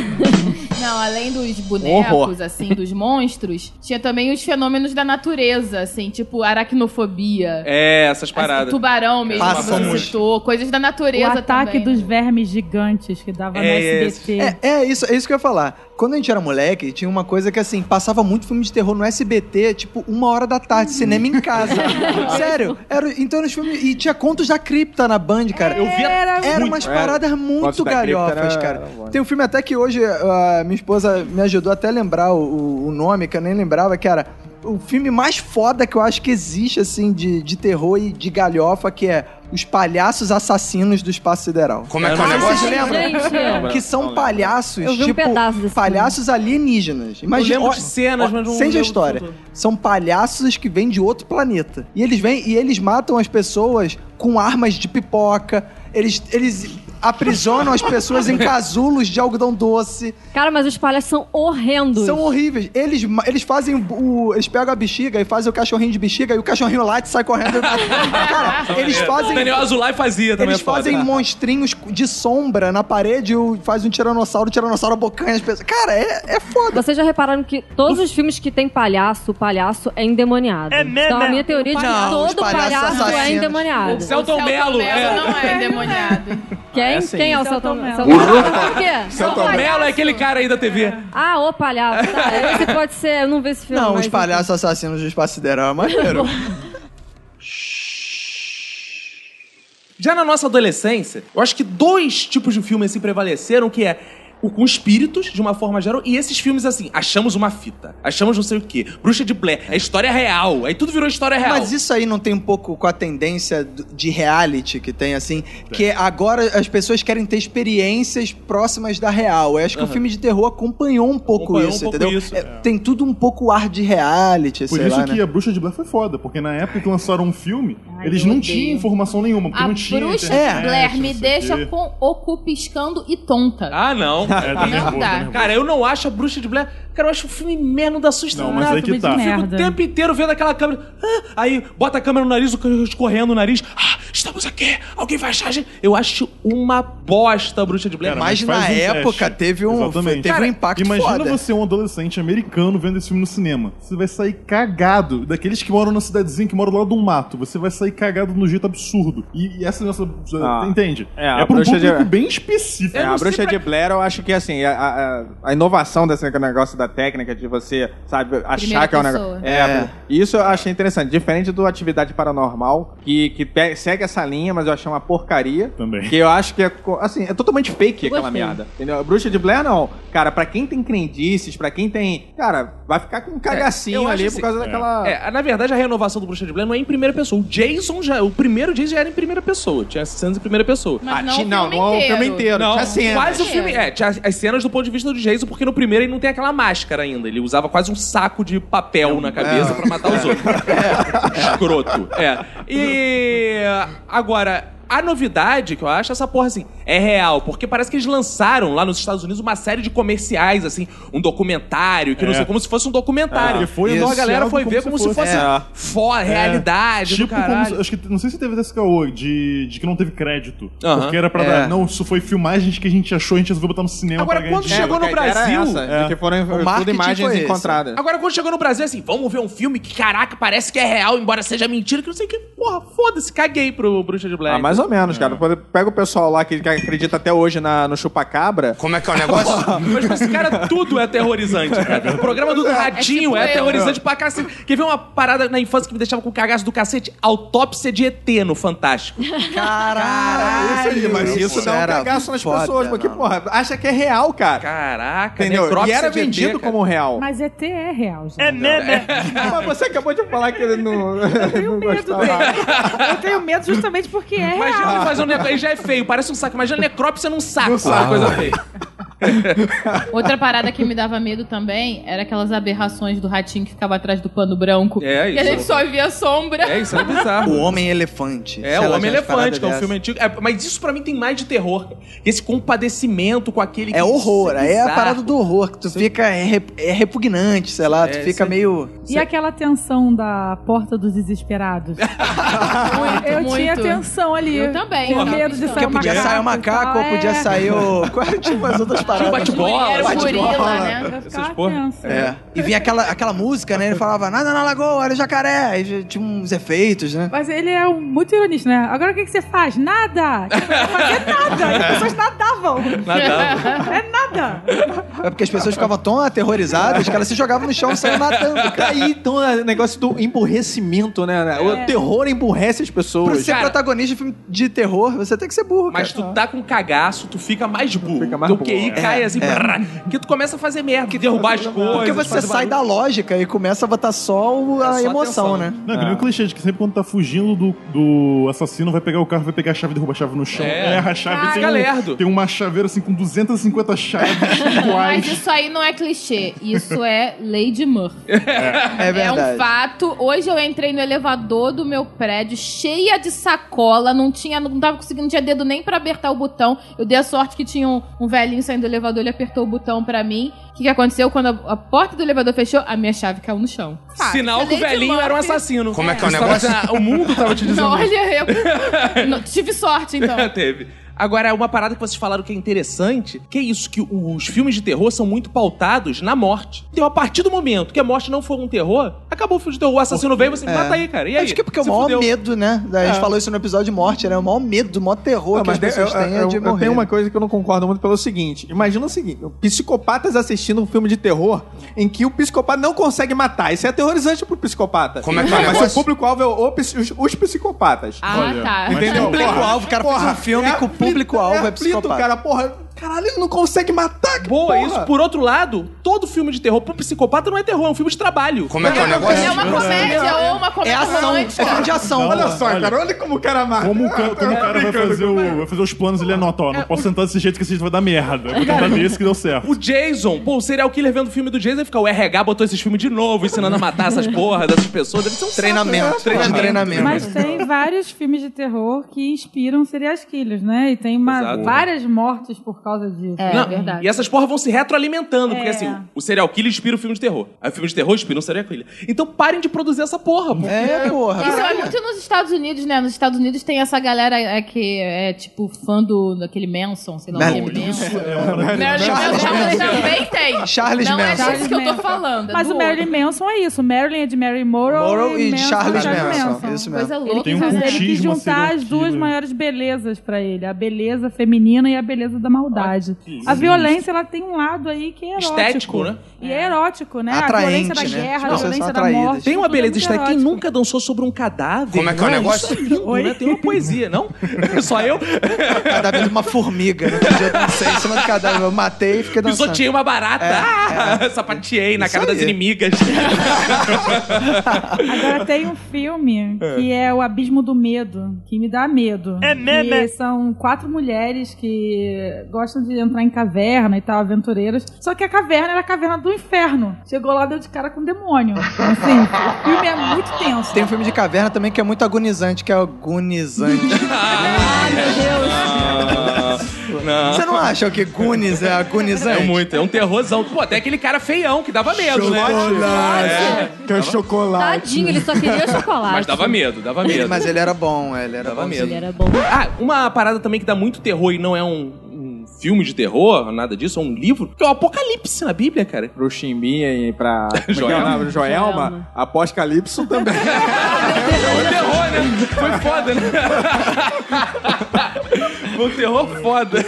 Speaker 3: Não, além dos bonecos,
Speaker 6: Horror.
Speaker 3: assim, dos monstros, tinha também os fenômenos da natureza, assim, tipo aracnofobia.
Speaker 1: É, essas
Speaker 3: Assim,
Speaker 1: paradas.
Speaker 3: Tubarão mesmo, que você
Speaker 2: Passamos.
Speaker 3: citou, coisas da
Speaker 7: O
Speaker 3: natureza
Speaker 7: ataque
Speaker 3: também.
Speaker 7: dos
Speaker 4: né?
Speaker 7: vermes gigantes que dava no
Speaker 1: É
Speaker 7: SBT.
Speaker 2: É, é isso, é isso que eu ia falar. Quando a gente era moleque, tinha uma coisa que assim, passava muito filme de terror no SBT, tipo, uma hora da tarde, cinema em casa. Sério, era, então nos filmes. E tinha contos da cripta na Band, cara.
Speaker 1: Eu via
Speaker 2: Era
Speaker 1: É, muito.
Speaker 2: umas paradas muito
Speaker 6: Contos da Cripta
Speaker 2: gariofas,
Speaker 6: era-
Speaker 1: né?
Speaker 2: cara.
Speaker 6: era bom.
Speaker 2: Tem um filme até que hoje a minha esposa me ajudou até a lembrar o- o, o nome, que eu nem lembrava, que era o filme mais foda que eu acho que existe, assim, de, de terror e de galhofa, que é Os Palhaços Assassinos do Espaço Sideral.
Speaker 9: Como é que é o
Speaker 1: um
Speaker 2: Ah,
Speaker 9: negócio?
Speaker 2: vocês lembram?
Speaker 4: Gente, é.
Speaker 2: Que são palhaços,
Speaker 4: Eu vi um
Speaker 2: tipo,
Speaker 4: pedaço desse
Speaker 2: palhaços alienígenas.
Speaker 1: Eu
Speaker 2: Imagina,
Speaker 1: lembro
Speaker 2: ó,
Speaker 1: de cenas, mas não.
Speaker 2: sente
Speaker 1: lembro
Speaker 2: a história.
Speaker 1: tudo.
Speaker 2: São palhaços que vêm de outro planeta. E eles vêm e eles matam as pessoas com armas de pipoca. Eles, eles aprisionam as pessoas
Speaker 1: [LAUGHS]
Speaker 2: em casulos de algodão doce.
Speaker 4: Cara, mas os palhaços são horrendos.
Speaker 2: São horríveis. Eles, ma- eles fazem o. Eles pegam a bexiga e fazem o cachorrinho de bexiga e o cachorrinho late e sai
Speaker 1: [LAUGHS]
Speaker 2: correndo. Cara, eles fazem.
Speaker 1: É. Daniel Azulay fazia também.
Speaker 2: Eles
Speaker 1: é foda.
Speaker 2: fazem monstrinhos de sombra na parede, o- faz um tiranossauro, o tiranossauro abocanha as pessoas. Cara, é, é foda.
Speaker 4: Vocês já repararam que todos os filmes que tem palhaço, o palhaço é endemoniado.
Speaker 9: É mesmo?
Speaker 4: Então a minha teoria é de
Speaker 2: Não,
Speaker 4: que
Speaker 2: os
Speaker 4: todo
Speaker 2: palhaços
Speaker 4: palhaço
Speaker 2: assassinos.
Speaker 4: é endemoniado.
Speaker 1: Celton Mello, é.
Speaker 3: não é endemoniado.
Speaker 4: Quem?
Speaker 2: é sim.
Speaker 4: Quem é o Celton Mello?
Speaker 7: Celton Mello.
Speaker 4: Celton Mello? Por quê?
Speaker 1: Celton Mello é aquele cara aí da TV.
Speaker 4: Ah, o palhaço. Tá, esse pode ser... Eu não vi esse filme.
Speaker 2: Não,
Speaker 4: mas
Speaker 2: os palhaços assassinos do espaço sideral é maneiro.
Speaker 1: Já na nossa adolescência, eu acho que dois tipos de filme assim prevaleceram, que é o com espíritos, de uma forma geral, e esses filmes assim, achamos uma fita, achamos não sei o quê, bruxa de Blair, é história real, aí tudo virou história real.
Speaker 2: Mas isso aí não tem um pouco com a tendência do- de reality que tem, assim? Que
Speaker 1: É.
Speaker 2: agora as pessoas querem ter experiências próximas da real. Eu acho que o filme de terror acompanhou um pouco
Speaker 1: Acompanhou um
Speaker 2: isso,
Speaker 1: pouco
Speaker 2: entendeu?
Speaker 1: isso,
Speaker 2: É, Tem tudo um pouco ar de reality,
Speaker 5: Por
Speaker 2: sei
Speaker 5: isso
Speaker 2: lá,
Speaker 5: que
Speaker 2: né?
Speaker 5: a Bruxa de Blair foi foda, porque na época que lançaram um filme, eles
Speaker 3: eu
Speaker 5: não
Speaker 3: odeio.
Speaker 5: tinham informação nenhuma, porque
Speaker 3: A
Speaker 5: não tinha.
Speaker 3: bruxa de
Speaker 5: internet,
Speaker 3: Blair me
Speaker 5: não sei
Speaker 3: deixa
Speaker 5: o quê.
Speaker 3: com o cu piscando e tonta.
Speaker 1: Ah, não.
Speaker 5: [LAUGHS] É, tá
Speaker 3: Não
Speaker 5: nervoso,
Speaker 3: dá.
Speaker 5: tá nervoso.
Speaker 1: Cara, eu não acho a Bruxa de Blair. Cara, eu acho um filme merda da assustada.
Speaker 5: Não, mas aí que
Speaker 7: filme de
Speaker 5: tá.
Speaker 1: Eu fico o
Speaker 7: merda.
Speaker 1: tempo inteiro vendo aquela câmera. Ah, aí bota a câmera no nariz, o cachorro escorrendo o nariz. Ah, estamos aqui, alguém vai achar a gente. Eu acho uma bosta a Bruxa de Blair.
Speaker 5: Cara,
Speaker 2: mas na
Speaker 5: faz um
Speaker 2: época
Speaker 5: teste.
Speaker 2: teve um-
Speaker 5: Exatamente.
Speaker 2: teve um impacto
Speaker 5: Imagina
Speaker 2: foda.
Speaker 5: você, um adolescente americano, vendo esse filme no cinema. Você vai sair cagado. Daqueles que moram na cidadezinha, que moram lá do um mato. Você vai sair cagado de um jeito absurdo. E, e essa nossa.
Speaker 6: Ah.
Speaker 5: Entende?
Speaker 6: É, a
Speaker 5: pra um
Speaker 6: bruxa de-
Speaker 5: público bem específico.
Speaker 6: É,
Speaker 1: não
Speaker 6: a
Speaker 1: sei
Speaker 6: bruxa
Speaker 1: pra-
Speaker 6: de Blair, eu acho que assim, a, a- a inovação desse negócio da técnica, de você, sabe, achar
Speaker 3: Primeira
Speaker 6: que é um
Speaker 3: pessoa.
Speaker 6: negócio. É, isso eu achei interessante. Diferente do Atividade Paranormal, que, que pe- segue essa linha, mas eu achei uma porcaria.
Speaker 5: Também.
Speaker 6: Que eu acho que é, co- assim, é totalmente fake aquela
Speaker 4: Gostei.
Speaker 6: merda. Entendeu? A bruxa de Blair, não. Cara, pra quem tem crendices, pra quem tem. Cara, vai ficar com um
Speaker 1: eu
Speaker 6: cagacinho
Speaker 1: acho
Speaker 6: ali
Speaker 1: assim,
Speaker 6: por causa
Speaker 5: é.
Speaker 6: daquela.
Speaker 1: É, na verdade, a renovação do Bruxa de Blair não é em primeira pessoa. O Jason já. O primeiro Jason já era em primeira pessoa. Tinha cenas em primeira pessoa.
Speaker 3: Mas
Speaker 6: Ah,
Speaker 3: não,
Speaker 6: ti-
Speaker 3: o
Speaker 6: não,
Speaker 2: um
Speaker 3: filme
Speaker 6: não é o
Speaker 3: inteiro.
Speaker 6: filme inteiro.
Speaker 1: Não,
Speaker 6: tinha cenas.
Speaker 1: quase o filme. É, tinha as- as cenas do ponto de vista do Jason, porque no primeiro ele não tem aquela máscara ainda. Ele usava quase um saco de papel na
Speaker 6: É.
Speaker 1: cabeça pra matar os outros. Escroto. É. E. Agora. A novidade que eu acho é essa porra assim é real, porque parece que eles lançaram lá nos Estados Unidos uma série de comerciais, assim, um documentário, que não
Speaker 5: É.
Speaker 1: sei, como se fosse um documentário.
Speaker 5: É, porque foi
Speaker 1: então a
Speaker 5: anunciado
Speaker 1: galera foi
Speaker 5: como
Speaker 1: ver
Speaker 5: se
Speaker 1: como se
Speaker 5: fosse.
Speaker 1: fosse,
Speaker 6: É.
Speaker 1: fora, realidade, do
Speaker 5: Tipo, como,
Speaker 1: caralho.
Speaker 5: se- acho que não sei se teve esse caô de, de que não teve crédito.
Speaker 1: Aham.
Speaker 5: Porque era pra
Speaker 2: É.
Speaker 5: dar. Não, isso foi filmagens que a gente achou, a gente resolveu botar no cinema.
Speaker 1: Agora,
Speaker 5: pra ganhar
Speaker 1: quando
Speaker 5: dinheiro.
Speaker 1: chegou no
Speaker 6: Tipo, é, porque a ideia era
Speaker 1: Brasil,
Speaker 6: essa, de
Speaker 5: é.
Speaker 6: que foram tudo
Speaker 2: marketing
Speaker 6: imagens
Speaker 2: foi esse.
Speaker 6: encontradas.
Speaker 1: Agora, quando chegou no Brasil, é assim, vamos ver um filme que, caraca, parece que é real, embora seja mentira, que não sei o que. Porra, foda-se, caguei pro Bruxa de Blair.
Speaker 6: Ah, mais ou menos, cara. Quando Pega o pessoal lá que que acredita até hoje na, no chupacabra.
Speaker 9: Como é que é o negócio?
Speaker 1: Mas pra esse cara, tudo é aterrorizante, cara. O programa do Ratinho é,
Speaker 3: É tipo eu.
Speaker 1: aterrorizante pra cacete. Quer ver uma parada na infância que me deixava com cagaço do cacete? Autópsia de ET no Fantástico.
Speaker 2: Caralho,
Speaker 6: Isso aí, mas isso dá um
Speaker 2: era
Speaker 6: cagaço nas
Speaker 2: foda,
Speaker 6: pessoas, porque,
Speaker 2: não.
Speaker 6: porra, acha que é real, cara.
Speaker 1: Caraca,
Speaker 6: Entendeu? E
Speaker 1: necrópsia
Speaker 6: era
Speaker 1: de ET,
Speaker 6: vendido
Speaker 1: cara. né,
Speaker 6: como um real. Mas...
Speaker 7: Mas ET é real, gente.
Speaker 9: É mesmo? é?
Speaker 6: você acabou de falar que ele não. [LAUGHS] Eu
Speaker 7: tenho medo dele. Eu tenho medo justamente porque é real.
Speaker 1: Imagina ele fazer um necrópsia. Já é feio, parece um saco. Imagina necrópsia num saco. Uma coisa feia.
Speaker 3: [LAUGHS] Outra parada que me dava medo também era aquelas aberrações do ratinho que ficava atrás do pano branco.
Speaker 1: É
Speaker 3: E a gente [LAUGHS]
Speaker 1: isso.
Speaker 3: só via sombra.
Speaker 1: É isso, é bizarro.
Speaker 2: O Homem-Elefante.
Speaker 1: É,
Speaker 2: Sei
Speaker 1: o
Speaker 2: lá,
Speaker 1: Homem
Speaker 2: gente, parada
Speaker 1: Elefante, que é um
Speaker 2: dessa.
Speaker 1: filme antigo. É, mas isso pra mim tem mais de terror. cara. Esse compadecimento com aquele.
Speaker 2: É horror, aí é a
Speaker 1: bizarro.
Speaker 2: parada do horror, que tu fica. É, rep- é repugnante, sei lá, tu
Speaker 1: É,
Speaker 2: fica
Speaker 1: sei.
Speaker 2: meio.
Speaker 7: E aquela tensão da porta dos desesperados? eu
Speaker 3: muito.
Speaker 7: tinha tensão ali.
Speaker 3: Eu também, eu
Speaker 7: Tinha
Speaker 3: tava
Speaker 7: medo de
Speaker 3: pensando.
Speaker 2: Porque
Speaker 7: sair o
Speaker 2: podia
Speaker 7: macaco.
Speaker 2: sair o macaco, ou
Speaker 7: e tal,
Speaker 2: podia
Speaker 7: é.
Speaker 2: sair o. [LAUGHS] Qual era tipo as outras
Speaker 1: Tinha um
Speaker 2: paradas?
Speaker 3: Mulher,
Speaker 1: bate-bola.
Speaker 3: gorila, né?
Speaker 7: Eu
Speaker 1: Essas
Speaker 7: ficava
Speaker 1: porra.
Speaker 7: tensa.
Speaker 2: É. E vinha aquela, aquela música, né? Ele falava, nada na lagoa, olha o jacaré. Aí já tinha uns efeitos, né?
Speaker 7: Mas ele é um, muito ironista, né? Agora o que, que você faz? Nada! Tipo, não fazer nada! As pessoas
Speaker 3: [LAUGHS]
Speaker 7: nadavam!
Speaker 1: Nada.
Speaker 7: É nada!
Speaker 2: É porque as pessoas ficavam tão aterrorizadas que elas se jogavam no chão e saíam matando, cara.
Speaker 6: Daí, então, é o negócio do emburrecimento, né? O terror emburrece as
Speaker 2: Pra
Speaker 6: pessoas.
Speaker 2: ser
Speaker 1: Cara.
Speaker 2: protagonista de filme de terror, você tem que ser burro,
Speaker 1: Mas tá
Speaker 2: cara.
Speaker 1: tu tá com cagaço, tu fica mais burro.
Speaker 6: Fica mais
Speaker 1: Teu QI
Speaker 6: burro,
Speaker 2: É,
Speaker 1: cai assim, brrr, que tu começa a fazer merda, que derrubar as coisas.
Speaker 2: Porque você
Speaker 1: fazer
Speaker 2: sai
Speaker 1: barulho.
Speaker 2: da lógica e começa a botar só o-
Speaker 1: É
Speaker 2: a
Speaker 1: só
Speaker 2: emoção,
Speaker 1: atenção.
Speaker 2: né?
Speaker 5: Não, é que nem o clichê de que sempre quando tá fugindo do, do assassino, vai pegar o carro, vai pegar a chave, derruba a chave no chão.
Speaker 1: É.
Speaker 5: É, a chave
Speaker 1: Ah,
Speaker 5: tem,
Speaker 1: fica
Speaker 5: um-
Speaker 1: lerdo.
Speaker 5: tem uma chaveira assim com 250
Speaker 7: [LAUGHS]
Speaker 5: chaves
Speaker 3: Mas
Speaker 5: iguais.
Speaker 3: isso aí não é clichê, isso é Lady Murphy.
Speaker 2: É verdade.
Speaker 3: um fato. Hoje eu entrei no elevador do meu prédio, cheia de sacola, não tinha, não tava conseguindo, não tinha dedo nem pra apertar o botão. Eu dei a sorte que tinha um, um velhinho saindo do elevador, ele apertou o botão pra mim. O que, que aconteceu? Quando a, a porta do elevador fechou, a minha chave caiu no chão. Fato.
Speaker 1: Sinal que o
Speaker 3: Lady
Speaker 1: velhinho era um
Speaker 3: Murphy.
Speaker 1: assassino.
Speaker 9: Como é que é o
Speaker 1: Isso tava
Speaker 9: negócio?
Speaker 1: dizendo- o mundo
Speaker 3: [LAUGHS]
Speaker 1: tava te dizendo.
Speaker 3: Não, olha, eu não, tive sorte, então.
Speaker 1: [LAUGHS] Teve. Agora, uma parada que vocês falaram que é interessante, que é isso, que os filmes de terror são muito pautados na morte. Então, a partir do momento que a morte não for um terror, acabou o filme de terror, o assassino veio e você mata aí, cara. E aí?
Speaker 2: Acho é. que porque o
Speaker 1: Se
Speaker 2: maior
Speaker 1: fudeu.
Speaker 2: medo, né? A gente falou isso no episódio de morte, né? O maior medo, o maior terror
Speaker 6: Não,
Speaker 2: que as
Speaker 6: mas
Speaker 2: pessoas
Speaker 6: eu- eu-
Speaker 2: têm é de
Speaker 6: eu, eu
Speaker 2: morrer.
Speaker 6: tenho uma coisa que eu não concordo muito pelo seguinte. Imagina o seguinte, psicopatas assistindo um filme de terror em que o psicopata não consegue matar. Isso é aterrorizante pro psicopata.
Speaker 9: Como é que é o
Speaker 6: Mas
Speaker 9: negócio?
Speaker 6: o público-alvo é o- o ps- os, os psicoptas.
Speaker 3: Ah, tá.
Speaker 5: mas-
Speaker 6: Entendeu?
Speaker 2: Público-alvo, o cara fez
Speaker 6: Porra,
Speaker 2: um filme com o
Speaker 6: aflito,
Speaker 2: público-alvo é
Speaker 6: aflito,
Speaker 2: psicopata.
Speaker 6: cara, porra. Caralho, ele não consegue matar, que
Speaker 1: Boa,
Speaker 6: porra.
Speaker 1: isso. Por outro lado, todo filme de terror pro psicopata não é terror, é um filme de trabalho.
Speaker 9: Como é que é o
Speaker 3: É
Speaker 9: negócio?
Speaker 3: uma comédia ou uma
Speaker 2: É
Speaker 3: comédia
Speaker 2: ação, é
Speaker 3: romântica.
Speaker 2: filme de ação.
Speaker 6: Olha
Speaker 5: Não,
Speaker 6: só,
Speaker 5: olha.
Speaker 6: cara, olha como o cara mata.
Speaker 5: Como o cara, como o cara vai, fazer o- vai fazer os planos, ele anota,
Speaker 7: É,
Speaker 5: ó, não posso sentar desse jeito que esse jeito vai dar merda. Eu Vou tentar desse que deu certo.
Speaker 1: O Jason, pô, o serial killer vendo o filme do Jason e fica, o RH botou esses filmes de novo, ensinando a matar essas porras dessas pessoas. Deve ser um saco,
Speaker 2: Treinamento,
Speaker 1: né?
Speaker 2: treinamento. treinamento.
Speaker 7: Mas
Speaker 2: [LAUGHS]
Speaker 7: tem vários filmes de terror que inspiram serial killers, né? E tem uma-
Speaker 1: Exato.
Speaker 7: várias mortes por causa disso.
Speaker 3: É,
Speaker 1: Não,
Speaker 3: verdade.
Speaker 1: E essas porras vão se retroalimentando, porque
Speaker 7: É.
Speaker 1: assim, o serial killer inspira o filme de terror. Aí o filme de terror inspira o serial killer. Então parem de produzir essa porra, pô.
Speaker 2: É, porra.
Speaker 3: Isso é muito nos Estados Unidos, né? Nos Estados Unidos tem essa galera é, que é tipo fã do, daquele Manson, sei lá o
Speaker 2: Marilyn
Speaker 3: nome Manson.
Speaker 5: É,
Speaker 3: Marilyn Manson também tem.
Speaker 2: Charles
Speaker 3: Não
Speaker 2: Manson.
Speaker 3: é disso que eu tô falando. é
Speaker 7: Mas
Speaker 3: do
Speaker 7: o Marilyn
Speaker 3: outro.
Speaker 7: Manson é isso. Marilyn é de Mary Morrow,
Speaker 2: Morrow e
Speaker 7: Manson é
Speaker 2: Charles
Speaker 7: Charles
Speaker 2: Manson.
Speaker 7: Manson.
Speaker 2: Isso mesmo.
Speaker 3: Coisa
Speaker 7: Ele
Speaker 3: louca,
Speaker 5: Tem um
Speaker 7: quis, ele
Speaker 3: né?
Speaker 5: cultismo, né?
Speaker 7: quis
Speaker 5: uma
Speaker 7: juntar as
Speaker 5: serial
Speaker 7: duas
Speaker 5: killer.
Speaker 7: maiores belezas pra ele. A beleza feminina e a beleza da maldade. a violência, ela tem um lado aí que é erótico.
Speaker 1: Estético, né?
Speaker 7: E é erótico, né?
Speaker 2: Atraente,
Speaker 7: a violência da
Speaker 2: né?
Speaker 7: guerra,
Speaker 2: As
Speaker 7: a
Speaker 2: pessoas são
Speaker 7: violência da
Speaker 2: atraídas.
Speaker 7: morte.
Speaker 1: Tem uma
Speaker 7: tudo é
Speaker 1: beleza
Speaker 7: muito
Speaker 1: estética. Quem
Speaker 7: erótico.
Speaker 1: nunca dançou sobre um cadáver?
Speaker 9: Como é que é o
Speaker 1: Não,
Speaker 9: negócio?
Speaker 1: isso é lindo, né? Tem uma poesia, não? [LAUGHS] Só eu?
Speaker 2: Cadáver de uma formiga. né? No outro dia eu dancei um em cima do cadáver. Eu matei e fiquei dançando.
Speaker 1: Pisoteei uma barata. Ah, Sapateei na
Speaker 2: Isso
Speaker 1: cara das
Speaker 2: aí.
Speaker 1: inimigas.
Speaker 7: Agora tem um filme que é O Abismo do Medo, que me dá medo. É mesmo? são quatro mulheres que gostam de entrar em caverna e tal, aventureiras. Só que a caverna era a caverna do inferno. Chegou lá, deu de cara com um demônio. Assim, o filme é muito tenso.
Speaker 2: Tem um filme de caverna também que é muito agonizante, que é agonizante.
Speaker 4: Ai, meu Deus.
Speaker 1: Ah, não.
Speaker 2: Você não acha que Goonies é
Speaker 1: É
Speaker 2: agonizante?
Speaker 1: muito, é um terrorzão. Pô, até aquele cara feião que dava medo, né?
Speaker 6: Que é chocolate.
Speaker 4: Tadinho, ele só queria chocolate.
Speaker 1: Mas dava medo, dava medo.
Speaker 2: Mas ele era bom, ele era
Speaker 1: Dava
Speaker 2: bom.
Speaker 1: medo.
Speaker 4: Ele era bom.
Speaker 1: Ah, uma parada também que dá muito terror e não é um, um filme de terror, nada disso, é um livro, que é o Apocalipse na Bíblia, cara.
Speaker 6: Pro Chimbinha e
Speaker 1: [LAUGHS]
Speaker 6: pra como é que é o
Speaker 1: Joelma.
Speaker 6: nome? Joelma,
Speaker 4: Joelma.
Speaker 6: Apocalipse também. um
Speaker 1: Foi terror, né? Foi foda, né? Foi [LAUGHS] um terror foda.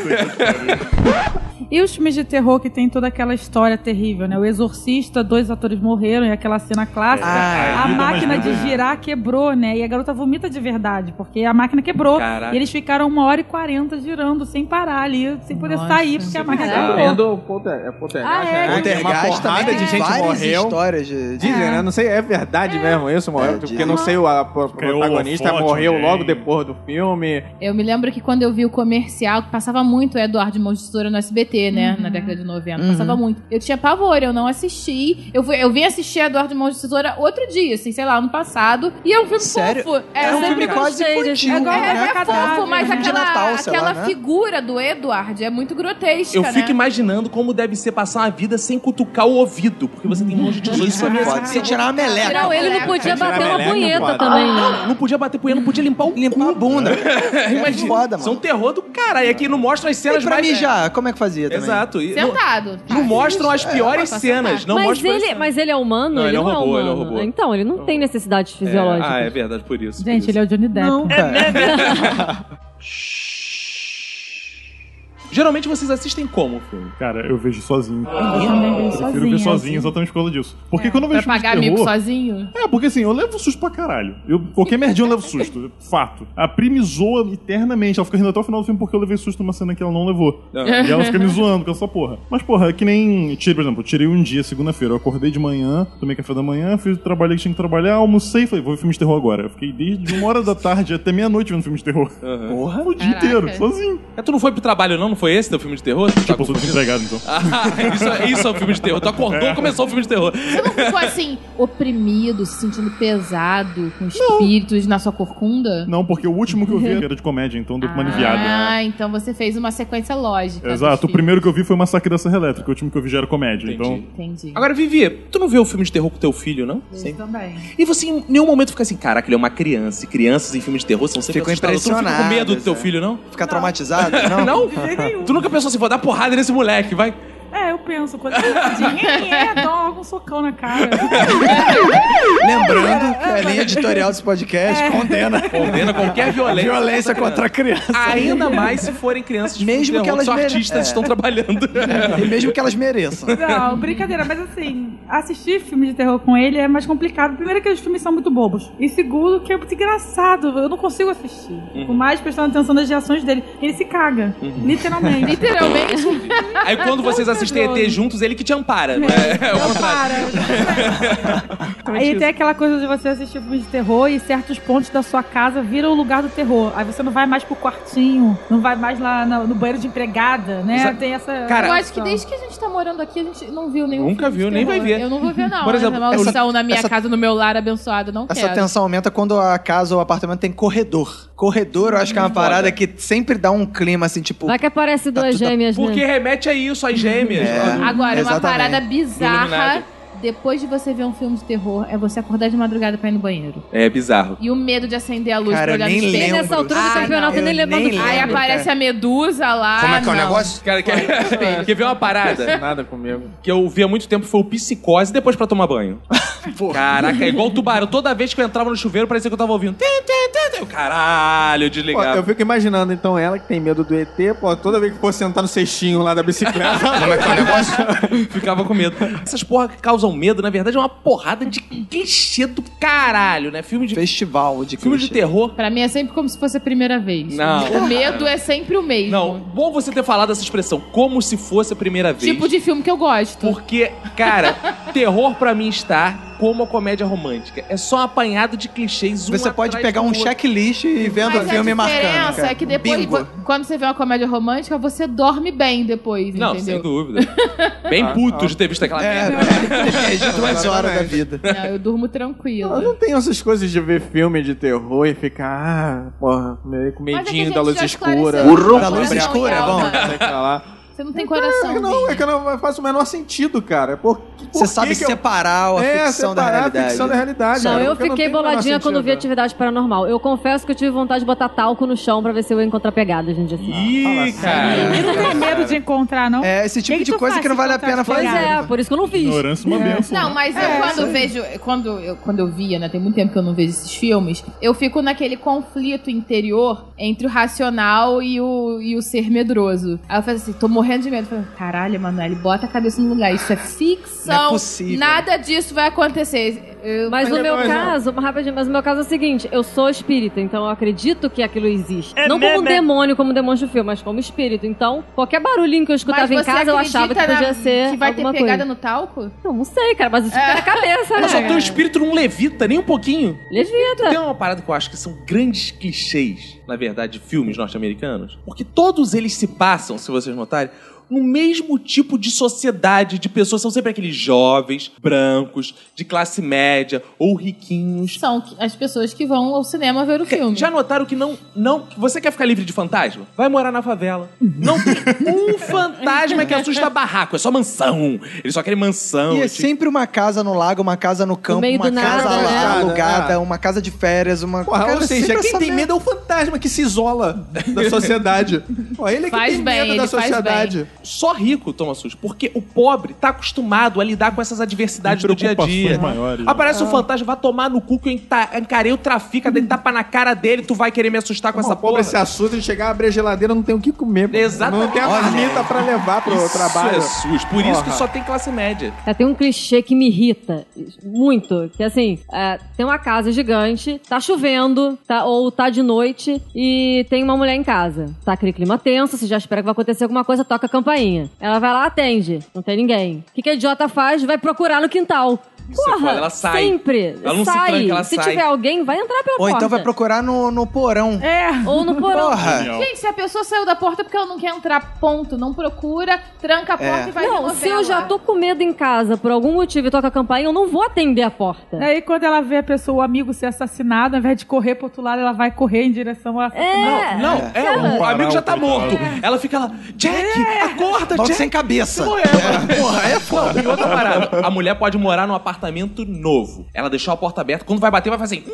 Speaker 7: E os filmes de terror que tem toda aquela história terrível, né? O Exorcista, dois atores morreram e aquela cena clássica.
Speaker 2: Ah,
Speaker 7: a
Speaker 5: aí dá mais
Speaker 7: máquina de
Speaker 5: medo, né?
Speaker 7: girar quebrou, né? E a garota vomita de verdade, porque a máquina quebrou.
Speaker 1: Caraca.
Speaker 7: E eles ficaram uma hora e quarenta girando, sem parar ali, sem poder sair, porque a máquina
Speaker 6: Ah.
Speaker 4: bizarro.
Speaker 7: quebrou.
Speaker 6: o Polter- é
Speaker 7: Ah, é,
Speaker 6: né?
Speaker 7: que-
Speaker 6: Tem uma
Speaker 2: Poltergeist
Speaker 6: porrada
Speaker 2: também
Speaker 6: de
Speaker 2: tem
Speaker 6: gente
Speaker 2: várias
Speaker 6: morreu.
Speaker 2: histórias de... de-
Speaker 6: Dizem, né? Não sei, é verdade mesmo isso, morreu.
Speaker 2: É,
Speaker 6: porque
Speaker 2: dizem.
Speaker 6: não sei, o a- pro-
Speaker 5: Caiu
Speaker 6: protagonista
Speaker 5: holofote,
Speaker 6: morreu
Speaker 5: alguém.
Speaker 6: logo depois do filme.
Speaker 3: Eu me lembro que quando eu vi o comercial, que passava muito o Eduardo Mão de Tesoura no SBT, né?
Speaker 7: Uhum.
Speaker 3: Na década de 90.
Speaker 2: Uhum.
Speaker 3: Passava muito. Eu tinha pavor, eu não assisti. Eu, fui, eu vim assistir Eduardo Mão de Tesoura outro dia, assim, sei lá, ano passado. E é um filme
Speaker 2: Sério?
Speaker 3: fofo.
Speaker 2: É um
Speaker 3: sempre
Speaker 2: filme
Speaker 3: gostei.
Speaker 2: quase
Speaker 4: gostei desse
Speaker 2: infantil,
Speaker 7: filme.
Speaker 3: É,
Speaker 2: né?
Speaker 3: é fofo, mas
Speaker 2: Filme de
Speaker 3: aquela,
Speaker 2: Natal, sei lá,
Speaker 3: aquela
Speaker 2: né?
Speaker 3: figura do Eduardo é muito grotesca,
Speaker 1: Eu
Speaker 3: né?
Speaker 1: fico imaginando como deve ser passar uma vida sem cutucar o ouvido, porque você tem um monte de tesouro isso é mesmo.
Speaker 2: Pode ser tirar uma meleca.
Speaker 4: Não, ele não podia
Speaker 6: Tirar
Speaker 4: bater
Speaker 6: meleca,
Speaker 4: uma punheta
Speaker 6: pode.
Speaker 4: também, né?
Speaker 1: Não podia bater punheta, não podia limpar o
Speaker 2: Limpar a
Speaker 1: cu.
Speaker 2: bunda.
Speaker 1: Imagina,
Speaker 2: É foda,
Speaker 1: são
Speaker 2: mano.
Speaker 1: terror do caralho. Aqui não mostra as cenas
Speaker 2: E pra
Speaker 1: mais...
Speaker 2: mijar, como é que fazia também?
Speaker 1: Exato. e
Speaker 3: é um
Speaker 1: não-
Speaker 3: Sentado. tá,
Speaker 1: Não mostram as piores
Speaker 3: Passa
Speaker 1: cenas.
Speaker 3: tarde.
Speaker 1: Não
Speaker 4: mas,
Speaker 1: mostram as
Speaker 4: ele,
Speaker 1: cenas.
Speaker 4: mas ele é humano?
Speaker 1: Não, ele é um
Speaker 4: não
Speaker 1: robô,
Speaker 4: é
Speaker 1: ele é um
Speaker 4: humano.
Speaker 1: robô.
Speaker 4: Então, ele não tem necessidades fisiológicas.
Speaker 1: Ah, é verdade, por isso. por
Speaker 7: Gente, é-
Speaker 1: isso.
Speaker 2: Tá.
Speaker 7: ele é o Johnny Depp.
Speaker 2: Não, cara.
Speaker 1: Geralmente vocês assistem como o filme?
Speaker 5: Cara, eu vejo sozinho.
Speaker 7: Eu também vejo
Speaker 5: Prefiro
Speaker 7: sozinha,
Speaker 5: ver sozinho,
Speaker 7: assim.
Speaker 5: exatamente por causa disso. Porque quando eu
Speaker 3: Pra
Speaker 5: vejo filme de
Speaker 3: pagar mico
Speaker 5: terror,
Speaker 3: sozinho?
Speaker 5: É, porque assim, eu levo susto pra caralho. Eu, qualquer merdinha eu levo susto. [LAUGHS] Fato. A Pri me zoa eternamente. Ela fica rindo até o final do filme porque eu levei susto numa cena que ela não levou. E ela fica me zoando com essa porra. Mas, porra, é que nem. Tirei, por exemplo, eu tirei um dia, segunda-feira. Eu acordei de manhã, tomei café da manhã, fiz o trabalho que tinha que trabalhar, almocei e falei, vou ver filme de terror agora. Eu fiquei desde uma hora da tarde até meia-noite vendo filme de terror. Porra? O dia
Speaker 3: Caraca.
Speaker 5: inteiro, sozinho.
Speaker 1: É, tu não foi pro trabalho, não? Não foi esse teu filme de terror? Tu tá
Speaker 5: Tipo, eu sou
Speaker 1: confundindo?
Speaker 5: desempregado, então.
Speaker 1: [LAUGHS] Ah, isso, é- isso é um filme de terror. Tu acordou, começou o filme de terror.
Speaker 3: Você não ficou assim, oprimido, se sentindo pesado, com espíritos na sua corcunda?
Speaker 5: Não, porque o último que
Speaker 3: [LAUGHS]
Speaker 5: eu vi era de comédia, então deu uma aliviada.
Speaker 3: Ah, então você fez uma sequência lógica. dos
Speaker 5: Exato, o
Speaker 3: filmes.
Speaker 5: primeiro que eu vi foi Massacre da Serra Elétrica, o último que eu vi já era comédia, então.
Speaker 3: Entendi.
Speaker 1: Agora, Vivi, tu não vê o filme de terror com teu filho, não?
Speaker 7: Eu também.
Speaker 1: E você em nenhum momento fica assim, caraca, ele é uma criança. E crianças em filmes de terror são sempre
Speaker 2: Ficam
Speaker 1: assustadoras. Tu não fica com medo do teu
Speaker 2: impressionadas, é.
Speaker 1: filho, não?
Speaker 2: Ficar
Speaker 1: [LAUGHS]
Speaker 2: traumatizado? Não.
Speaker 1: Não?
Speaker 7: De jeito nenhum.
Speaker 1: Tu nunca pensou assim, vou dar porrada nesse moleque, vai.
Speaker 7: É, eu penso, quando eu é, dá algum socão na cara.
Speaker 1: [LAUGHS]
Speaker 2: Lembrando que a linha editorial desse podcast condena
Speaker 1: Condena qualquer É. [LAUGHS] violência.
Speaker 2: violência contra a criança.
Speaker 1: Ainda mais se forem crianças de
Speaker 2: Mesmo
Speaker 1: filme de
Speaker 2: que
Speaker 1: terror,
Speaker 2: elas
Speaker 1: só
Speaker 2: mere-
Speaker 1: artistas
Speaker 2: é.
Speaker 1: estão trabalhando.
Speaker 2: E mesmo que elas mereçam.
Speaker 7: Não, brincadeira, mas assim, assistir filme de terror com ele é mais complicado. Primeiro que os filmes são muito bobos. E segundo que é muito engraçado, eu não consigo assistir. Por mais prestando atenção nas reações dele, ele se caga, literalmente.
Speaker 1: [LAUGHS]
Speaker 3: Literalmente,
Speaker 1: Aí quando vocês assistem ET juntos, ele que te ampara. né? É, o
Speaker 7: Não,
Speaker 1: contrário. [LAUGHS] é
Speaker 7: para. Aí tem aquela coisa de você assistir filme de terror e certos pontos da sua casa viram o lugar do terror. Aí você não vai mais pro quartinho, não vai mais lá na- no, banheiro de empregada, né?
Speaker 1: Exa-
Speaker 7: Tem essa.
Speaker 1: Cara,
Speaker 3: eu acho que
Speaker 7: relação.
Speaker 3: desde que a gente tá morando aqui, a gente não viu nenhum.
Speaker 1: Nunca
Speaker 3: filme de
Speaker 1: viu, nem
Speaker 3: terror.
Speaker 1: vai ver.
Speaker 3: Eu não vou ver, não.
Speaker 1: Por
Speaker 3: Por
Speaker 1: exemplo,
Speaker 3: exemplo, maldição na minha
Speaker 2: essa-
Speaker 3: casa, no meu lar abençoado, não
Speaker 2: Essa
Speaker 3: quero.
Speaker 2: tensão aumenta quando a casa ou o apartamento tem corredor. Corredor, eu acho que é uma parada que sempre dá um clima assim, tipo.
Speaker 4: Vai é que aparece
Speaker 2: Tá
Speaker 4: duas
Speaker 2: tudo-
Speaker 4: gêmeas, né?
Speaker 1: Porque remete a isso, às gêmeas.
Speaker 2: É.
Speaker 3: Agora, uma
Speaker 2: Exatamente.
Speaker 3: parada bizarra
Speaker 1: Iluminado.
Speaker 3: depois de você ver um filme de terror é você acordar de madrugada pra ir no banheiro.
Speaker 1: É bizarro.
Speaker 3: E o medo de acender a luz
Speaker 2: Cara,
Speaker 3: pra olhar
Speaker 2: eu
Speaker 3: no
Speaker 2: nem
Speaker 4: E
Speaker 3: espelho.
Speaker 2: lembro.
Speaker 4: nessa altura do
Speaker 3: Ah,
Speaker 4: campeonato,
Speaker 2: não,
Speaker 4: nem
Speaker 2: eu
Speaker 4: lembra do
Speaker 2: nem
Speaker 3: Aí
Speaker 2: lembro.
Speaker 4: filme.
Speaker 3: aparece a medusa lá.
Speaker 9: Como é que é o
Speaker 3: Ah, não.
Speaker 9: negócio?
Speaker 1: Cara, [LAUGHS] quer, quer ver uma parada
Speaker 6: Nada comigo.
Speaker 1: que eu vi há muito tempo foi o psicose depois pra
Speaker 9: [LAUGHS]
Speaker 1: tomar banho. Caraca, é igual o tubarão. Toda vez que eu entrava no chuveiro, parecia que eu tava ouvindo. Tim, tim, tim, tim. Eu, Caralho, eu
Speaker 6: Pô,
Speaker 1: desligava.
Speaker 6: eu fico imaginando, então, ela que tem medo do ET, pô, toda vez que for sentar no cestinho lá da bicicleta,
Speaker 9: [LAUGHS] Como é que é o negócio?
Speaker 1: [LAUGHS] Ficava com medo. Essas porra que causam medo, na verdade, é uma porrada de clichê do caralho, né? Filme de,
Speaker 2: Festival de
Speaker 1: filme de
Speaker 2: clichê.
Speaker 1: terror.
Speaker 3: Pra mim é sempre como se fosse a primeira vez.
Speaker 1: Não.
Speaker 3: O medo é sempre o mesmo.
Speaker 1: Não, bom você ter falado essa expressão, como se fosse a primeira vez.
Speaker 3: Tipo de filme que eu gosto.
Speaker 1: Porque, cara, terror pra mim está como a comédia romântica. É só um apanhado de clichês um
Speaker 2: Você pode
Speaker 1: atrás
Speaker 2: pegar
Speaker 1: do
Speaker 2: um
Speaker 1: outro.
Speaker 2: checklist e vendo o
Speaker 3: Mas
Speaker 2: é filme e
Speaker 3: a diferença
Speaker 2: marcando. cara.
Speaker 3: é que depois,
Speaker 2: Bingo.
Speaker 3: vo- quando você vê uma comédia romântica, você dorme bem depois,
Speaker 1: Não, sem
Speaker 3: entendeu?
Speaker 1: dúvida. [LAUGHS] Bem puto de ter visto aquela
Speaker 2: É,
Speaker 1: merda. né?
Speaker 2: [LAUGHS] é de duas horas da vida.
Speaker 3: Não, eu durmo
Speaker 6: eu
Speaker 3: tranquila.
Speaker 6: não tenho essas coisas de ver filme de terror e ficar, ah, porra, meio com
Speaker 3: Mas é que a
Speaker 6: medinho
Speaker 3: gente
Speaker 6: da luz
Speaker 3: já
Speaker 6: escura.
Speaker 3: esclareceu.
Speaker 9: Burro.
Speaker 2: Da luz
Speaker 3: Não,
Speaker 2: escura, é
Speaker 3: calma.
Speaker 2: bom.
Speaker 6: Sei que lá.
Speaker 3: Você não tem coração.
Speaker 6: Não, é
Speaker 3: Vini.
Speaker 6: que não faz o menor sentido, cara. Por, por
Speaker 2: Você sabe
Speaker 6: que que eu-
Speaker 2: separar a
Speaker 6: é,
Speaker 2: ficção da
Speaker 6: separar
Speaker 2: realidade. é
Speaker 6: a ficção da realidade.
Speaker 4: Não,
Speaker 6: cara,
Speaker 4: eu
Speaker 6: porque não
Speaker 4: fiquei
Speaker 6: tem o menor
Speaker 4: boladinha quando vi
Speaker 6: sentido.
Speaker 4: atividade paranormal. Eu confesso que eu tive vontade de botar talco no chão pra ver se eu ia encontrar pegada, gente. Assim.
Speaker 1: Ih, cara.
Speaker 7: E não tem medo de encontrar, não?
Speaker 2: É esse tipo
Speaker 7: Que que
Speaker 2: de
Speaker 7: tu
Speaker 2: coisa
Speaker 7: faz
Speaker 2: que não
Speaker 7: se
Speaker 2: vale a
Speaker 7: encontrar
Speaker 2: pena
Speaker 7: de
Speaker 4: Pois
Speaker 2: fazer.
Speaker 4: é, por isso que eu não É, fiz.
Speaker 5: Ignorância é uma benção.
Speaker 3: Não, mas eu quando vejo. Quando eu, quando eu via, né? Tem muito tempo que eu não vejo esses filmes. Eu fico naquele conflito interior entre o racional e o, e o ser medroso. Aí eu falo assim, tô morrendo de medo. Eu falo, caralho, Emanuele, bota a cabeça no lugar. Isso é ficção.
Speaker 2: Não é possível.
Speaker 3: Nada disso vai acontecer. Eu-
Speaker 4: Mas no meu
Speaker 6: depois, não.
Speaker 4: caso, rapidinho, mas no meu caso é o seguinte: eu sou espírita, então eu acredito que aquilo existe. não como um demônio, como demonstra o filme, mas como espírito. Então, qualquer barulhinho que eu escutava em
Speaker 3: você
Speaker 4: casa, eu
Speaker 3: acredita
Speaker 4: achava que
Speaker 3: na-
Speaker 4: podia ser.
Speaker 3: Que vai ter
Speaker 4: alguma
Speaker 3: pegada
Speaker 4: coisa.
Speaker 3: no talco?
Speaker 4: Não, não sei, cara, mas isso fica na cabeça,
Speaker 1: [LAUGHS] Mas o
Speaker 4: né?
Speaker 1: teu espírito não levita nem um pouquinho.
Speaker 4: Levita.
Speaker 1: Tem uma parada que eu acho que são grandes clichês, na verdade, de filmes norte-americanos. Porque todos eles se passam, se vocês notarem, no mesmo tipo de sociedade, de pessoas. São sempre aqueles jovens, brancos, de classe média ou riquinhos.
Speaker 3: São as pessoas que vão ao cinema ver o
Speaker 1: Que-
Speaker 3: filme.
Speaker 2: é.
Speaker 1: Já notaram que não, não. que Você quer ficar livre de fantasma? Vai morar na favela. Não tem um fantasma que assusta barraco. É só mansão. Eles só querem mansão.
Speaker 2: E é
Speaker 1: tipo-
Speaker 2: sempre uma casa no lago, uma casa no campo,
Speaker 4: meio
Speaker 2: uma
Speaker 4: do
Speaker 2: casa
Speaker 4: nada,
Speaker 2: lá,
Speaker 4: né?
Speaker 2: alugada,
Speaker 6: É.
Speaker 2: uma casa de férias, uma.
Speaker 6: Porra,
Speaker 2: Cara,
Speaker 6: ou seja,
Speaker 2: sempre
Speaker 6: quem
Speaker 2: essa
Speaker 6: tem
Speaker 2: merda.
Speaker 1: [LAUGHS]
Speaker 6: medo é o fantasma que se isola da sociedade. Pô, ele é que
Speaker 3: Faz
Speaker 6: tem
Speaker 3: bem,
Speaker 6: medo da
Speaker 3: ele faz
Speaker 6: sociedade.
Speaker 1: Só rico toma susto, porque o pobre tá acostumado a lidar com essas adversidades do dia a dia.
Speaker 5: Preocupações maiores, né?
Speaker 1: Aparece um fantasma, vai tomar no cu que eu enca- encarei o trafica, dei tapa na cara dele, tu vai querer me assustar com essa
Speaker 6: Essa pobre
Speaker 1: porra.
Speaker 6: se assusta de chegar, abrir a geladeira, não tem o que comer. pô.
Speaker 1: Exatamente.
Speaker 6: Não tem a
Speaker 1: Olha.
Speaker 6: marmita pra levar pro
Speaker 1: Isso
Speaker 6: trabalho.
Speaker 1: é SUS. Por isso que
Speaker 6: Porra.
Speaker 1: só tem classe média.
Speaker 4: É, tem um clichê que me irrita muito, que assim, é, tem uma casa gigante, tá chovendo, tá, ou tá de noite, e tem uma mulher em casa. Tá aquele clima tenso, você já espera que vai acontecer alguma coisa, toca a campainha. Ela vai lá, atende, não tem ninguém. O que, que a idiota faz? Vai procurar no quintal.
Speaker 1: Isso é foda, ela sai.
Speaker 4: Sempre.
Speaker 1: Ela não se
Speaker 4: sai.
Speaker 1: tranca, ela
Speaker 4: se
Speaker 1: sai.
Speaker 4: tiver alguém, vai entrar pela
Speaker 2: Ou
Speaker 4: porta.
Speaker 2: então vai procurar no, no porão.
Speaker 7: É.
Speaker 4: Ou no porão.
Speaker 2: Porra!
Speaker 5: Genial.
Speaker 3: Gente, se a pessoa saiu da porta é porque ela não quer entrar, ponto. Não procura, tranca a porta
Speaker 2: É.
Speaker 3: e vai ver
Speaker 4: não,
Speaker 3: novela.
Speaker 4: se eu já tô com medo em casa, por algum motivo, e toca a campainha, eu não vou atender a porta.
Speaker 1: É.
Speaker 7: Daí quando ela vê a pessoa, o amigo ser assassinado, ao invés de correr pro outro lado, ela vai correr em direção ao assassinato.
Speaker 4: É.
Speaker 1: Não, é, o
Speaker 5: Parar
Speaker 1: amigo já
Speaker 5: o
Speaker 1: tá
Speaker 5: coitado.
Speaker 1: morto. Ela fica lá, Jack, acorda,
Speaker 2: Volta
Speaker 1: Jack.
Speaker 2: sem cabeça.
Speaker 1: Porra, é, porra, é foda. E outra parada, a mulher pode morar num apartamento novo. Ela deixou a porta aberta, quando vai bater, vai fazer assim.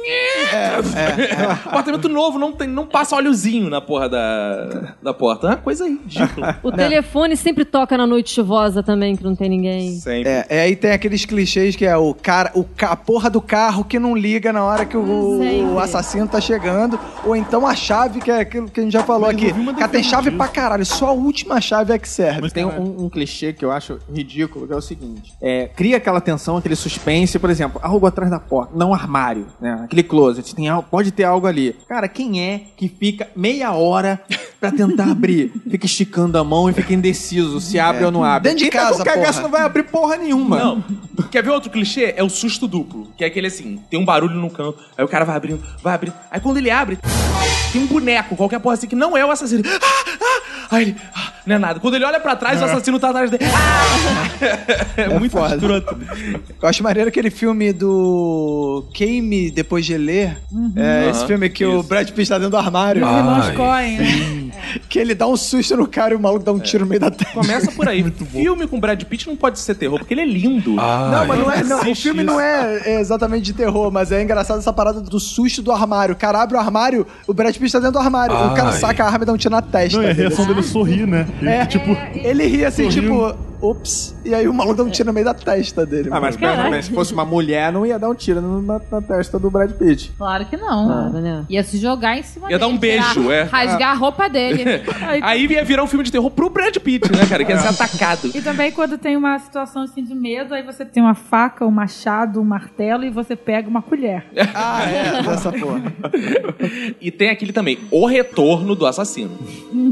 Speaker 1: é, Apartamento novo, não, tem, não passa olhozinho na porra da, da porta. É uma coisa ridícula.
Speaker 4: O telefone sempre toca na noite chuvosa também, que não tem ninguém.
Speaker 1: [LAUGHS] Sempre.
Speaker 2: É, é, aí tem aqueles clichês que é o cara, o ca- a porra do carro que não liga na hora que o,
Speaker 3: Sempre.
Speaker 2: o assassino tá chegando, ou então a chave, que é aquilo que a gente já falou
Speaker 5: Mas eu
Speaker 2: aqui.
Speaker 5: vi uma
Speaker 2: Cara, tem
Speaker 5: definitiva.
Speaker 2: chave pra caralho, só a última chave é que serve.
Speaker 5: Mas
Speaker 6: Tem um, um clichê que eu acho ridículo, que é o seguinte: é, cria aquela tensão, aquele suspense, por exemplo, algo atrás da porta, não armário, né? Aquele closet, tem algo, pode ter algo ali. Cara, quem é que fica meia hora pra tentar abrir? Fica esticando a mão e fica indeciso se abre ou não abre.
Speaker 2: É. Dentro de
Speaker 6: quem tá
Speaker 2: casa,
Speaker 6: com cagaço
Speaker 2: porra.
Speaker 6: não vai abrir porra nenhuma.
Speaker 1: Não. Quer ver outro clichê? É o susto duplo. Que é aquele assim, tem um barulho no canto, aí o cara vai abrindo, vai abrindo. Aí quando ele abre, tem um boneco, qualquer porra assim, que não é o assassino. Ah, ah. Aí ele, ah, não é nada. Quando ele olha pra trás, o assassino tá atrás dele. Ah! É, muito
Speaker 2: foda.
Speaker 1: escroto.
Speaker 2: Eu acho maneiro aquele filme do Queime Depois de Ler.
Speaker 5: Uhum.
Speaker 2: É, esse
Speaker 1: Aham,
Speaker 2: filme que o Brad Pitt tá dentro do armário.
Speaker 7: Os irmãos Coen, né?
Speaker 5: É.
Speaker 2: Que ele dá um susto no cara e o maluco dá um
Speaker 6: É.
Speaker 2: tiro no meio da testa.
Speaker 1: Começa por aí. Filme com Brad Pitt não pode ser terror, porque ele é lindo.
Speaker 2: Não, mas não é. não, o filme não é é exatamente de terror, mas é engraçado essa parada do susto do armário. O cara abre o armário, o Brad Pitt tá dentro do armário. O cara
Speaker 8: Ai.
Speaker 2: saca a arma e dá um tiro na testa.
Speaker 5: Não, e a
Speaker 2: entendeu?
Speaker 5: reação dele é sorrir, né? Ele,
Speaker 2: É.
Speaker 5: tipo,
Speaker 2: Ele ri assim,
Speaker 5: Sorriu.
Speaker 2: tipo, ops, e aí o maluco dá um tiro no meio da testa dele.
Speaker 6: Ah, mas pelo menos, se fosse uma mulher, não ia dar um tiro na, na testa do Brad Pitt.
Speaker 3: Claro que não.
Speaker 4: Nada, né?
Speaker 3: Ia se jogar em cima
Speaker 1: Ia dar um
Speaker 3: dele, tirar-
Speaker 1: beijo, é.
Speaker 3: Rasgar a
Speaker 1: [LAUGHS]
Speaker 3: roupa dele.
Speaker 7: Aí-
Speaker 1: Aí ia virar um filme de terror pro Brad Pitt, né, cara? Que ia
Speaker 6: Ah.
Speaker 1: ser atacado.
Speaker 7: E também quando tem uma situação assim de medo, aí você tem uma faca, um machado, um martelo e você pega uma colher.
Speaker 2: Ah, é, dessa porra.
Speaker 1: E tem aquele também, o retorno do assassino.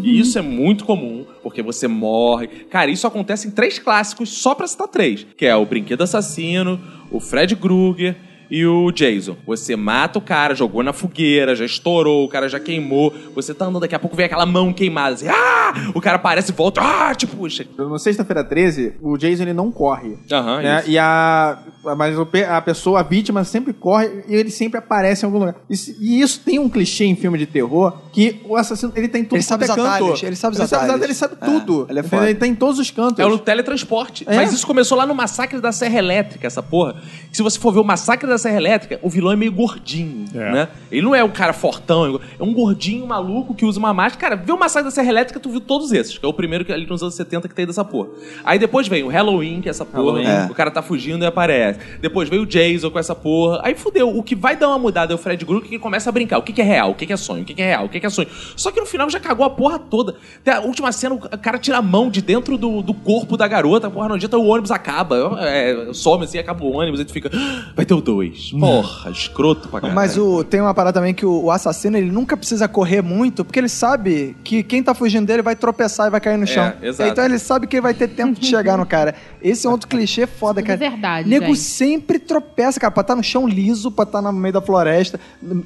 Speaker 1: E isso é muito comum, porque você morre. Cara, isso acontece em três clássicos, só pra citar três: que é o Brinquedo Assassino, o Fred Krueger. E o Jason, você mata o cara, jogou na fogueira, já estourou, o cara já queimou. Você tá andando, daqui a pouco vem aquela mão queimada, assim, ah! O cara aparece e volta, ah, te puxa.
Speaker 6: No sexta-feira 13, o Jason ele não corre.
Speaker 1: Aham,
Speaker 11: É,
Speaker 6: né?
Speaker 1: isso.
Speaker 6: E a. Mas o pe- a pessoa, a vítima, sempre corre e ele sempre aparece em algum lugar. E, se- e isso tem um clichê em filme de terror que o assassino ele tá em tudo
Speaker 2: Ele sabe
Speaker 6: quanto
Speaker 2: os
Speaker 6: é canto.
Speaker 2: atalhos, ele sabe os atalhos.
Speaker 6: Ele sabe
Speaker 2: É,
Speaker 6: tudo.
Speaker 2: ele é
Speaker 6: Entendeu?
Speaker 2: foda.
Speaker 6: ele tá em todos os cantos.
Speaker 1: É o teletransporte.
Speaker 6: É.
Speaker 1: Mas isso começou lá no Massacre da Serra Elétrica, essa porra. Que se você for ver o Massacre da Serra Elétrica, o vilão é meio gordinho,
Speaker 5: É.
Speaker 1: né? Ele não é um cara fortão, é um gordinho maluco que usa uma máscara. Cara, vê o Massacre da Serra Elétrica, tu viu todos esses. Que é o primeiro que ali nos anos 70 que tem dessa porra. Aí depois vem o Halloween, que é essa porra,
Speaker 2: Halloween.
Speaker 1: hein? O cara tá fugindo e aparece. Depois vem o Jason com essa porra. Aí fudeu. O que vai dar uma mudada é o Fred Krueger que começa a brincar. O que, que é real? O que, que é sonho? O que, que é real? O que, que é sonho? Só que no final já cagou a porra toda. Tem a última cena, o cara tira a mão de dentro do, do corpo da garota. Porra, não adianta, o ônibus acaba. É, some assim, acaba o ônibus e tu fica. "Ah, Vai ter o dois. Porra, escroto pra caralho.
Speaker 2: Mas o, tem uma parada também que o, o assassino ele nunca precisa correr muito, porque ele sabe que quem tá fugindo dele vai tropeçar e vai cair no chão.
Speaker 1: É, exato.
Speaker 2: Então ele sabe que ele vai ter tempo de chegar no cara. Esse é outro clichê foda,
Speaker 3: É
Speaker 2: cara.
Speaker 3: verdade,
Speaker 2: Nego
Speaker 3: gente.
Speaker 2: sempre tropeça, cara. Pra tá no chão liso, pra tá no meio da floresta.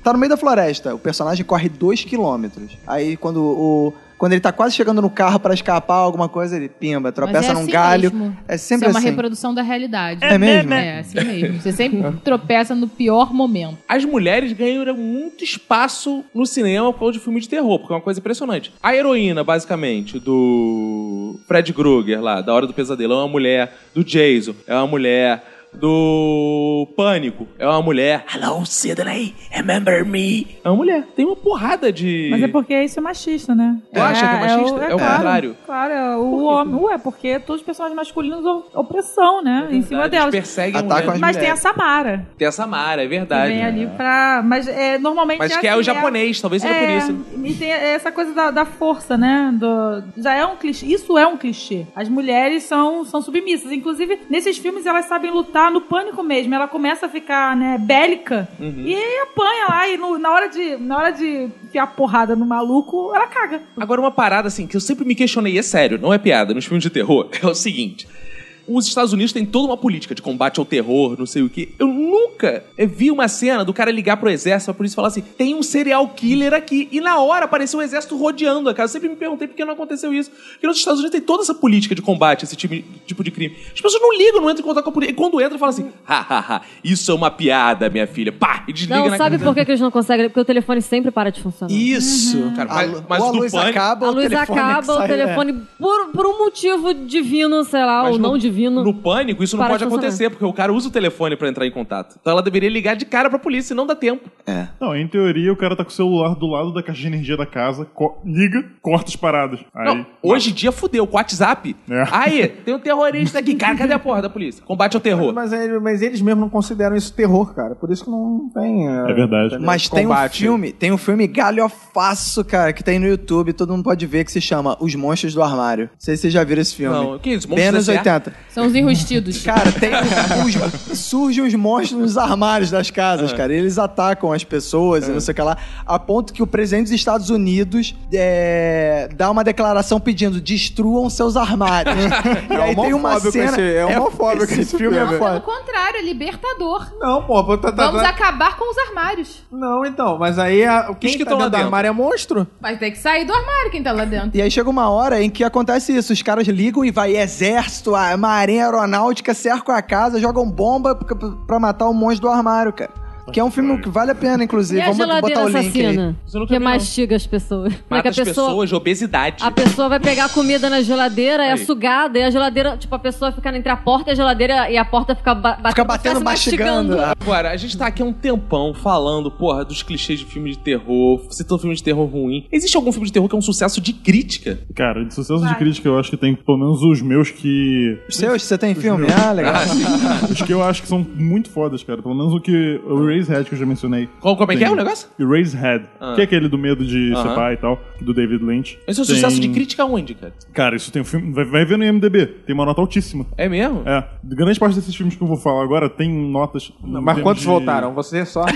Speaker 2: Tá no meio da floresta. O personagem corre dois quilômetros. Aí quando o. Quando ele tá quase chegando no carro pra escapar alguma coisa, ele pimba, tropeça
Speaker 3: Mas é
Speaker 2: num
Speaker 3: assim
Speaker 2: galho.
Speaker 3: mesmo.
Speaker 2: É sempre
Speaker 3: Isso é uma
Speaker 2: assim.
Speaker 3: reprodução da realidade.
Speaker 2: É mesmo?
Speaker 3: É, assim mesmo. Você sempre tropeça no pior momento.
Speaker 1: as mulheres ganharam muito espaço no cinema por causa de filme de terror, porque é uma coisa impressionante. A heroína, basicamente, do Fred Krueger lá, da Hora do Pesadelo, é uma mulher. Do Jason, é uma mulher. do Pânico. É uma mulher. Hello, Sidney, remember me? É uma mulher. Tem uma porrada de...
Speaker 9: Mas é porque isso é machista, né?
Speaker 1: Tu acha que é machista? É o
Speaker 9: claro,
Speaker 1: contrário.
Speaker 9: Claro, é o homem. Ué, porque todos os personagens masculinos op- opressão, né?
Speaker 1: É
Speaker 9: em cima
Speaker 1: Eles
Speaker 9: delas.
Speaker 1: perseguem a
Speaker 2: Atacam
Speaker 1: mulher.
Speaker 2: as
Speaker 9: Mas tem a Samara.
Speaker 1: Tem a Samara, é
Speaker 9: Que
Speaker 1: verdade.
Speaker 9: vem ali pra. Mas é, normalmente.
Speaker 1: Mas que é o
Speaker 9: assim,
Speaker 1: japonês, talvez seja por
Speaker 9: É,
Speaker 1: isso.
Speaker 9: E tem essa coisa da, da força, né? Do- já é um clichê. Isso é um clichê. As mulheres são, são submissas. Inclusive, nesses filmes elas sabem lutar no pânico mesmo. Ela começa a ficar, né, bélica
Speaker 1: Uhum.
Speaker 9: e aí apanha lá. E no- na hora de na hora de enfiar porrada no maluco, ela caga.
Speaker 1: Agora, uma parada assim que eu sempre me questionei, e é sério, não é piada, nos filmes de terror, [LAUGHS] é o seguinte. Os Estados Unidos têm toda uma política de combate ao terror, não sei o quê. Eu nunca eh, vi uma cena do cara ligar pro exército, a polícia falar assim: tem um serial killer aqui. E na hora apareceu um exército rodeando a casa. Eu sempre me perguntei por que não aconteceu isso. Porque nos Estados Unidos tem toda essa política de combate, a esse time- tipo de crime. As pessoas não ligam, não entram em contato com a polícia. E quando entram, falam assim: hahaha, isso é uma piada, minha filha. Pá! E desliga
Speaker 4: Não,
Speaker 1: na
Speaker 4: sabe
Speaker 1: cara.
Speaker 4: por que, que eles não conseguem? Porque o telefone sempre para de funcionar.
Speaker 1: Isso! Cara,
Speaker 2: Uhum. A,
Speaker 1: mas,
Speaker 2: lu-
Speaker 1: mas
Speaker 2: ou a
Speaker 1: do
Speaker 2: luz
Speaker 1: pânico.
Speaker 2: acaba,
Speaker 4: A
Speaker 2: ou o
Speaker 4: luz
Speaker 2: telefone
Speaker 4: acaba, o
Speaker 2: sai, é.
Speaker 4: telefone, por, por um motivo divino, sei lá,
Speaker 1: Mas
Speaker 4: ou
Speaker 1: no-
Speaker 4: não divino.
Speaker 1: No pânico, isso não
Speaker 4: Para
Speaker 1: pode
Speaker 4: de funcionar.
Speaker 1: acontecer, porque o cara usa o telefone pra entrar em contato. Então ela deveria ligar de cara pra polícia, não dá tempo.
Speaker 5: Não, em teoria, o cara tá com o celular do lado da caixa de energia da casa, co- liga, corta as paradas. Aí,
Speaker 1: não, hoje em dia fudeu, com o WhatsApp.
Speaker 5: É.
Speaker 1: Aí, tem um terrorista aqui. Cara, cadê a porra da polícia? Combate ao terror.
Speaker 6: Mas, ele- mas eles mesmos não consideram isso terror, cara. Por isso que não tem.
Speaker 5: É verdade.
Speaker 2: Mas tem um filme, tem um filme galhofaço, cara, que tem no YouTube, todo mundo pode ver, que se chama Os Monstros do Armário. Não sei se vocês já viram
Speaker 5: é
Speaker 2: esse filme.
Speaker 1: Não, que isso? assim,
Speaker 2: Bem anos
Speaker 1: é,
Speaker 2: 80.
Speaker 3: São os enrustidos.
Speaker 2: Cara, tem um, os, surgem os monstros nos armários das casas, cara. Eles atacam as pessoas e não sei o que lá. A ponto que o presidente dos Estados Unidos é, dá uma declaração pedindo: destruam seus armários. e aí tem uma
Speaker 6: homofóbico
Speaker 2: cena.
Speaker 6: esse- é homofóbico
Speaker 2: esse
Speaker 6: esse filme.
Speaker 2: filme. É
Speaker 3: Pelo
Speaker 2: foda.
Speaker 3: contrário, é libertador.
Speaker 6: Não, pô, tá, tá,
Speaker 3: Vamos
Speaker 6: tá-
Speaker 3: acabar com os armários.
Speaker 6: Não, então, mas aí a... quem
Speaker 1: que
Speaker 6: que tá
Speaker 1: estão lá
Speaker 6: dentro do
Speaker 1: dentro?
Speaker 6: armário é monstro?
Speaker 3: Vai ter que sair do armário quem tá lá dentro.
Speaker 2: E aí chega uma hora em que acontece isso. Os caras ligam e vai exército, a marinha aeronáutica, cercam a casa, jogam bomba pra- pra matar o monstro do armário, cara. Que é um filme que vale a pena, inclusive.
Speaker 4: E a
Speaker 2: Vamos botar
Speaker 4: geladeira
Speaker 2: o link aí.
Speaker 4: assassina,
Speaker 1: Isso eu nunca
Speaker 4: que
Speaker 1: vi,
Speaker 4: mastiga as pessoas.
Speaker 1: Mata
Speaker 4: Porque é a
Speaker 1: as
Speaker 4: pessoa,
Speaker 1: pessoas, obesidade.
Speaker 4: A pessoa vai pegar a comida na geladeira, é
Speaker 1: Aí.
Speaker 4: sugada, e a geladeira, tipo, a pessoa fica entre a porta e a geladeira e a porta fica, ba batendo,
Speaker 2: Fica batendo,
Speaker 4: como Tá se estivesse
Speaker 2: mastigando.
Speaker 1: Agora, a gente tá aqui há um tempão falando, porra, dos clichês de filme de terror, citando filme de terror ruim. Existe algum filme de terror que é um sucesso de crítica?
Speaker 5: Cara, de sucesso de crítica, eu acho que tem pelo menos os
Speaker 1: [LAUGHS]
Speaker 5: meus que.
Speaker 2: Os seus, você tem filme? Ah, legal.
Speaker 5: Os que eu acho que são muito fodas, cara. Pelo menos o que. O Razehead que eu já mencionei.
Speaker 1: Qual- como é que é
Speaker 5: Tem.
Speaker 1: o negócio?
Speaker 5: E Razehead,
Speaker 1: Ah.
Speaker 5: que é aquele do medo de
Speaker 1: Aham.
Speaker 5: ser pai e tal, do David Lynch.
Speaker 1: Esse é um
Speaker 5: Tem-
Speaker 1: sucesso de crítica onde, cara?
Speaker 5: Cara, isso tem um filme. Vai, vai ver no IMDB, tem uma nota altíssima.
Speaker 1: É mesmo?
Speaker 5: É, grande parte desses filmes que eu vou falar agora tem notas. em
Speaker 6: Mas
Speaker 5: termos
Speaker 6: quantos
Speaker 5: de-
Speaker 6: voltaram? Você só.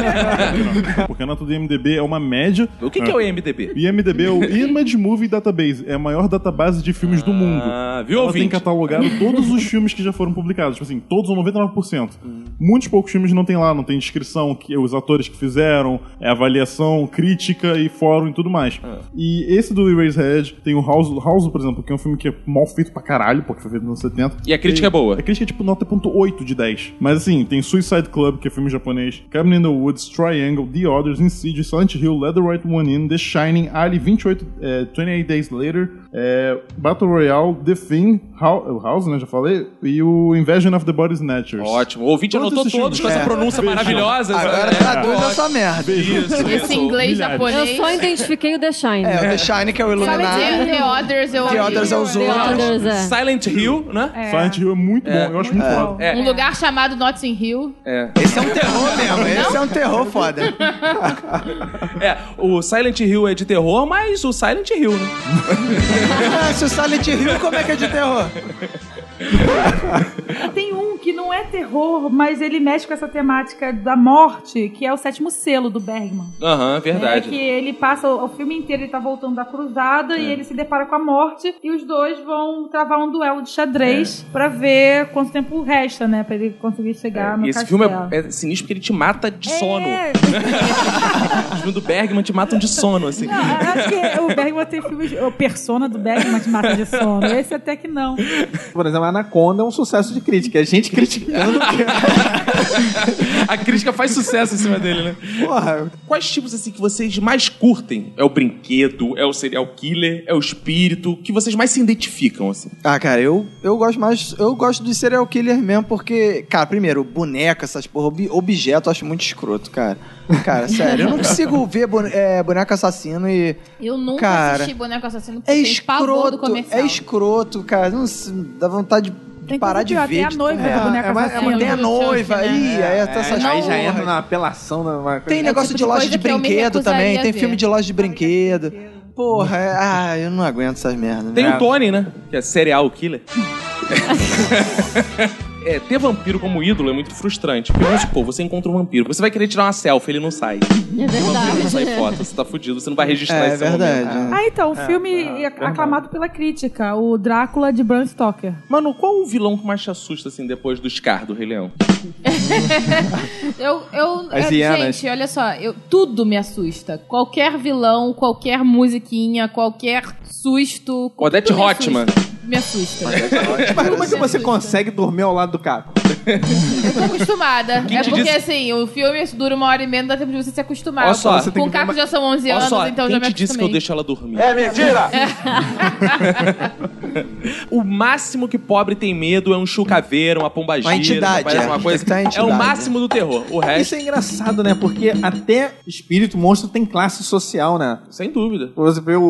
Speaker 5: Não, [LAUGHS] Porque a nota do IMDB é uma média.
Speaker 1: O que, que é o IMDB?
Speaker 5: IMDB é o Image Movie Database, é a maior database de filmes do mundo.
Speaker 1: Ah, viu,
Speaker 5: Ela tem
Speaker 1: ouvinte?
Speaker 5: catalogado todos os filmes que já foram publicados, tipo assim, todos ou 99%.
Speaker 1: Hum.
Speaker 5: Muitos poucos filmes não tem lá, não tem descrição, que, os atores que fizeram, é avaliação, crítica e fórum e tudo mais.
Speaker 1: Ah.
Speaker 5: E esse do Eraserhead tem o House, House, por exemplo, que é um filme que é mal feito pra caralho, porque foi feito nos anos 70.
Speaker 1: E a crítica é boa?
Speaker 5: A crítica é tipo nota .8 de 10. Mas assim, tem Suicide Club, que é filme japonês, Cabin in the Woods, Triangle, The Others, Insidious, Silent Hill, Let the Right One In, The Shining, Ali 28, é, 28 Days Later, é, Battle Royale, The Thing, Hou- House, né, já falei, e o Invasion of the Body Snatchers.
Speaker 1: Ótimo. O ouvinte
Speaker 5: Todos
Speaker 1: anotou
Speaker 5: esses
Speaker 1: todos com
Speaker 5: filmes.
Speaker 1: essa pronúncia
Speaker 5: Vejam.
Speaker 1: maravilhosa.
Speaker 2: Agora tá.
Speaker 1: É,
Speaker 2: traduz
Speaker 1: ótimo.
Speaker 2: essa merda.
Speaker 5: Isso.
Speaker 3: Esse inglês
Speaker 5: milhares.
Speaker 4: Eu
Speaker 3: japonês.
Speaker 4: só identifiquei o The Shine.
Speaker 2: É, o The Shine, que é o
Speaker 3: Sabe
Speaker 2: Iluminado.
Speaker 3: de The Others, eu
Speaker 2: The Others é os
Speaker 4: The
Speaker 2: outros.
Speaker 4: Others, é.
Speaker 1: Silent Hill, né?
Speaker 5: Silent Hill é muito bom, eu acho muito foda.
Speaker 1: É.
Speaker 3: Um lugar chamado Notting Hill.
Speaker 1: É.
Speaker 2: Esse é um terror mesmo. Esse é um terror
Speaker 4: [LAUGHS]
Speaker 2: foda.
Speaker 1: É, o Silent Hill é de terror, mas o Silent Hill, né?
Speaker 2: Se o Silent Hill, como é que é de terror?
Speaker 7: E tem um que não é terror, mas ele mexe com essa temática da morte, que é o sétimo selo do Bergman.
Speaker 1: Aham,
Speaker 7: É
Speaker 1: verdade.
Speaker 7: que ele passa o o filme inteiro, ele tá voltando da cruzada
Speaker 1: É.
Speaker 7: e ele se depara com a morte e os dois vão travar um duelo de xadrez
Speaker 1: É.
Speaker 7: pra ver quanto tempo resta, né? Pra ele conseguir chegar no
Speaker 1: E esse
Speaker 7: castelo.
Speaker 1: filme é, é sinistro porque ele te mata de sono. [LAUGHS]
Speaker 7: É,
Speaker 1: Os filmes do Bergman te matam de sono, assim.
Speaker 7: não, eu acho que o Bergman tem filmes. O persona do Bergman te mata de sono. Esse até que não.
Speaker 6: Por exemplo, Anaconda é um sucesso de crítica. A gente criticando.
Speaker 1: [LAUGHS] A crítica faz sucesso em cima dele, né?
Speaker 5: Porra,
Speaker 1: Quais tipos assim que vocês mais curtem? É o brinquedo, é o serial killer, é o espírito, que vocês mais se identificam assim?
Speaker 2: Ah, cara, eu, eu gosto mais. Eu gosto de serial killer mesmo, porque, cara, primeiro, boneca, essas porra, ob- objeto, eu acho muito escroto, cara. Cara, sério, eu não consigo ver bone- é, boneca assassino e.
Speaker 3: Eu nunca
Speaker 2: Cara,
Speaker 3: assisti boneco assassino porque
Speaker 2: É
Speaker 3: tem pavor do
Speaker 2: escroto,
Speaker 3: comercial.
Speaker 2: é escroto, cara. Não, se- dá vontade de
Speaker 7: Tem
Speaker 2: parar de
Speaker 7: coisa pior,
Speaker 2: ver.
Speaker 7: tem a
Speaker 2: de-
Speaker 7: noiva
Speaker 2: é,
Speaker 7: do boneco
Speaker 2: é, uma-
Speaker 7: assassino.
Speaker 2: É uma, tem a
Speaker 3: Do Chuck,
Speaker 2: noiva,
Speaker 3: né?
Speaker 2: ih, aí tá essas
Speaker 5: É, aí já
Speaker 2: porra.
Speaker 5: entra na apelação da uma coisa.
Speaker 2: Tem negócio
Speaker 3: tipo
Speaker 2: de
Speaker 3: de
Speaker 2: loja
Speaker 3: coisa
Speaker 2: de
Speaker 3: que eu me
Speaker 2: brinquedo também,
Speaker 3: recusaria
Speaker 2: tem
Speaker 3: a
Speaker 2: filme
Speaker 3: ver.
Speaker 2: de loja de brinquedo. Porra, é- ah, eu não aguento essas merdas.
Speaker 1: Tem
Speaker 5: um
Speaker 2: né?
Speaker 1: o Tony, né? Que é serial killer. [LAUGHS] É, ter vampiro como ídolo é muito frustrante. Porque vamos supor, você encontra um vampiro, você vai querer tirar uma selfie, ele não sai.
Speaker 4: É
Speaker 1: O vampiro não sai
Speaker 4: verdade.
Speaker 1: foto, você tá fudido, você não vai registrar
Speaker 2: É
Speaker 1: esse momento.
Speaker 2: verdade.
Speaker 7: Ah, então,
Speaker 1: É,
Speaker 7: o filme aclamado pela crítica, o Drácula de Bram Stoker.
Speaker 1: Mano, qual o vilão que mais te assusta, assim, depois do Scar, do Rei Leão?
Speaker 3: Eu, eu,
Speaker 5: As
Speaker 3: é,
Speaker 5: hienas.
Speaker 3: gente, olha só, eu, tudo me assusta. Qualquer vilão, qualquer musiquinha, qualquer susto.
Speaker 1: Odete
Speaker 3: tudo me
Speaker 1: Roitman.
Speaker 3: assusta. Me assusta.
Speaker 5: Mas como é que você
Speaker 3: Sim.
Speaker 5: consegue dormir ao lado do Caco?
Speaker 3: Eu tô acostumada.
Speaker 1: Quem
Speaker 3: é
Speaker 1: te
Speaker 3: porque,
Speaker 1: disse-
Speaker 3: assim, o filme dura uma hora e meia, não dá tempo de você se acostumar.
Speaker 1: Olha só,
Speaker 3: Com-
Speaker 1: você
Speaker 5: tem
Speaker 3: Com
Speaker 5: que ver
Speaker 3: Caco já são 11
Speaker 1: Olha
Speaker 3: anos,
Speaker 1: só,
Speaker 3: então
Speaker 1: quem
Speaker 3: já me
Speaker 1: te disse que eu
Speaker 3: acostumei.
Speaker 1: deixo ela dormir? É
Speaker 3: É.
Speaker 1: mentira! [LAUGHS] o máximo que pobre tem medo é um chucaveira, uma pombagira,
Speaker 2: entidade,
Speaker 1: rapaz,
Speaker 2: é.
Speaker 1: uma coisa.
Speaker 2: Tá,
Speaker 1: é
Speaker 2: entidade.
Speaker 1: o máximo do terror. O resto,
Speaker 5: Isso é engraçado, né? Porque até espírito, monstro tem classe social, né?
Speaker 1: sem dúvida.
Speaker 5: Você vê É, o,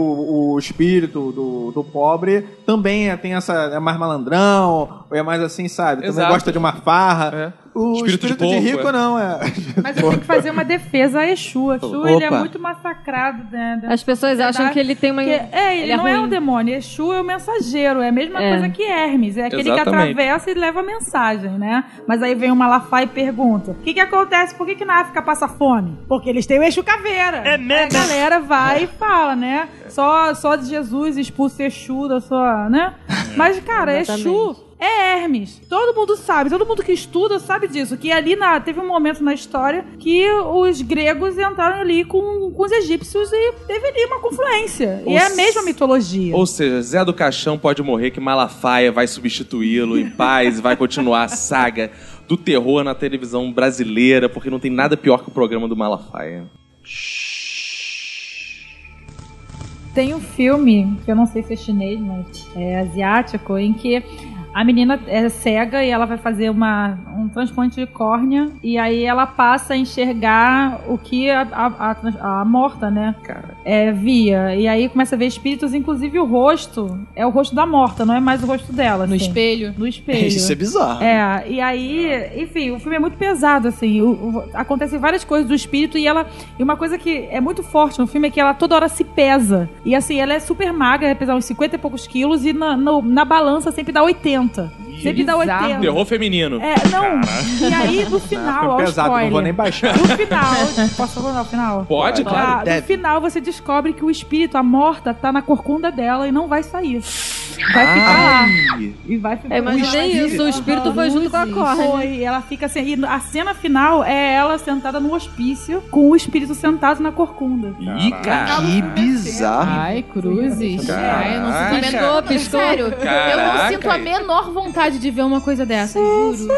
Speaker 5: o espírito do, do pobre, também é- tem essa. É mais malandrão, ou é mais assim, sabe? Também
Speaker 1: Exato. É.
Speaker 5: gosta de uma farra. O
Speaker 1: Espírito
Speaker 5: espírito,
Speaker 1: de
Speaker 5: de,
Speaker 1: porco,
Speaker 5: rico,
Speaker 1: é.
Speaker 5: não, é.
Speaker 7: Mas eu tenho que fazer uma defesa a Exu. Exu, ele é
Speaker 2: Opa.
Speaker 7: muito massacrado, né? da-
Speaker 4: As pessoas acham que ele tem uma.
Speaker 7: Porque, é, ele,
Speaker 4: ele é
Speaker 7: não é,
Speaker 4: ruim.
Speaker 7: um demônio. Exu é o mensageiro. É a mesma
Speaker 4: É.
Speaker 7: coisa que Hermes. É aquele que
Speaker 1: Exatamente.
Speaker 7: atravessa e leva a mensagem, né? Mas aí vem uma Lafá e pergunta: O que, que acontece? Por que, que na África passa fome? Porque eles têm o Exu Caveira. É mesmo? A galera vai e fala, né? Só, só de Jesus expulsa Exu da sua. né? Mas, cara,
Speaker 4: Exatamente.
Speaker 7: Exu. É Hermes. Todo mundo sabe, todo mundo que estuda sabe disso. Que ali na, teve um momento na história que os gregos entraram ali com, com os egípcios e teve ali uma confluência. E
Speaker 1: Ou
Speaker 7: é a
Speaker 1: se-
Speaker 7: mesma mitologia.
Speaker 1: Ou seja, Zé do Caixão pode morrer que Malafaia vai substituí-lo em paz e vai continuar a saga do terror na televisão brasileira, porque não tem nada pior que o programa do Malafaia.
Speaker 7: Tem um filme, que eu não sei se é chinês, mas é asiático, em que a menina é cega e ela vai fazer uma, um transplante de córnea e aí ela passa a enxergar o que a, a- a trans- a morta, né? É, via. E aí começa a ver espíritos, inclusive o rosto é o rosto da morta, não é mais o rosto dela.
Speaker 3: No
Speaker 7: assim.
Speaker 3: espelho. [LAUGHS]
Speaker 7: No espelho.
Speaker 2: Isso é bizarro.
Speaker 7: É, e aí, enfim, o filme é muito pesado, assim. O, o- acontecem várias coisas do espírito e ela. E uma coisa que é muito forte no filme é que ela toda hora se pesa. E assim, ela é super magra, deve pesar uns 50 e poucos quilos e na, no- na balança sempre dá 80. sempre dá
Speaker 3: bizarro.
Speaker 7: 80.
Speaker 1: Terror feminino.
Speaker 7: É, não. E aí, no final, ó,
Speaker 5: Foi
Speaker 7: o
Speaker 5: é pesado, não vou
Speaker 7: spoiler.
Speaker 5: nem baixar.
Speaker 7: No final, posso falar o final?
Speaker 1: Pode, claro.
Speaker 7: Ah, no final você descobre que o espírito, a morta, tá na corcunda dela e não vai sair. Vai ficar lá. E vai ficar
Speaker 4: É, mas nem isso. O espírito foi junto com a corda.
Speaker 7: Foi, e ela fica assim. E a cena final é ela sentada no hospício com o espírito sentado na corcunda.
Speaker 1: Ih, cara.
Speaker 2: Que bizarro.
Speaker 3: Ai, cruzes. Ai, eu não sinto a
Speaker 1: Caraca.
Speaker 3: menor... Sério, eu não
Speaker 1: Caraca.
Speaker 3: sinto a menor vontade de ver uma coisa dessa, juro.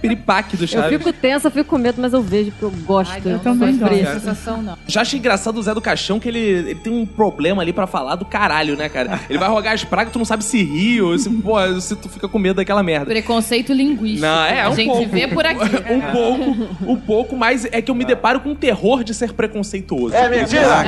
Speaker 1: Piripaque do
Speaker 4: Eu
Speaker 1: Chaves.
Speaker 4: fico tensa, fico com medo, mas eu vejo porque eu gosto.
Speaker 3: Ai,
Speaker 4: eu
Speaker 3: não,
Speaker 4: sou
Speaker 3: não sou
Speaker 4: fresca.
Speaker 3: essa sensação, não.
Speaker 1: Já acho engraçado o Zé do Caixão que ele, ele tem um problema ali pra falar do caralho, né, cara? Ele vai rogar as pragas, tu não sabe se ri ou se, pô, se tu fica com medo daquela merda.
Speaker 3: Preconceito linguístico.
Speaker 1: Não, é,
Speaker 3: A
Speaker 1: um
Speaker 3: gente
Speaker 1: pouco.
Speaker 3: vê por aqui.
Speaker 1: [LAUGHS] Um pouco, um pouco, mas é que eu me deparo com o terror de ser preconceituoso. É
Speaker 3: Ah, claro,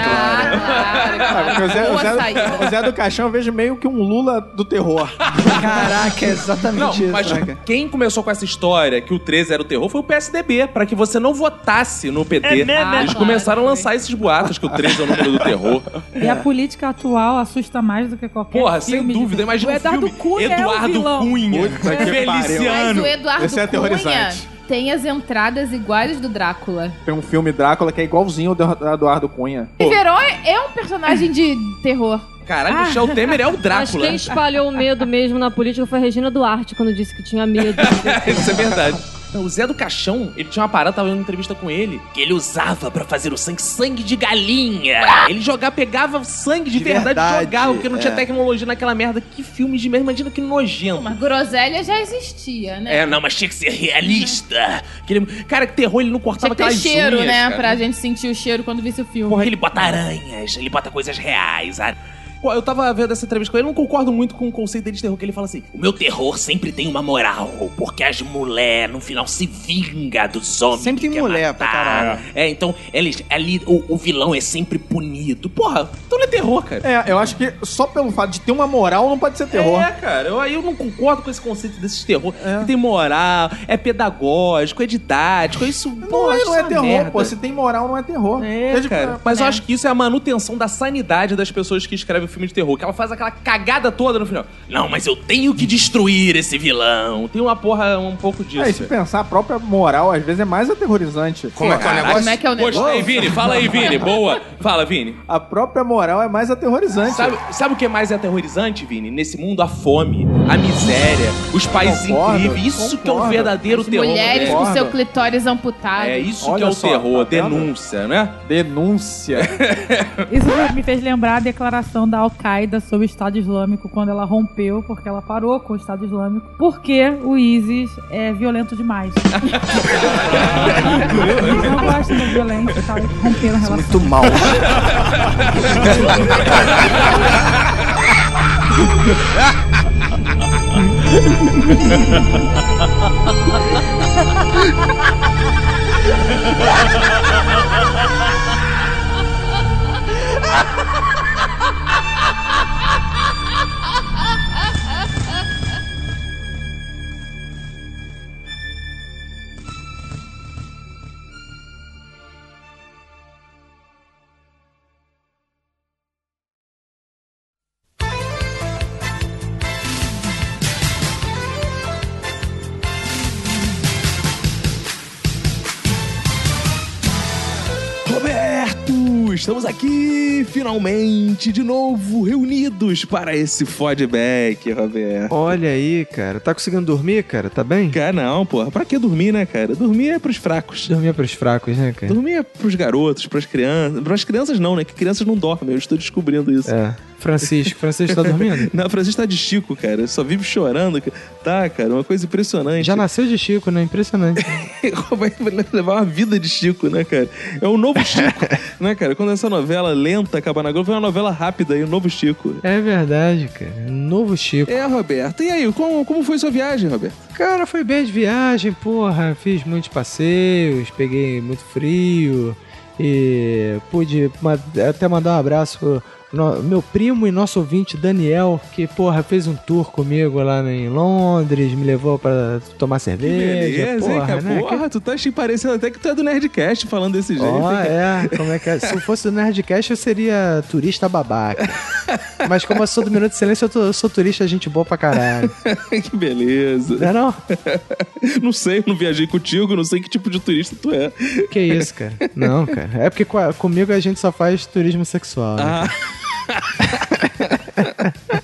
Speaker 5: Ah,
Speaker 3: claro.
Speaker 5: porque o Zé, o
Speaker 3: Boa
Speaker 5: Zé-
Speaker 3: saída.
Speaker 5: o Zé do Caixão eu vejo meio que um Lula do terror.
Speaker 2: Caraca, é exatamente
Speaker 1: Não,
Speaker 2: isso,
Speaker 1: mas
Speaker 2: né, cara?
Speaker 1: quem começou com essa história que o 13 era o terror foi o PSDB, pra que você não votasse no PT.
Speaker 3: né?
Speaker 1: Eles
Speaker 3: Ah,
Speaker 1: começaram a
Speaker 3: claro.
Speaker 1: lançar esses boatos que o 13 é o número do terror.
Speaker 7: E a política atual assusta mais do que qualquer
Speaker 1: Porra, sem
Speaker 7: filme de-
Speaker 1: dúvida, imagina
Speaker 7: O
Speaker 1: um
Speaker 7: Eduardo
Speaker 1: É filme
Speaker 7: Cunha é o
Speaker 1: Eduardo
Speaker 7: vilão.
Speaker 1: Cunha,
Speaker 5: Puta que
Speaker 3: Mas
Speaker 1: Feliciano.
Speaker 3: o Eduardo
Speaker 5: Esse é
Speaker 3: Cunha
Speaker 5: aterrorizante.
Speaker 3: tem as entradas iguais do Drácula.
Speaker 5: Tem um filme Drácula que é igualzinho ao do Eduardo Cunha.
Speaker 3: E Verón é um personagem de terror.
Speaker 1: Caralho, Michel Temer é o
Speaker 4: Mas
Speaker 1: Drácula.
Speaker 4: quem [LAUGHS] espalhou o medo mesmo na política foi a Regina Duarte, quando disse que tinha medo.
Speaker 1: [LAUGHS] Isso é verdade. Não, o Zé do Caixão, ele tinha uma parada, tava vendo uma entrevista com ele, que ele usava pra fazer o sangue, sangue de galinha. Ele jogava, pegava sangue de,
Speaker 11: De
Speaker 1: verdade,
Speaker 11: verdade,
Speaker 1: jogava, porque não tinha
Speaker 11: é.
Speaker 1: tecnologia naquela merda. Que filme de merda, imagina que nojento.
Speaker 3: Mas groselha já existia, né?
Speaker 1: É, não, mas tinha que ser realista. Aquele... Cara, que terror, ele não
Speaker 3: Tinha
Speaker 1: cortava
Speaker 3: que ter
Speaker 1: aquelas
Speaker 3: cheiro,
Speaker 1: unhas,
Speaker 3: né?
Speaker 1: cara.
Speaker 3: Pra gente sentir o cheiro quando visse o filme.
Speaker 1: Porra, ele bota aranhas, ele bota coisas reais. a- Pô, Eu tava vendo essa entrevista com ele, eu não concordo muito com o conceito dele de terror, que ele fala assim: O meu terror sempre tem uma moral, porque as mulheres no final se vinga dos homens.
Speaker 11: Sempre
Speaker 1: que
Speaker 11: tem
Speaker 1: quer
Speaker 11: mulher pra
Speaker 1: matar."
Speaker 11: caralho.
Speaker 1: É, então, eles, ali o, o vilão é sempre punido. Porra, então não é terror, cara.
Speaker 2: É, eu acho que só pelo fato de ter uma moral não pode ser terror.
Speaker 1: É, cara, eu, aí eu não concordo com esse conceito desses terror. Que tem moral, é pedagógico, é didático, é isso.
Speaker 2: Não,
Speaker 1: porra,
Speaker 2: é,
Speaker 1: isso
Speaker 2: não é terror,
Speaker 1: merda.
Speaker 2: pô. Se tem moral, não é né? terror.
Speaker 1: É,
Speaker 2: Seja-
Speaker 1: cara. Mas eu acho que isso é a manutenção da sanidade das pessoas que escrevem filme de terror. Que ela faz aquela cagada toda no final. Não, mas eu tenho que destruir esse vilão. Tem uma porra, um pouco disso.
Speaker 2: É, e se
Speaker 1: cara.
Speaker 2: pensar, a própria moral às vezes é mais aterrorizante.
Speaker 15: Como é que é o negócio?
Speaker 3: Como é que é o negócio?
Speaker 1: Gostei, Vini. Fala aí, Vini.
Speaker 2: [LAUGHS]
Speaker 1: Boa. Fala, Vini.
Speaker 2: A própria moral é mais aterrorizante.
Speaker 1: Sabe, sabe o que é mais aterrorizante, Vini? Nesse mundo, a fome, a miséria, os pais
Speaker 2: Concordo,
Speaker 1: incríveis. Isso que é o
Speaker 2: concordo.
Speaker 1: verdadeiro terror.
Speaker 3: Mulheres
Speaker 1: né?
Speaker 3: com
Speaker 2: Concordo.
Speaker 3: seu clitóris amputado.
Speaker 1: É isso que
Speaker 2: Olha
Speaker 1: é o
Speaker 2: só,
Speaker 1: terror,
Speaker 2: tá vendo?
Speaker 1: denúncia, né?
Speaker 2: Denúncia.
Speaker 7: Isso me fez lembrar a declaração da Al-Qaeda sobre o Estado Islâmico quando ela rompeu, porque ela parou com o Estado Islâmico, porque o ISIS é
Speaker 1: [LAUGHS]
Speaker 7: violento demais. Eu não gosto da violência, sabe? Romperam a relação.
Speaker 11: Muito mal.
Speaker 1: Roberto! Estamos aqui finalmente de novo reunidos para esse feedback, Roberto.
Speaker 11: Olha aí, cara. Tá conseguindo dormir, cara? Tá bem?
Speaker 1: Cara, não, porra. Pra que dormir, né, cara? Dormir é pros fracos.
Speaker 11: Dormia pros fracos, né, cara?
Speaker 1: Dormir é pros garotos, pras crianças. Pras crianças não, né? Que crianças não dormem. Eu estou descobrindo isso.
Speaker 11: É. Francisco, Francisco tá [LAUGHS] dormindo?
Speaker 1: Não, a Francisca tá de Chico, cara. Só vive chorando. cara. Tá, cara, uma coisa impressionante.
Speaker 11: Já nasceu de Chico, né? Impressionante.
Speaker 1: [LAUGHS] é Vai levar uma vida de Chico, né, cara? É o novo Chico, [LAUGHS] né, cara? Quando essa novela lenta acabar na Globo, é uma novela rápida aí, o novo Chico.
Speaker 11: É verdade, cara. Novo Chico.
Speaker 1: É, Roberto. E aí, como, como foi sua viagem, Roberto?
Speaker 11: Cara, foi bem de viagem, porra. Fiz muitos passeios, peguei muito frio e pude ma- até mandar um abraço pro no- meu primo e nosso ouvinte Daniel, que, porra, fez um tour comigo lá em Londres, me levou pra tomar cerveja. porra, né? Que-
Speaker 1: Porra, tu tá te parecendo até que tu é do Nerdcast falando desse jeito.
Speaker 11: Ó,
Speaker 1: hein, cara?
Speaker 11: é, como é que é? Se eu fosse do Nerdcast, eu seria turista babaca. Mas como eu sou do Minuto de Silêncio, eu, tô- eu sou turista gente boa pra caralho.
Speaker 1: [LAUGHS] que beleza.
Speaker 11: Não [LAUGHS] é não?
Speaker 1: Não sei, eu não viajei contigo, não sei que tipo de turista tu é.
Speaker 11: Que isso, cara? Não, cara. É porque com a- comigo a gente só faz turismo sexual. né,
Speaker 1: Ah.
Speaker 11: cara?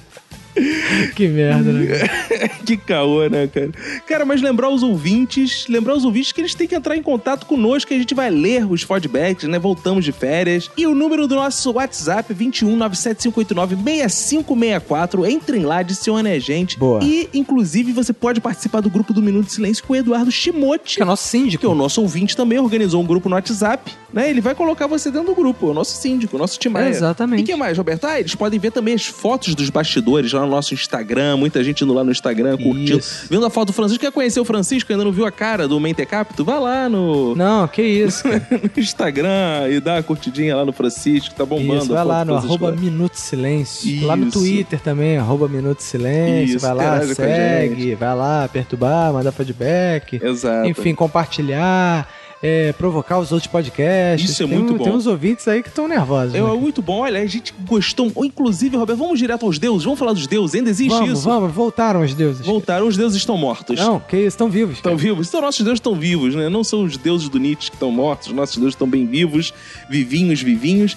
Speaker 11: Que merda, né? cara?
Speaker 1: [LAUGHS] que caô, né, cara? Cara, mas lembrar os ouvintes, lembrar os ouvintes que eles têm que entrar em contato conosco, que a gente vai ler os feedbacks, né? Voltamos de férias. E o número do nosso WhatsApp, 21 97589 6564. Entrem lá, adicione a gente.
Speaker 11: Boa.
Speaker 1: E, inclusive, você pode participar do grupo do Minuto de Silêncio com o Eduardo Shimote.
Speaker 11: Que é o nosso
Speaker 1: Que é
Speaker 11: síndico.
Speaker 1: o nosso ouvinte também organizou um grupo no WhatsApp, né? Ele vai colocar você dentro do grupo, o nosso síndico, o nosso timaia. E
Speaker 11: Exatamente.
Speaker 1: que mais, Roberto? Ah, eles podem ver também as fotos dos bastidores lá no nosso Instagram, muita gente indo lá no Instagram curtindo.
Speaker 11: Isso.
Speaker 1: Vendo a foto do Francisco, quer conhecer o Francisco, ainda não viu a cara do Mentecapto? Vai lá no,
Speaker 11: Não, que isso, cara.
Speaker 1: no Instagram e dá uma curtidinha lá no Francisco, tá bombando.
Speaker 11: Isso, vai
Speaker 1: a foto
Speaker 11: lá
Speaker 1: do
Speaker 11: no
Speaker 1: Francisco.
Speaker 11: arroba Minuto Silêncio. Lá no
Speaker 1: Isso.
Speaker 11: Twitter também, arroba Minuto Silêncio.
Speaker 1: Isso,
Speaker 11: vai lá,
Speaker 1: interage com a
Speaker 11: segue, vai lá, perturbar, mandar feedback.
Speaker 1: Exato.
Speaker 11: Enfim, compartilhar, é, provocar os outros podcasts.
Speaker 1: Isso é
Speaker 11: Tem
Speaker 1: muito
Speaker 11: um-
Speaker 1: bom.
Speaker 11: Tem uns ouvintes aí que estão nervosos.
Speaker 1: É
Speaker 11: né?
Speaker 1: muito bom, olha, a gente gostou. Ou, Inclusive, Roberto, vamos direto aos deuses, vamos falar dos deuses, ainda existe
Speaker 11: vamos,
Speaker 1: isso.
Speaker 11: vamos, voltaram os deuses.
Speaker 1: Voltaram, os deuses estão mortos.
Speaker 11: Não, que isso, estão vivos.
Speaker 1: Estão vivos? Então, nossos deuses estão vivos, né? Não são os deuses do Nietzsche que estão mortos, nossos deuses estão bem vivos, vivinhos, vivinhos.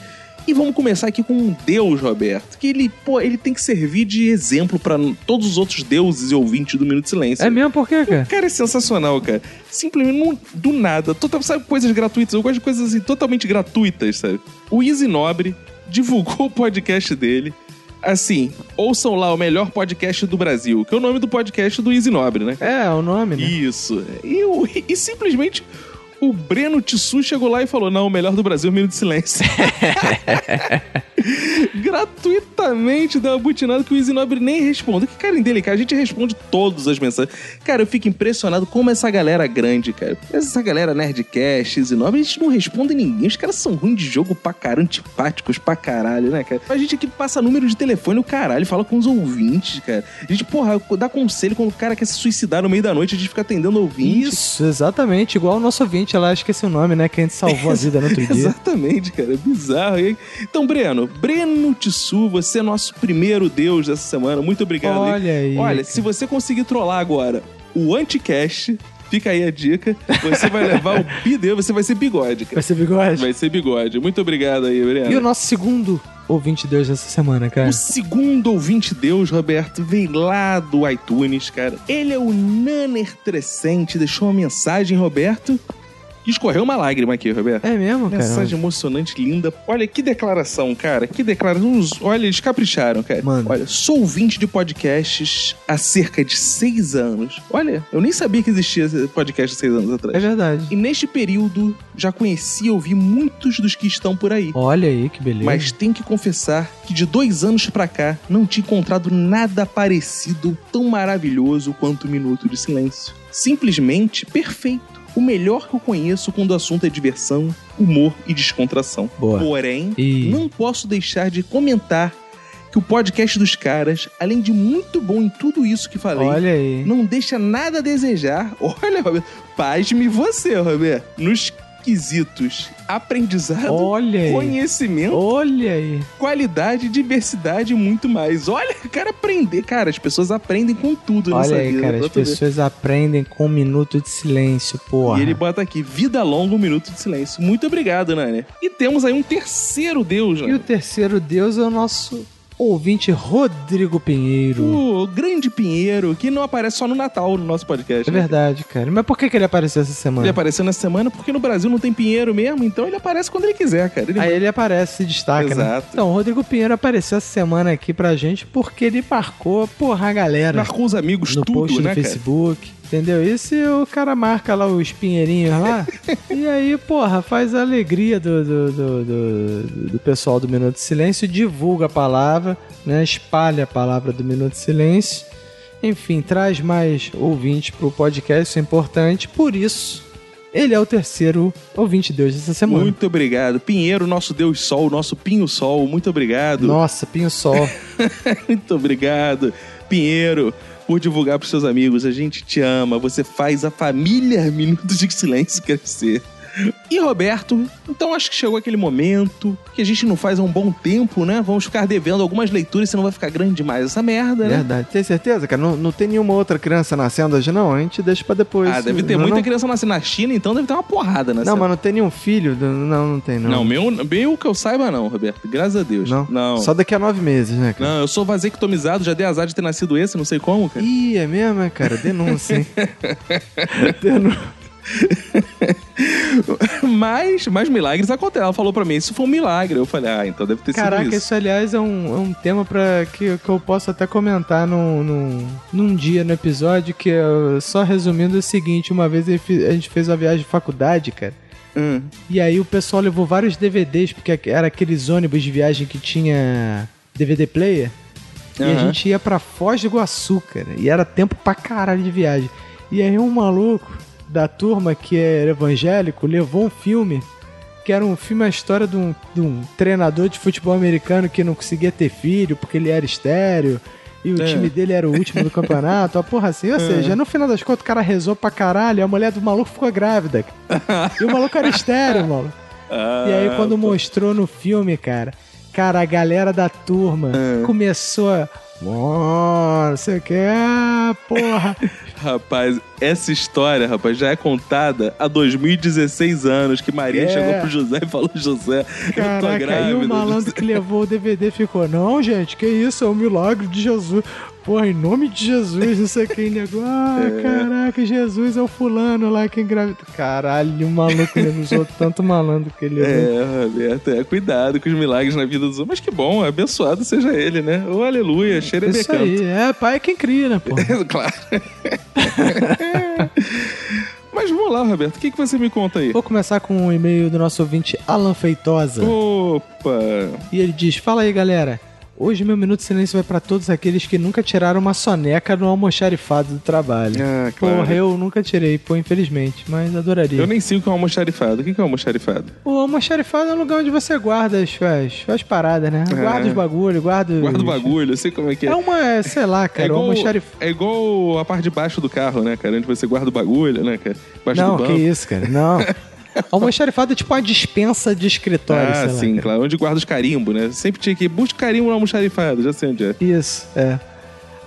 Speaker 1: E vamos começar aqui com um deus, Roberto, que ele, pô, ele tem que servir de exemplo pra todos os outros deuses e ouvintes do Minuto de Silêncio.
Speaker 11: É mesmo? Por quê, cara?
Speaker 1: Cara, é sensacional, cara. Simplesmente não- do nada. Total, sabe coisas gratuitas? Eu gosto de coisas assim, totalmente gratuitas, sabe? O Easy Nobre divulgou o podcast dele. Assim, ouçam lá o melhor podcast do Brasil, que é o nome do podcast do Easy Nobre, né?
Speaker 11: É, o nome, né?
Speaker 1: Isso. E, o- e simplesmente o Breno Tissu chegou lá e falou: Não, o melhor do Brasil é o Minuto
Speaker 11: [LAUGHS]
Speaker 1: de Silêncio. Gratuitamente deu uma butinada que o Easy Nobre nem respondeu. Que cara indelicado. A gente responde todas as mensagens. Cara, eu fico impressionado como essa galera grande, cara. Essa galera Nerdcast, Easy Nobre, eles não respondem ninguém. Os caras são ruins de jogo pra caralho, antipáticos pra caralho, né, cara? A gente aqui passa número de telefone o caralho, fala com os ouvintes, cara. A gente, porra, dá conselho quando o cara quer se suicidar no meio da noite, a gente fica atendendo ouvintes.
Speaker 11: Isso, exatamente. Igual o nosso ouvinte, ela esqueci o nome, né? Que a gente salvou a vida no outro
Speaker 1: [LAUGHS]
Speaker 11: dia.
Speaker 1: [LAUGHS] Exatamente, cara. É bizarro. E aí- Então, Breno, Breno Tissu, você é nosso primeiro deus dessa semana. Muito obrigado. hein?
Speaker 11: Olha aí.
Speaker 1: Olha, se você conseguir trollar agora o anticast, fica aí a dica. Você vai levar o bideu, você vai ser bigode, cara.
Speaker 11: Vai ser bigode.
Speaker 1: Vai ser bigode. Muito obrigado aí,
Speaker 11: E o
Speaker 1: Breno.
Speaker 11: nosso segundo ouvinte de Deus dessa semana, cara?
Speaker 1: O segundo ouvinte deus, Roberto, vem lá do iTunes, cara. Ele é o Nanner Trescente, deixou uma mensagem, Roberto, e escorreu uma lágrima aqui, Roberto.
Speaker 11: É mesmo, cara?
Speaker 1: Mensagem emocionante, linda. Olha que declaração, cara. Que declaração. Uns- Olha, eles capricharam, cara.
Speaker 11: Manda.
Speaker 1: Olha, sou ouvinte de podcasts há cerca de seis anos. Olha, eu nem sabia que existia esse podcast há seis anos
Speaker 11: É
Speaker 1: atrás.
Speaker 11: verdade.
Speaker 1: E neste período, já conheci e ouvi muitos dos que estão por aí.
Speaker 11: Olha aí, que beleza.
Speaker 1: Mas tenho que confessar que de dois anos pra cá não tinha encontrado nada parecido tão maravilhoso quanto o Minuto de Silêncio. Simplesmente perfeito. O melhor que eu conheço quando o assunto é diversão, humor e descontração.
Speaker 11: Boa.
Speaker 1: Porém,
Speaker 11: E-
Speaker 1: não posso deixar de comentar que o podcast dos caras, além de muito bom em tudo isso que falei,
Speaker 11: Olha aí.
Speaker 1: não deixa nada a desejar. [LAUGHS] Olha, Roberto, pasme você, Roberto. Nos quesitos aprendizado,
Speaker 11: Olha aí.
Speaker 1: conhecimento
Speaker 11: Olha aí.
Speaker 1: qualidade, diversidade e muito mais. Olha, cara, aprender. Cara, as pessoas aprendem com tudo nessa
Speaker 11: Olha aí,
Speaker 1: vida.
Speaker 11: cara. As
Speaker 1: pra tu ver.
Speaker 11: pessoas aprendem com um minuto de silêncio, porra.
Speaker 1: E ele bota aqui, vida longa, um minuto de silêncio. Muito obrigado, Nani. E temos aí um terceiro deus,
Speaker 11: E
Speaker 1: né?
Speaker 11: o terceiro deus é o nosso ouvinte Rodrigo Pinheiro.
Speaker 1: O grande Pinheiro, que não aparece só no Natal no nosso podcast.
Speaker 11: É
Speaker 1: né?
Speaker 11: verdade, cara. Mas por que, que ele apareceu essa semana?
Speaker 1: Ele apareceu na semana porque no Brasil não tem Pinheiro mesmo, então ele aparece quando ele quiser, cara. Ele
Speaker 11: Aí ele aparece, se destaca, né?
Speaker 1: Exato.
Speaker 11: Então, o Rodrigo Pinheiro apareceu essa semana aqui pra gente porque ele marcou, porra, a galera.
Speaker 1: marcou os amigos
Speaker 11: no
Speaker 1: tudo,
Speaker 11: post no
Speaker 1: né, cara?
Speaker 11: Facebook. Entendeu? E se o cara marca lá os pinheirinhos lá,
Speaker 2: [LAUGHS]
Speaker 11: e aí, porra, faz a alegria do, do, do, do- do pessoal do Minuto de Silêncio, divulga a palavra, né? Espalha a palavra do Minuto de Silêncio. Enfim, traz mais ouvintes pro podcast, isso é importante. Por isso, ele é o terceiro ouvinte de Deus dessa semana.
Speaker 1: Muito obrigado. Pinheiro, nosso Deus Sol, nosso Pinho Sol, muito obrigado.
Speaker 11: Nossa, Pinho Sol.
Speaker 1: Muito obrigado, Pinheiro, por divulgar pros seus amigos. A gente te ama. Você faz a família [LAUGHS] Minutos de Silêncio crescer. E Roberto, então acho que chegou aquele momento que a gente não faz há um bom tempo, né? Vamos ficar devendo algumas leituras, senão vai ficar grande demais essa merda, né?
Speaker 2: [LAUGHS] Verdade. Tem certeza, cara? Não, não tem nenhuma outra criança nascendo hoje, não? A gente deixa pra depois.
Speaker 1: Ah, deve ter
Speaker 2: Não,
Speaker 1: muita
Speaker 2: não.
Speaker 1: criança nascendo na China, então deve ter uma porrada nessa.
Speaker 2: Não, mas não tem nenhum filho? Não, não tem, não.
Speaker 1: Não, meu, meu que eu saiba não, Roberto. Graças a Deus.
Speaker 2: Não?
Speaker 1: Não,
Speaker 2: Só daqui a nove meses, né, cara?
Speaker 1: Não, eu sou vasectomizado, já dei azar de ter nascido esse, não sei como, cara.
Speaker 2: Ih, é mesmo, é, cara? Denúncia,
Speaker 1: [LAUGHS]
Speaker 2: hein? Denúncia.
Speaker 1: [LAUGHS] Mas, mas milagres acontecem. Ela falou pra mim, isso foi um milagre. Eu falei, ah, então deve ter
Speaker 11: Caraca,
Speaker 1: sido
Speaker 11: isso.
Speaker 1: isso.
Speaker 11: aliás é um, é um tema para que, que eu posso até comentar num, num, num dia no episódio, que é, só resumindo é o seguinte, uma vez eu fi- a gente fez uma viagem de faculdade, cara,
Speaker 1: Hum.
Speaker 11: e aí o pessoal levou vários DVDs, porque era aqueles ônibus de viagem que tinha DVD player, e a
Speaker 1: Aham.
Speaker 11: gente ia pra Foz do Iguaçu, cara, e era tempo pra caralho de viagem. E aí um maluco da turma que era evangélico levou um filme que era um filme a história de um, de um treinador de futebol americano que não conseguia ter filho porque ele era estéreo e o
Speaker 1: É.
Speaker 11: time dele era o último
Speaker 1: [LAUGHS]
Speaker 11: do campeonato, a porra assim. Ou seja, no final das contas o cara rezou pra caralho, a mulher do maluco ficou grávida. E o maluco era estéreo, mano. E aí
Speaker 1: Ah,
Speaker 11: quando mostrou no filme, cara, cara, a galera da
Speaker 1: Ah. [LAUGHS]
Speaker 11: turma começou a. "Mó, Não sei o que, porra.
Speaker 1: Rapaz, essa história, rapaz, já é contada há 2016 anos que Maria
Speaker 11: É.
Speaker 1: chegou pro José e falou: José, eu tô
Speaker 11: Caraca, e
Speaker 1: grávida.
Speaker 11: o malandro que levou o DVD ficou, não, gente, que isso, é um milagre de Jesus. Porra, em nome de Jesus, isso aqui,
Speaker 1: [LAUGHS]
Speaker 11: nego. Ah, caraca, Jesus é o fulano lá que engravidou. Caralho, o maluco ele usou tanto malandro que ele levou.
Speaker 1: É, Roberto, é, cuidado com os milagres na vida dos homens. Mas que bom, abençoado seja ele, né? Ô, aleluia,
Speaker 11: Isso
Speaker 1: xerebecanto.
Speaker 11: aí, é, pai é quem cria, né, pô?
Speaker 1: [LAUGHS] claro. [LAUGHS] Mas vamos lá, Roberto, o que, que você me conta aí?
Speaker 11: Vou começar com um e-mail do nosso ouvinte Alan Feitosa.
Speaker 1: Uhum. Opa!
Speaker 11: E ele diz: Fala aí, galera. Hoje meu minuto de silêncio vai pra todos aqueles que nunca tiraram uma soneca no almoxarifado do trabalho.
Speaker 1: Ah,
Speaker 11: Porra, eu nunca tirei, pô, infelizmente, mas adoraria.
Speaker 1: Eu nem sei o que é um almoxarifado. O que que é um almoxarifado?
Speaker 11: O almoxarifado é um lugar onde você guarda as, as, as paradas, né? Guarda os bagulhos, guarda. os-
Speaker 1: É. Guarda o bagulho, eu sei como é que é.
Speaker 11: É uma, é, sei lá, cara,
Speaker 1: É
Speaker 11: o
Speaker 1: igual,
Speaker 11: almoxarifado.
Speaker 1: é igual a parte de baixo do carro, né, cara? Onde você guarda o bagulho, né, cara? Baixo
Speaker 11: Não,
Speaker 1: do
Speaker 11: que
Speaker 1: banco.
Speaker 11: isso, cara,
Speaker 1: [LAUGHS]
Speaker 11: não. almoxarifado é tipo uma dispensa de escritório,
Speaker 1: Ah,
Speaker 11: sei lá.
Speaker 1: sim,
Speaker 11: cara.
Speaker 1: claro. Onde guarda os carimbos, né? Sempre tinha que ir. Busca o carimbo no almoxarifado, já sei onde é.
Speaker 11: Isso, é.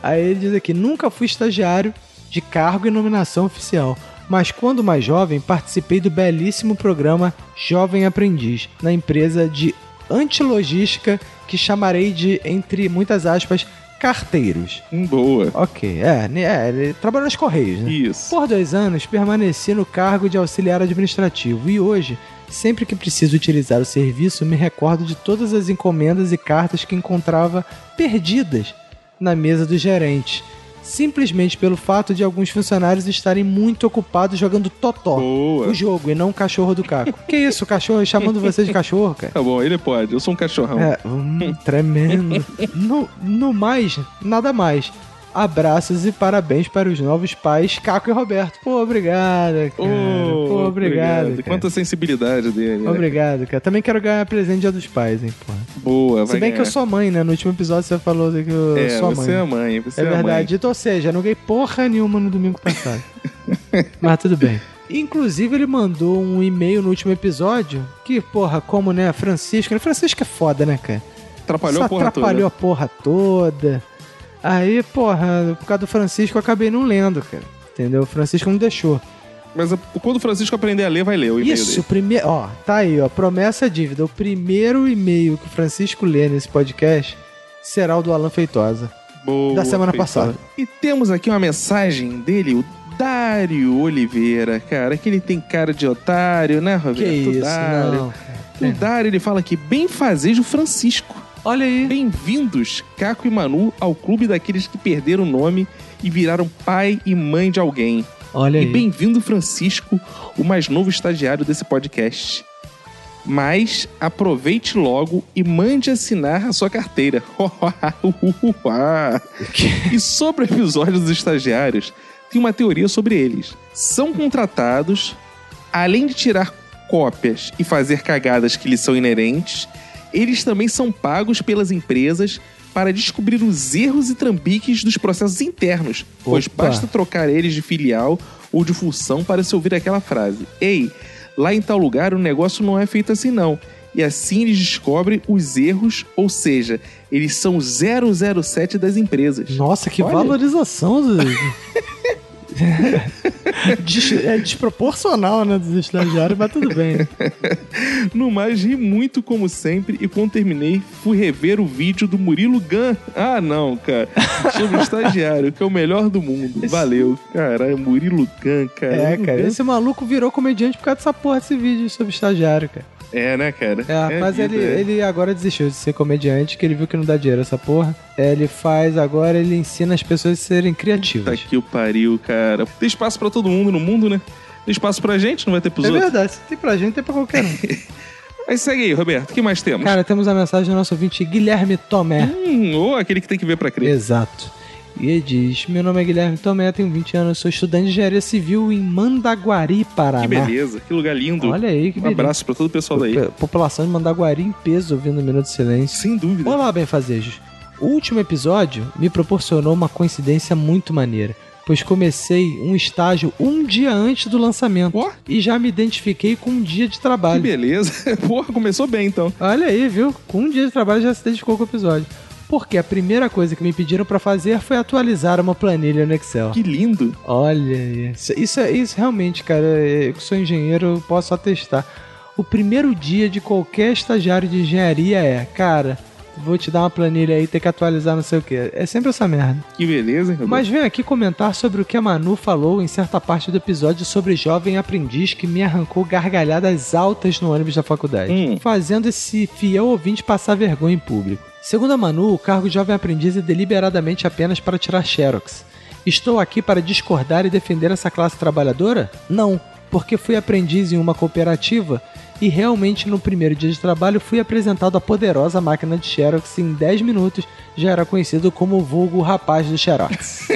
Speaker 11: Aí ele diz aqui: nunca fui estagiário de cargo e nominação oficial, mas quando mais jovem, participei do belíssimo programa Jovem Aprendiz, na empresa de antilogística que chamarei de, entre muitas aspas, carteiros.
Speaker 1: Hum, boa.
Speaker 11: Ok, é, né, é ele trabalha nos Correios, né?
Speaker 1: Isso.
Speaker 11: Por dois anos, permaneci no cargo de auxiliar administrativo e hoje, sempre que preciso utilizar o serviço, me recordo de todas as encomendas e cartas que encontrava perdidas na mesa do gerente, simplesmente pelo fato de alguns funcionários estarem muito ocupados jogando totó.
Speaker 1: Boa.
Speaker 11: O jogo e não o cachorro do caco. que isso, cachorro? Chamando você de cachorro, cara?
Speaker 1: Tá bom, ele pode. Eu sou um cachorrão.
Speaker 11: É,
Speaker 1: [LAUGHS]
Speaker 11: hum, tremendo. No, no mais, nada mais. Abraços e parabéns para os novos pais, Caco e Roberto. Pô, obrigado, cara.
Speaker 1: Ô,
Speaker 11: Pô, obrigado. cara.
Speaker 1: Quanta sensibilidade dele. né?
Speaker 11: Obrigado, cara. Também quero ganhar presente dia dos pais, hein, porra.
Speaker 1: Boa, vai
Speaker 11: Se bem que eu
Speaker 1: ganhar.
Speaker 11: sou mãe, né? No último episódio você falou que eu
Speaker 1: É,
Speaker 11: sou a mãe.
Speaker 1: você é mãe, você
Speaker 11: É
Speaker 1: é, mãe.
Speaker 11: verdade. Então, ou seja, eu não ganhei porra nenhuma no domingo
Speaker 1: [LAUGHS]
Speaker 11: passado. Mas tudo bem. Inclusive, ele mandou um e-mail no último episódio que, porra, como, né, Francisco... Francisco é foda, né, cara?
Speaker 1: Atrapalhou
Speaker 11: Só
Speaker 1: a porra
Speaker 11: atrapalhou a porra toda. Aí, porra, por causa do Francisco eu acabei não lendo, cara. Entendeu? O Francisco não deixou.
Speaker 1: toda. Mas a- quando o Francisco aprender a ler, vai ler o e-mail
Speaker 11: Isso,
Speaker 1: dele.
Speaker 11: o primeiro. Ó, tá aí, ó. Promessa é dívida. O primeiro e-mail que o Francisco lê nesse podcast será o do Alan Feitosa.
Speaker 1: Boa,
Speaker 11: Da semana
Speaker 1: Feitosa.
Speaker 11: passada.
Speaker 1: E temos aqui uma mensagem dele, o Dário Oliveira, cara, que ele tem cara de otário, né, Roberto?
Speaker 11: Que isso,
Speaker 1: Dário.
Speaker 11: não. é.
Speaker 1: O Dário, ele fala aqui, bem fazejo Francisco.
Speaker 11: Olha aí.
Speaker 1: Bem-vindos, Caco e Manu, ao clube daqueles que perderam o nome e viraram pai e mãe de alguém.
Speaker 11: Olha
Speaker 1: E
Speaker 11: aí.
Speaker 1: bem-vindo, Francisco, o mais novo estagiário desse podcast. Mas aproveite logo e mande assinar a sua carteira. [LAUGHS] e sobre o episódio dos estagiários, tem uma teoria sobre eles. São contratados, além de tirar cópias e fazer cagadas que lhes são inerentes, eles também são pagos pelas empresas para descobrir os erros e trambiques dos processos internos, pois
Speaker 11: Opa.
Speaker 1: basta trocar eles de filial ou de função para se ouvir aquela frase: Ei, lá em tal lugar o negócio não é feito assim não. E assim eles descobrem os erros, ou seja, eles são 007 das empresas.
Speaker 11: Nossa, que
Speaker 1: Olha.
Speaker 11: valorização
Speaker 1: [LAUGHS]
Speaker 11: do. [LAUGHS] Des- É desproporcional, né, dos estagiários, mas tudo bem. né?
Speaker 1: No mais, ri muito como sempre e quando terminei, fui rever o vídeo do Murilo Gun. Ah, não, cara. Sobre o estagiário, que é o melhor do mundo. Valeu. Caralho, Murilo Gun, cara.
Speaker 11: É, cara, esse maluco virou comediante por causa dessa porra desse vídeo sobre estagiário, cara.
Speaker 1: É, né, cara?
Speaker 11: É, mas
Speaker 1: vida,
Speaker 11: ele,
Speaker 1: é.
Speaker 11: ele agora desistiu de ser comediante, que ele viu que não dá dinheiro essa porra. É, Ele faz agora, ele ensina as pessoas a serem
Speaker 1: Tá
Speaker 11: criativas.
Speaker 1: aqui o pariu, cara. Tem espaço pra todo mundo no mundo, né? Tem espaço pra gente, não vai ter pros
Speaker 11: É
Speaker 1: outros.
Speaker 11: verdade, se tem pra gente, tem pra qualquer
Speaker 1: [LAUGHS]
Speaker 11: um.
Speaker 1: Mas segue aí, Roberto. O que mais temos?
Speaker 11: Cara, temos a mensagem do nosso ouvinte Guilherme Tomé.
Speaker 1: Hum, ou aquele que tem que ver pra crer.
Speaker 11: Exato. E ele diz: Meu nome é Guilherme Tomé, tenho 20 anos, sou estudante de engenharia civil em Mandaguari, Paraná.
Speaker 1: Que beleza, que lugar lindo.
Speaker 11: Olha aí, que
Speaker 1: um
Speaker 11: beleza.
Speaker 1: abraço pra todo o pessoal daí.
Speaker 11: P- População de Mandaguari em peso ouvindo o Minuto de Silêncio.
Speaker 1: Sem dúvida.
Speaker 11: Olá, benfazejos. O último episódio me proporcionou uma coincidência muito maneira, pois comecei um estágio um dia antes do lançamento
Speaker 1: Ó.
Speaker 11: e já me identifiquei com um dia de
Speaker 1: Que
Speaker 11: trabalho.
Speaker 1: beleza. [LAUGHS] Porra, começou bem então.
Speaker 11: Olha aí, viu? Com um dia de trabalho já se identificou com o episódio. Porque a primeira coisa que me pediram pra fazer foi atualizar uma planilha no Excel.
Speaker 1: Que lindo.
Speaker 11: Olha, isso, isso, é- isso realmente, cara, é, eu que sou engenheiro, eu posso atestar. O primeiro dia de qualquer estagiário de engenharia é, cara, vou te dar uma planilha aí, tem que atualizar não sei o quê. É sempre essa merda.
Speaker 1: Que beleza, hein, Roberto?
Speaker 11: Mas vem aqui comentar sobre o que a Manu falou em certa parte do episódio sobre jovem aprendiz que me arrancou gargalhadas altas no ônibus da faculdade,
Speaker 1: Hum.
Speaker 11: fazendo esse fiel ouvinte passar vergonha em público. Segundo a Manu, o cargo de jovem aprendiz é deliberadamente apenas para tirar xerox. Estou aqui para discordar e defender essa classe trabalhadora? Não, porque fui aprendiz em uma cooperativa e realmente no primeiro dia de trabalho fui apresentado à poderosa máquina de xerox e em 10 minutos já era conhecido como o vulgo rapaz do xerox.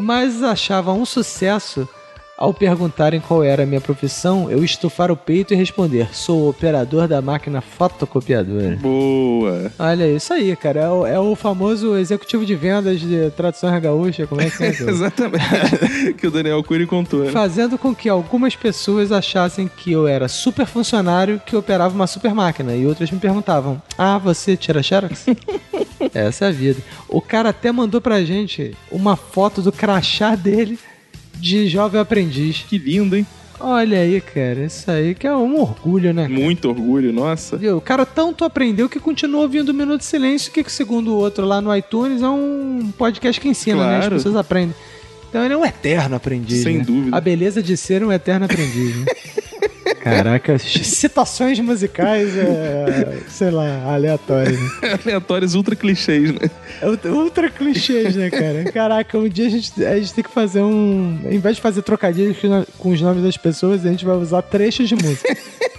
Speaker 11: Mas achava um sucesso ao perguntarem qual era a minha profissão, eu estufar o peito e responder: sou operador da máquina fotocopiadora.
Speaker 1: Boa.
Speaker 11: Olha isso aí, cara. É o, é o famoso executivo de vendas de tradições gaúcha, como é que é? Deus?
Speaker 1: [LAUGHS] Exatamente. [LAUGHS] que o Daniel Cury contou, né?
Speaker 11: Fazendo com que algumas pessoas achassem que eu era super funcionário que operava uma super máquina. E outras me perguntavam: Ah, você tira Xerox? Essa é a vida. O cara até mandou pra gente uma foto do crachá dele de jovem aprendiz.
Speaker 1: Que lindo, hein?
Speaker 11: Olha aí, cara. Isso aí que é um orgulho, né? cara?
Speaker 1: Muito orgulho, nossa.
Speaker 11: Viu? O cara tanto aprendeu que continua ouvindo o Minuto de Silêncio, que segundo o outro lá no iTunes é um podcast que ensina, né? As
Speaker 1: Claro.
Speaker 11: pessoas aprendem. Então ele é um eterno aprendiz.
Speaker 1: Sem
Speaker 11: né?
Speaker 1: dúvida.
Speaker 11: A beleza de ser um eterno aprendiz,
Speaker 1: [LAUGHS]
Speaker 11: né? Caraca, citações musicais, é, sei lá, aleatórias. né?
Speaker 1: [LAUGHS] Aleatórios ultra clichês, né?
Speaker 11: É ult- Ultra clichês, né, cara? [LAUGHS] Caraca, um dia a gente, a gente tem que fazer um. Em vez de fazer trocadilhos com- com os nomes das pessoas, a gente vai usar trechos de música. [LAUGHS]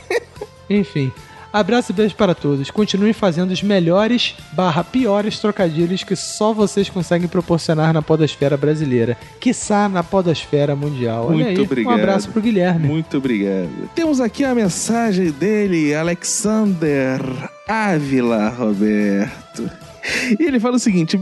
Speaker 11: Enfim. Abraço e beijo para todos. Continuem fazendo os melhores barra piores trocadilhos que só vocês conseguem proporcionar na podosfera brasileira. Quiçá na podosfera mundial. Olha
Speaker 1: Muito
Speaker 11: aí,
Speaker 1: obrigado.
Speaker 11: Um abraço pro Guilherme.
Speaker 1: Muito obrigado. Temos aqui a mensagem dele, Alexander Ávila Roberto. E ele fala o seguinte: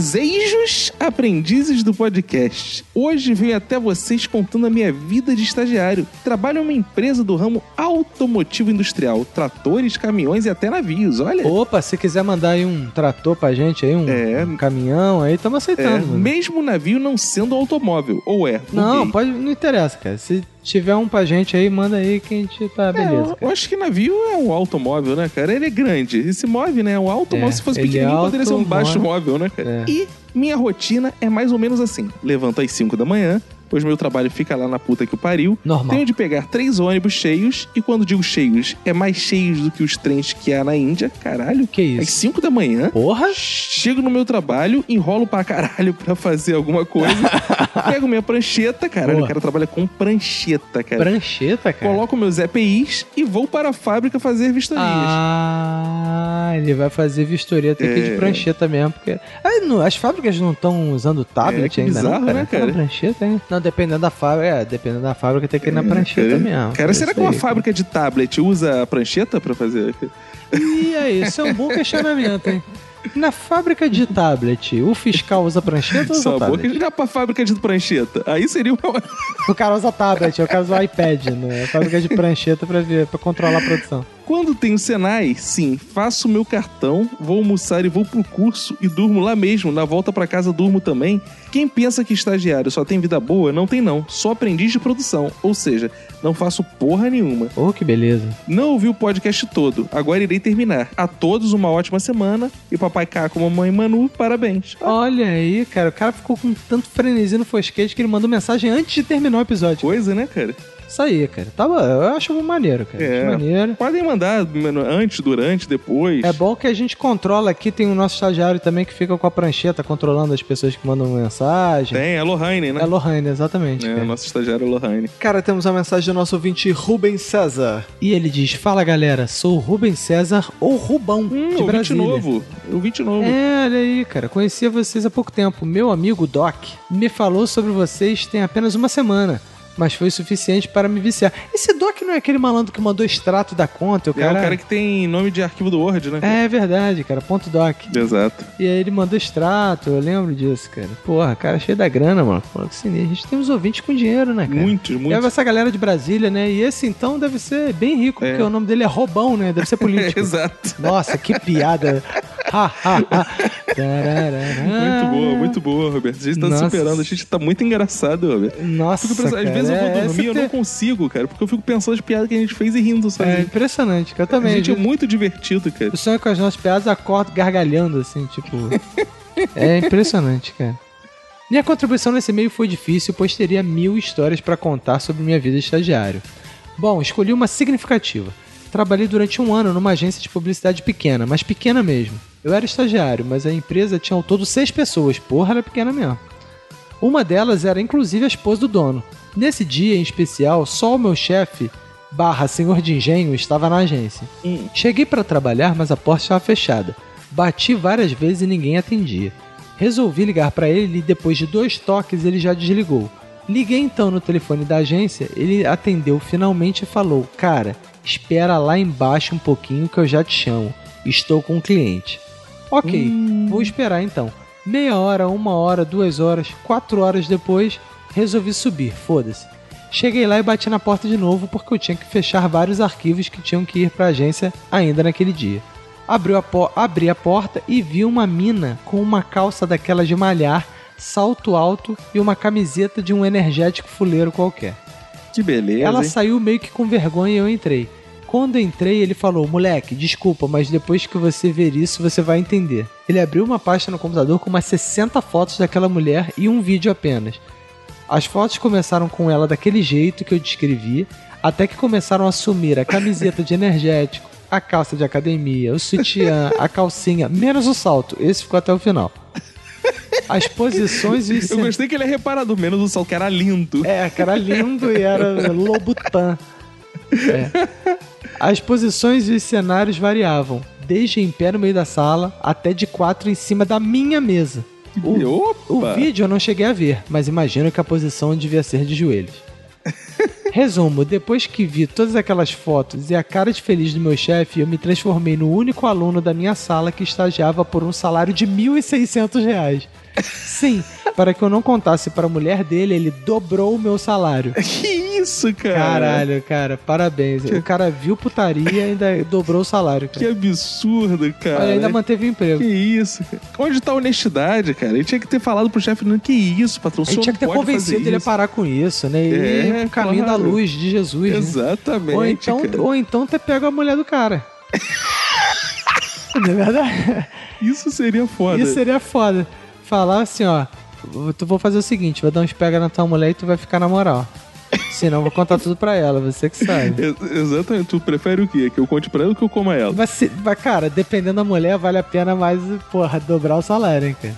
Speaker 1: Bem-fazejos, aprendizes do podcast. Hoje venho até vocês contando a minha vida de estagiário. Trabalho em uma empresa do ramo automotivo industrial, tratores, caminhões e até navios. Olha.
Speaker 11: Opa, se quiser mandar aí um trator pra gente aí, um,
Speaker 1: É.
Speaker 11: um caminhão aí, estamos
Speaker 1: É,
Speaker 11: aceitando. né? mano.
Speaker 1: mesmo o navio não sendo automóvel, ou é?
Speaker 11: Não,
Speaker 1: ok.
Speaker 11: pode, não interessa, cara. Se tiver um pra gente aí, manda aí que a gente tá beleza.
Speaker 1: É, eu acho que navio é um automóvel, né, cara? Ele é grande. E se move, né? Um automóvel,
Speaker 11: É,
Speaker 1: se fosse
Speaker 11: ele é
Speaker 1: pequenininho, poderia ser um
Speaker 11: automóvel.
Speaker 1: baixo móvel, né, cara?
Speaker 11: É.
Speaker 1: E minha rotina é mais ou menos assim. Levanto às 5 da manhã, pois meu trabalho fica lá na puta que o pariu.
Speaker 11: Normal.
Speaker 1: Tenho de pegar três ônibus cheios, e quando digo cheios, é mais cheios do que os trens que há na Índia. Caralho.
Speaker 11: Que
Speaker 1: Às
Speaker 11: isso?
Speaker 1: 5 da manhã,
Speaker 11: Porra!
Speaker 1: Chego no meu trabalho, enrolo pra caralho pra fazer alguma
Speaker 11: [LAUGHS]
Speaker 1: coisa. pego minha prancheta, caralho,
Speaker 11: Boa.
Speaker 1: o cara trabalha com prancheta,
Speaker 11: É.
Speaker 1: cara.
Speaker 11: Prancheta, cara.
Speaker 1: Coloco meus EPIs e vou para a fábrica fazer vistorias.
Speaker 11: Ah, ele vai fazer vistoria até que
Speaker 1: É.
Speaker 11: de prancheta mesmo, porque Ah, não, as fábricas não estão usando
Speaker 1: É,
Speaker 11: tablet
Speaker 1: que
Speaker 11: ainda,
Speaker 1: bizarro,
Speaker 11: não, cara.
Speaker 1: né,
Speaker 11: Tá
Speaker 1: cara?
Speaker 11: Na prancheta, hein? Não, dependendo da fábrica, é, dependendo da fábrica tem que ir na prancheta
Speaker 1: É, cara.
Speaker 11: mesmo.
Speaker 1: Cara, será que uma
Speaker 11: fábrica?
Speaker 1: fábrica de tablet usa a prancheta pra fazer?
Speaker 11: E aí, isso é um bom questionamento, hein? Na fábrica de tablet, o fiscal usa prancheta ou usa
Speaker 1: Só a
Speaker 11: tablet?
Speaker 1: boca já pra fábrica de prancheta. Aí seria uma.
Speaker 11: O cara usa tablet, o cara usa iPad, né? A fábrica de prancheta pra, ver, pra controlar a produção.
Speaker 1: Quando tenho Senai, sim, faço meu cartão, vou almoçar e vou pro curso e durmo lá mesmo. Na volta pra casa durmo também. Quem pensa que estagiário só tem vida boa, não tem não. Só aprendiz de produção. Ou seja, não faço porra nenhuma.
Speaker 11: Oh, que beleza.
Speaker 1: Não ouvi o podcast todo, agora irei terminar. A todos uma ótima semana e papai Caco, mamãe Manu, parabéns.
Speaker 11: Olha aí, cara, o cara ficou com tanto frenesi no fosquete que ele mandou mensagem antes de terminar o episódio.
Speaker 1: Coisa, né, cara?
Speaker 11: Isso aí, cara. Tá, bom, eu acho maneiro, cara.
Speaker 1: É.
Speaker 11: Acho maneiro.
Speaker 1: Podem mandar mano, antes, durante, depois.
Speaker 11: É bom que a gente controla aqui, tem o nosso estagiário também que fica com a prancheta controlando as pessoas que mandam mensagem.
Speaker 1: Tem, é Lohane, né?
Speaker 11: É Lohane, exatamente.
Speaker 1: É,
Speaker 11: cara.
Speaker 1: nosso estagiário Lohane.
Speaker 2: Cara, temos a mensagem do nosso ouvinte Rubens César.
Speaker 11: E ele diz: Fala galera, sou o Rubens César ou Rubão
Speaker 1: Hum,
Speaker 11: de
Speaker 1: ouvinte
Speaker 11: Brasília.
Speaker 1: novo. Ouvinte novo.
Speaker 11: É, olha aí, cara. Conhecia vocês há pouco tempo. Meu amigo Doc me falou sobre vocês tem apenas uma semana. Mas foi suficiente para me viciar. Esse Doc não é aquele malandro que mandou extrato da conta, o
Speaker 1: É
Speaker 11: cara.
Speaker 1: o cara que tem nome de arquivo do Word, né?
Speaker 11: É verdade, cara. Ponto Doc.
Speaker 1: Exato.
Speaker 11: E aí ele mandou extrato, eu lembro disso, cara. Porra, cara, cheio da grana, mano. Pô, que sinistro. A gente tem uns ouvintes com dinheiro, né, cara?
Speaker 1: Muitos, muitos. [LAUGHS]
Speaker 11: Deve essa galera de Brasília, né? E esse então deve ser bem rico,
Speaker 1: É.
Speaker 11: porque o
Speaker 1: [LAUGHS]
Speaker 11: nome dele é Robão, né? Deve ser político.
Speaker 1: Exato.
Speaker 11: Nossa, que piada. Ha, ha, ha. Muito
Speaker 1: [LAUGHS] Muito boa, muito boa, Roberto. A gente tá
Speaker 11: Nossa.
Speaker 1: superando, a gente tá muito engraçado, Roberto.
Speaker 11: Nossa,
Speaker 1: Eu fico pensando-
Speaker 11: cara,
Speaker 1: às vezes eu vou
Speaker 11: é,
Speaker 1: dormir,
Speaker 11: essa
Speaker 1: eu não
Speaker 11: te-
Speaker 1: consigo, cara, porque eu fico pensando as piadas que a gente fez e rindo
Speaker 11: É
Speaker 1: sozinho.
Speaker 11: impressionante, cara. Eu
Speaker 1: a
Speaker 11: também. às
Speaker 1: gente é
Speaker 11: vezes,
Speaker 1: muito divertido, cara.
Speaker 11: Eu sonho com as nossas piadas, acordo gargalhando, assim, tipo. é impressionante, cara. Minha contribuição nesse meio foi difícil, pois teria mil histórias pra contar sobre minha vida de estagiário. Bom, escolhi uma significativa. Trabalhei durante um ano numa agência de publicidade pequena, mas pequena mesmo. Eu era estagiário, mas a empresa tinha ao todo seis pessoas, porra, era pequena mesmo. Uma delas era inclusive a esposa do dono. Nesse dia em especial, só o meu chefe, barra senhor de engenho, estava na agência. Cheguei para trabalhar, mas a porta estava fechada. Bati várias vezes e ninguém atendia. Resolvi ligar para ele e depois de dois toques ele já desligou. Liguei então no telefone da agência, ele atendeu finalmente e falou: Cara, espera lá embaixo um pouquinho que eu já te chamo. Estou com um cliente. Ok, vou esperar então. Meia hora, uma hora, duas horas, quatro horas depois, resolvi subir, foda-se. Cheguei lá e bati na porta de novo porque eu tinha que fechar vários arquivos que tinham que ir pra agência ainda naquele dia. Abriu a po- abri a porta e vi uma mina com uma calça daquelas de malhar, salto alto e uma camiseta de um energético fuleiro qualquer.
Speaker 1: Que beleza.
Speaker 11: Ela
Speaker 1: hein?
Speaker 11: saiu meio que com vergonha e eu entrei. Quando eu entrei, ele falou: Moleque, desculpa, mas depois que você ver isso, você vai entender. Ele abriu uma pasta no computador com umas 60 fotos daquela mulher e um vídeo apenas. As fotos começaram com ela daquele jeito que eu descrevi, até que começaram a sumir a camiseta de energético, a calça de academia, o sutiã, a calcinha, menos o salto. Esse ficou até o final. As posições e os
Speaker 1: Eu gostei que ele é reparado, menos o sol que era lindo.
Speaker 11: é, que era lindo e era Lobutan. É. As posições e os cenários variavam, desde em pé no meio da sala até de quatro em cima da minha mesa.
Speaker 1: É,
Speaker 11: O,
Speaker 1: Opa!
Speaker 11: o vídeo eu não cheguei a ver, mas imagino que a posição devia ser de joelhos. Resumo, depois que vi todas aquelas fotos e a cara de feliz do meu chefe, eu me transformei no único aluno da minha sala que estagiava por um salário de R$ 1.600. reais. Sim, para que eu não contasse para a mulher dele, ele dobrou o meu salário.
Speaker 1: [LAUGHS] Que isso, cara?
Speaker 11: Caralho, cara, parabéns. O cara viu putaria e ainda dobrou o salário,
Speaker 1: Que
Speaker 11: cara.
Speaker 1: absurdo, cara.
Speaker 11: Olha, ainda manteve o
Speaker 1: Que
Speaker 11: emprego.
Speaker 1: isso, cara. Onde tá a honestidade, cara? Ele tinha que ter falado pro chefe, não, que isso, patrão, o
Speaker 11: Ele
Speaker 1: senhor
Speaker 11: tinha que ter
Speaker 1: não pode fazer
Speaker 11: convencido ele a
Speaker 1: isso.
Speaker 11: parar com isso, né? E
Speaker 1: É,
Speaker 11: o caminho
Speaker 1: claro.
Speaker 11: da luz de Jesus. né?
Speaker 1: Exatamente,
Speaker 11: Ou então,
Speaker 1: cara.
Speaker 11: ou então ter pego a mulher do cara. Não é verdade?
Speaker 1: Isso seria
Speaker 11: [LAUGHS]
Speaker 1: foda.
Speaker 11: Isso seria foda. Falar assim, ó. Tu vou fazer o seguinte, vou dar uns pega na tua mulher e tu vai ficar na moral. Senão eu vou contar tudo pra ela, você que sabe.
Speaker 1: Ex- Exatamente. Tu prefere o quê? Que eu conte pra ela ou que eu coma ela?
Speaker 11: Mas, se- mas, cara, dependendo da mulher, vale a pena mais, porra, dobrar o salário, hein, cara.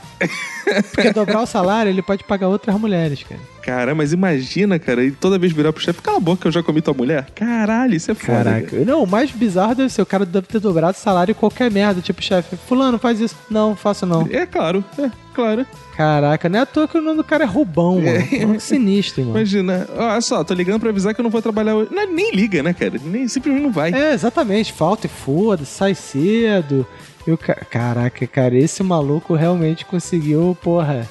Speaker 11: Porque dobrar o salário, ele pode pagar outras mulheres, cara.
Speaker 1: Cara, mas imagina, cara, e toda vez virar pro chefe, cala a boca que eu já comi tua mulher. Caralho, isso é foda. cara.
Speaker 11: Caraca. Não, o mais bizarro deve ser o cara deve ter dobrado o salário em qualquer merda. Tipo, chefe, fulano, faz isso. Não, faço não.
Speaker 1: É claro, é claro.
Speaker 11: Caraca, não é à toa que o nome do cara é Rubão, mano. Maluco sinistro, mano.
Speaker 1: Imagina, olha só, tô ligando pra avisar que eu não vou trabalhar hoje. Não, nem liga, né, cara? Nem, simplesmente não vai.
Speaker 11: É, exatamente. Falta e foda, sai cedo. E o ca- Caraca, cara, esse maluco realmente conseguiu, porra,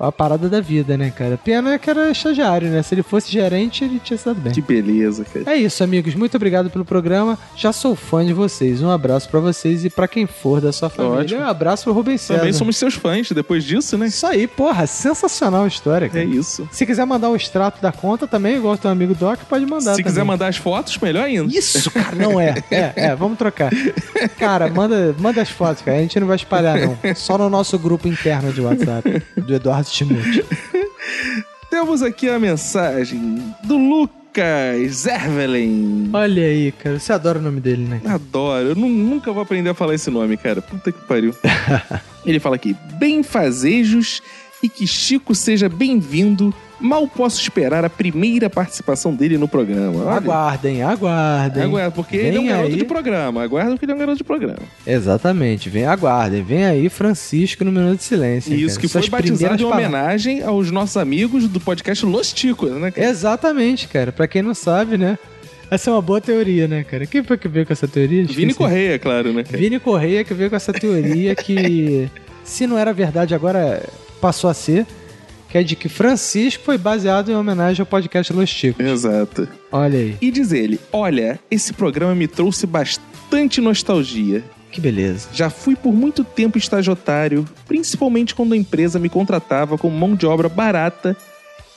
Speaker 11: a parada da vida, né, cara? Pena que era estagiário, né? Se ele fosse gerente, ele tinha sido bem.
Speaker 1: Que beleza, cara.
Speaker 11: É isso, amigos. Muito obrigado pelo programa. Já sou fã de vocês. Um abraço pra vocês e pra quem for da sua família.
Speaker 1: Ótimo.
Speaker 11: Um abraço pro Rubens César.
Speaker 1: Também somos seus fãs depois disso, né?
Speaker 11: Isso aí, porra. Sensacional a história,
Speaker 1: É
Speaker 11: cara.
Speaker 1: isso.
Speaker 11: Se quiser mandar o extrato da conta também, igual teu amigo Doc, pode mandar
Speaker 1: Se quiser
Speaker 11: também.
Speaker 1: mandar as fotos, melhor ainda.
Speaker 11: Isso, cara, não é. É, é, vamos trocar. Cara, manda, manda as fotos, cara. A gente não vai espalhar, não. Só no nosso grupo interno de WhatsApp, do Eduardo Timóteo.
Speaker 1: Temos aqui a mensagem do Lucas Ervelin.
Speaker 11: Olha aí, cara. Você adora o nome dele, né?
Speaker 1: Adoro, eu nu- nunca vou aprender a falar esse nome, cara. Puta que
Speaker 11: [LAUGHS]
Speaker 1: pariu. Ele fala aqui: bem-fazejos e que Chico seja bem-vindo. Mal posso esperar a primeira participação dele no programa. Olha,
Speaker 11: Aguardem, aguardem.
Speaker 1: Aguarda, porque ele é um
Speaker 11: Vem
Speaker 1: garoto
Speaker 11: aí.
Speaker 1: de programa. Aguarda porque ele é um garoto de programa.
Speaker 11: Exatamente, vem, aguardem. Vem aí, Francisco, no Minuto de Silêncio.
Speaker 1: E isso
Speaker 11: cara.
Speaker 1: que
Speaker 11: Suas
Speaker 1: foi batizado
Speaker 11: primeiras
Speaker 1: em
Speaker 11: palavras.
Speaker 1: homenagem aos nossos amigos do podcast Los Ticos, né? cara?
Speaker 11: Exatamente, cara. Pra quem não sabe, né? Essa é uma boa teoria, né, cara? Quem foi que veio com essa teoria?
Speaker 1: Vini
Speaker 11: Esqueci.
Speaker 1: Correia, claro, né? cara?
Speaker 11: Vini Correia que veio com essa teoria que, se não era verdade, agora passou a ser, que é de que Francisco foi baseado em homenagem ao podcast Los Chicos.
Speaker 1: Exato.
Speaker 11: Olha aí.
Speaker 1: E diz ele: Olha, esse programa me trouxe bastante nostalgia.
Speaker 11: Que beleza.
Speaker 1: Já fui por muito tempo estagiário, principalmente quando a empresa me contratava com mão de obra barata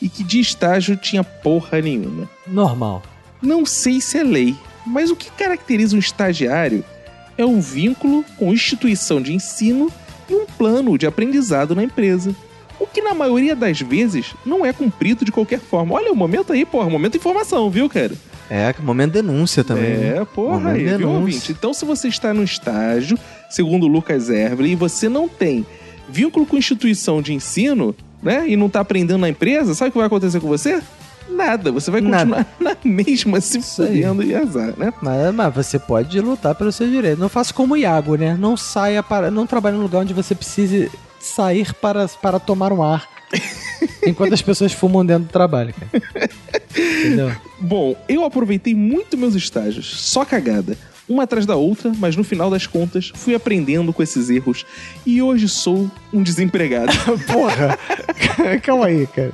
Speaker 1: e que de estágio tinha porra nenhuma.
Speaker 11: Normal.
Speaker 1: Não sei se é lei, mas o que caracteriza um estagiário é um vínculo com instituição de ensino e um plano de aprendizado na empresa. O que na maioria das vezes não é cumprido de qualquer forma. Olha o momento aí, porra, momento de informação, viu, cara?
Speaker 11: É, que momento denúncia também. né?
Speaker 1: É, porra,
Speaker 11: Momento
Speaker 1: aí, viu,
Speaker 11: denúncia.
Speaker 1: ouvinte? Então, se você está no estágio, segundo o Lucas Ervely, e você não tem vínculo com instituição de ensino, né? E não tá aprendendo na empresa, sabe o que vai acontecer com você? Nada. Você vai continuar [LAUGHS] na mesma se
Speaker 11: Isso aí.
Speaker 1: fudendo e azar, né?
Speaker 11: Mas, mas você pode lutar pelo seu direito. Não faça como o Iago, né? Não saia para. Não trabalhe num lugar onde você precise sair para, para tomar um ar. Enquanto as pessoas fumam dentro do trabalho, cara. Entendeu?
Speaker 1: Bom, eu aproveitei muito meus estágios, só cagada. Uma atrás da outra, mas no final das contas fui aprendendo com esses erros e hoje sou um desempregado. [LAUGHS]
Speaker 11: Porra! [LAUGHS] Calma aí, cara.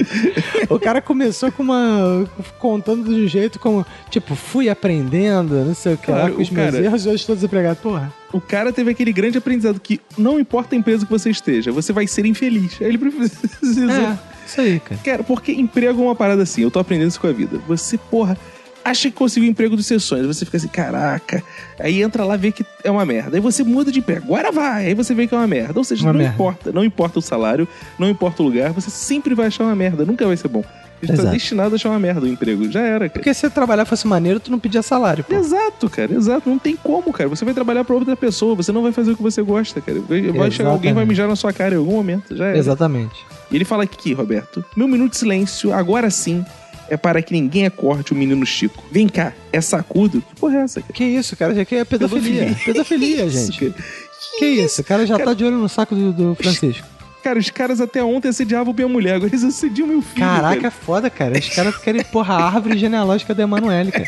Speaker 11: O cara começando com uma. contando de um jeito como. Tipo, fui aprendendo, não sei o que lá,
Speaker 1: Claro,
Speaker 11: com os
Speaker 1: o
Speaker 11: meus
Speaker 1: cara-
Speaker 11: erros e hoje estou desempregado. Porra.
Speaker 1: o cara teve aquele grande aprendizado que não importa a empresa que você esteja, você vai ser infeliz. Aí ele [LAUGHS] precisou.
Speaker 11: É, isso aí, cara.
Speaker 1: Cara, porque emprego é uma parada assim, eu tô aprendendo isso com a vida. Você, porra, acha que conseguiu o emprego dos seus sonhos, você fica assim, caraca. Aí entra lá vê que é uma merda. Aí você muda de emprego, agora vai. Aí você vê que é uma merda. Ou seja,
Speaker 11: Uma
Speaker 1: não
Speaker 11: merda.
Speaker 1: importa, não importa o salário, não importa o lugar, você sempre vai achar uma merda, nunca vai ser bom. Você tá
Speaker 11: Exato.
Speaker 1: destinado a achar uma merda o emprego, já era, cara.
Speaker 11: Porque se trabalhar fosse maneiro, tu não pedia salário, pô.
Speaker 1: Exato, cara, exato. Não tem como, cara. Você vai trabalhar pra outra pessoa, você não vai fazer o que você gosta, cara. Vai vai chegar alguém, vai
Speaker 11: Exatamente.
Speaker 1: mijar na sua cara em algum momento. Já era.
Speaker 11: Exatamente.
Speaker 1: E ele fala aqui, Roberto: Meu minuto de silêncio, agora sim, é para que ninguém acorde o menino Chico. Vem cá, é sacudo? Que porra é essa, cara?
Speaker 11: Que isso, cara? Já que é pedofilia. Pedofilia,
Speaker 1: Isso,
Speaker 11: gente.
Speaker 1: cara.
Speaker 11: [LAUGHS] Que isso? O cara já
Speaker 1: Cara-
Speaker 11: tá de olho no saco do, do Francisco.
Speaker 1: Cara, os caras até ontem assediavam minha mulher, agora eles assediam meu filho.
Speaker 11: Caraca, é foda, cara. Os caras querem, porra, a árvore genealógica da Emanuele, cara.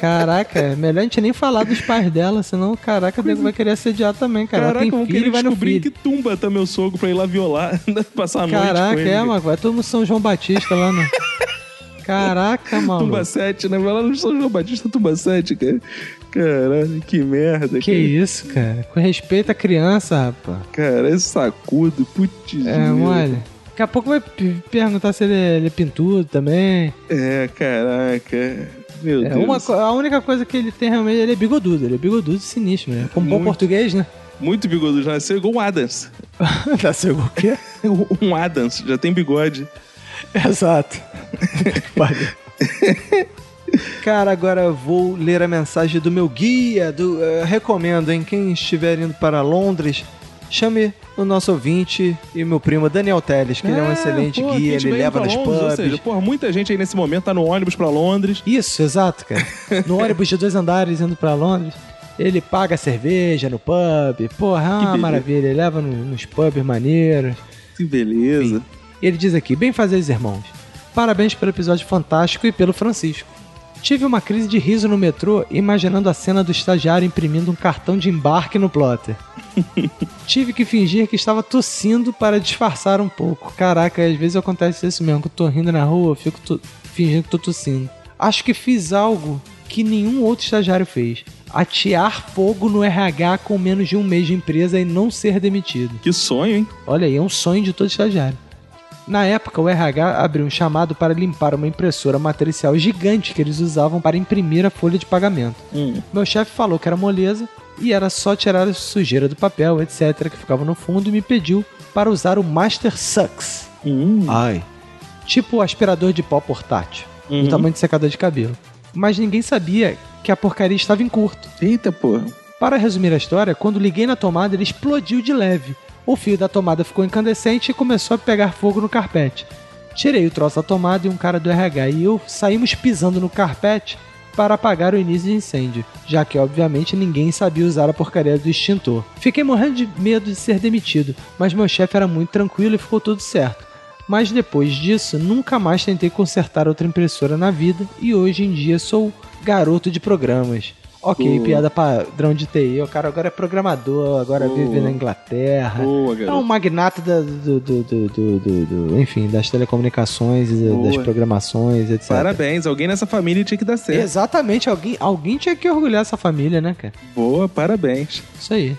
Speaker 11: Caraca, é melhor a gente nem falar dos pais dela, senão, caraca, o nego vai querer assediar também, cara.
Speaker 1: Cara,
Speaker 11: Ela
Speaker 1: Caraca,
Speaker 11: tem
Speaker 1: vão
Speaker 11: filho e
Speaker 1: querer
Speaker 11: vai no
Speaker 1: descobrir
Speaker 11: filho.
Speaker 1: que tumba tá meu sogro pra ir lá violar, [LAUGHS] né, passar a noite com
Speaker 11: Caraca,
Speaker 1: ele.
Speaker 11: é, mano. Vai todo mundo São João Batista lá, né? Caraca, mano.
Speaker 1: [LAUGHS] Tumba 7, né? Vai lá no São João Batista Tumba 7, cara. Caralho, que merda,
Speaker 11: Que isso, cara. Com respeito à criança, rapaz.
Speaker 1: cara. Cara, é sacudo, putz.
Speaker 11: É,
Speaker 1: grilo.
Speaker 11: mole. Daqui a pouco vai p- perguntar se ele é, ele é pintudo também.
Speaker 1: É, caraca. Meu
Speaker 11: É,
Speaker 1: Deus.
Speaker 11: uma, co- a única coisa que ele tem realmente, ele é bigodudo. Ele é bigodudo e sinistro, né? Como bom
Speaker 1: Muito.
Speaker 11: português,
Speaker 1: [LAUGHS]
Speaker 11: né?
Speaker 1: Muito bigodudo, já nasceu igual um Adams. [LAUGHS]
Speaker 11: Nasceu o quê?
Speaker 1: Um Adams, já tem bigode. [LAUGHS]
Speaker 11: Exato. [LAUGHS] Cara, agora eu vou ler a mensagem do meu guia. Do, eh, recomendo, hein? Quem estiver indo para Londres, chame o nosso ouvinte e meu primo Daniel Teles, que ele é um excelente
Speaker 1: Ah, pô,
Speaker 11: guia.
Speaker 1: quem
Speaker 11: Ele
Speaker 1: tiver indo
Speaker 11: leva
Speaker 1: pra
Speaker 11: nos
Speaker 1: Londres, Ou
Speaker 11: pubs.
Speaker 1: seja, porra, muita gente aí nesse momento tá no ônibus pra Londres.
Speaker 11: Isso, exato,
Speaker 1: [LAUGHS]
Speaker 11: cara. No ônibus de dois andares indo pra Londres. Ele paga cerveja no pub. Porra, é uma
Speaker 1: beleza.
Speaker 11: maravilha. Ele leva no- nos pubs maneiros.
Speaker 1: Que beleza.
Speaker 11: Ele diz aqui: Bem fazeres, irmãos. Parabéns pelo episódio fantástico e pelo Francisco. Tive uma crise de riso no metrô, imaginando a cena do estagiário imprimindo um cartão de embarque no plotter. Tive que fingir que estava tossindo para disfarçar um pouco. Caraca, às vezes acontece isso mesmo, que eu tô rindo na rua, eu fico to- fingindo que tô tossindo. Acho que fiz algo que nenhum outro estagiário fez. Atear fogo no RH com menos de um mês de empresa e não ser demitido.
Speaker 1: Que sonho, hein?
Speaker 11: Olha aí, é um sonho de todo estagiário. Na época, o RH abriu um chamado para limpar uma impressora matricial gigante que eles usavam para imprimir a folha de pagamento.
Speaker 1: Um,
Speaker 11: Meu chefe falou que era moleza e era só tirar a sujeira do papel, etc., que ficava no fundo, e me pediu para usar o Master Sucks.
Speaker 1: um,
Speaker 11: Ai. Tipo o aspirador de pó portátil,
Speaker 1: um. Uhum.
Speaker 11: do tamanho de secador de cabelo. Mas ninguém sabia que a porcaria estava em curto.
Speaker 1: Eita, porra.
Speaker 11: Para resumir a história, quando liguei na tomada, ele explodiu de leve. O fio da tomada ficou incandescente e começou a pegar fogo no carpete. Tirei o troço da tomada e um cara do RH e eu saímos pisando no carpete para apagar o início do incêndio, já que obviamente ninguém sabia usar a porcaria do extintor. Fiquei morrendo de medo de ser demitido, mas meu chefe era muito tranquilo e ficou tudo certo. Mas depois disso, nunca mais tentei consertar outra impressora na vida e hoje em dia sou garoto de programas. Ok, piada padrão de TI. O cara agora é programador, agora vive na Inglaterra.
Speaker 1: Boa,
Speaker 11: É um magnata da- do, do- do- do- do- do- enfim, das telecomunicações, e da- das programações, etc.
Speaker 1: Parabéns, alguém nessa família tinha que dar certo.
Speaker 11: Exatamente, alguém, alguém tinha que orgulhar essa família, né, cara?
Speaker 1: Boa, parabéns.
Speaker 11: Isso aí.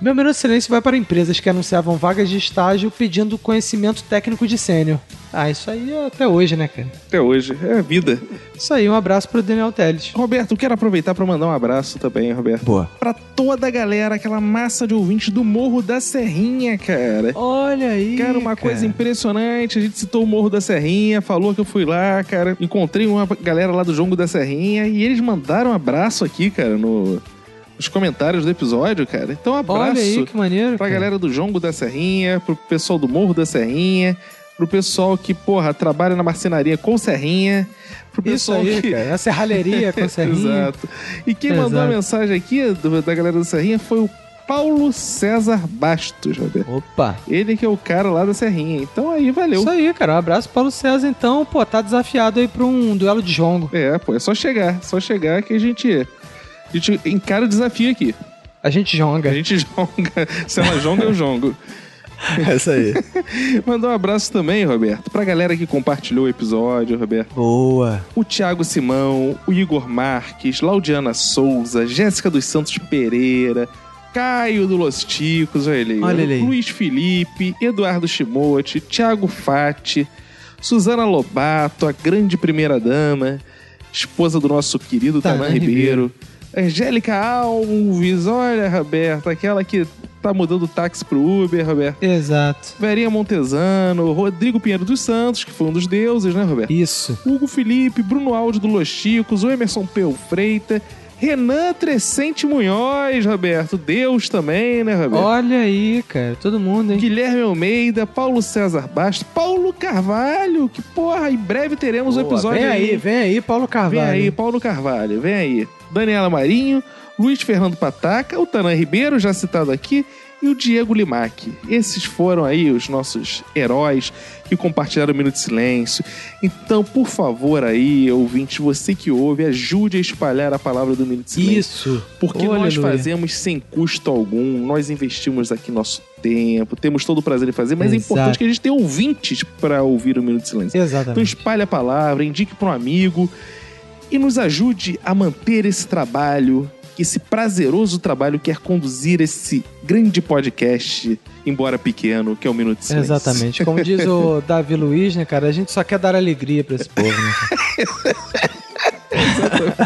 Speaker 11: Meu minuto de silêncio vai para empresas que anunciavam vagas de estágio pedindo conhecimento técnico de sênior. Ah, isso aí é até hoje, né, cara?
Speaker 1: Até hoje, é a vida.
Speaker 11: Isso aí, um abraço pro Daniel Teles.
Speaker 1: Roberto, eu quero aproveitar pra mandar um abraço também, Roberto.
Speaker 11: Boa.
Speaker 1: Pra toda a galera, aquela massa de ouvintes do Morro da Serrinha, cara.
Speaker 11: Olha aí.
Speaker 1: Cara, uma coisa impressionante. A gente citou o Morro da Serrinha, falou que eu fui lá, cara. Encontrei uma galera lá do Jongo da Serrinha e eles mandaram um abraço aqui, cara, no- nos comentários do episódio, cara. Então, um abraço
Speaker 11: Olha aí, que maneiro.
Speaker 1: pra
Speaker 11: cara.
Speaker 1: galera do Jongo da Serrinha, pro pessoal do Morro da Serrinha, pro pessoal que, porra, trabalha na marcenaria com Serrinha, pro
Speaker 11: Isso
Speaker 1: pessoal
Speaker 11: aí,
Speaker 1: que.
Speaker 11: cara. A serralheria com a serrinha.
Speaker 1: [LAUGHS] Exato. E quem
Speaker 11: Tá Exato.
Speaker 1: mandou a mensagem aqui do- da galera da Serrinha foi o Paulo César Bastos, Roberto.
Speaker 11: Opa.
Speaker 1: Ele que é o cara lá da Serrinha. Então aí, valeu.
Speaker 11: Isso aí, cara. Um abraço para o César, então. Pô, tá desafiado aí pra um duelo de jongo.
Speaker 1: É, pô, é só chegar. Só chegar que a gente. A gente encara o desafio aqui.
Speaker 11: A gente
Speaker 1: A
Speaker 11: jonga.
Speaker 1: gente [LAUGHS] jonga. Se ela jonga, eu jongo.
Speaker 11: É isso aí.
Speaker 1: Mandar um abraço também, Roberto, pra galera que compartilhou o episódio, Roberto.
Speaker 11: Boa.
Speaker 1: O Thiago Simão, o Igor Marques, Laudiana Souza, Jéssica dos Santos Pereira, Caio do Los Ticos, olha ele aí.
Speaker 11: Olha ele aí.
Speaker 1: Luiz Felipe, Eduardo Shimote, Thiago Fati, Suzana Lobato, a grande primeira dama, esposa do nosso querido
Speaker 11: Tanã
Speaker 1: Tanã Ribeiro, Angélica Alves, olha, Roberto, aquela que tá mudando o táxi pro Uber, Roberto.
Speaker 11: Exato.
Speaker 1: Verinha Montesano, Rodrigo Pinheiro dos Santos, que foi um dos deuses, né, Roberto?
Speaker 11: Isso.
Speaker 1: Hugo Felipe, Bruno Aldo do Los Chicos, o Emerson Peu Freita, Renan Trescente Munhoz, Roberto, Deus também, né, Roberto?
Speaker 11: Olha aí, cara. Todo mundo, hein?
Speaker 1: Guilherme Almeida, Paulo César Bastos, Paulo Carvalho, que porra, em breve teremos o
Speaker 11: Boa,
Speaker 1: episódio
Speaker 11: vem aí,
Speaker 1: aí.
Speaker 11: vem aí, Paulo
Speaker 1: Vem
Speaker 11: Carvalho.
Speaker 1: aí, Paulo Carvalho, vem aí. Daniela Marinho, Luiz Fernando Pataca, o Tanã Ribeiro, já citado aqui, e o Diego Limac. Esses foram aí os nossos heróis que compartilharam o Minuto de Silêncio. Então, por favor aí, ouvinte, você que ouve, ajude a espalhar a palavra do Minuto de Silêncio.
Speaker 11: Isso.
Speaker 1: Porque nós
Speaker 11: Aleluia.
Speaker 1: fazemos sem custo algum, nós investimos aqui nosso tempo, temos todo o prazer em fazer, mas
Speaker 11: Exato.
Speaker 1: é importante que a gente tenha ouvintes para ouvir o Minuto de Silêncio. Então
Speaker 11: Exatamente.
Speaker 1: espalhe a palavra, indique para um amigo e nos ajude a manter esse trabalho, esse prazeroso trabalho que é conduzir esse grande podcast, embora pequeno, que é o Minuto de Silêncio.
Speaker 11: Exatamente. Como diz [LAUGHS] o Davi Luiz, né, cara? A gente só quer dar alegria pra esse povo, né?
Speaker 1: [LAUGHS]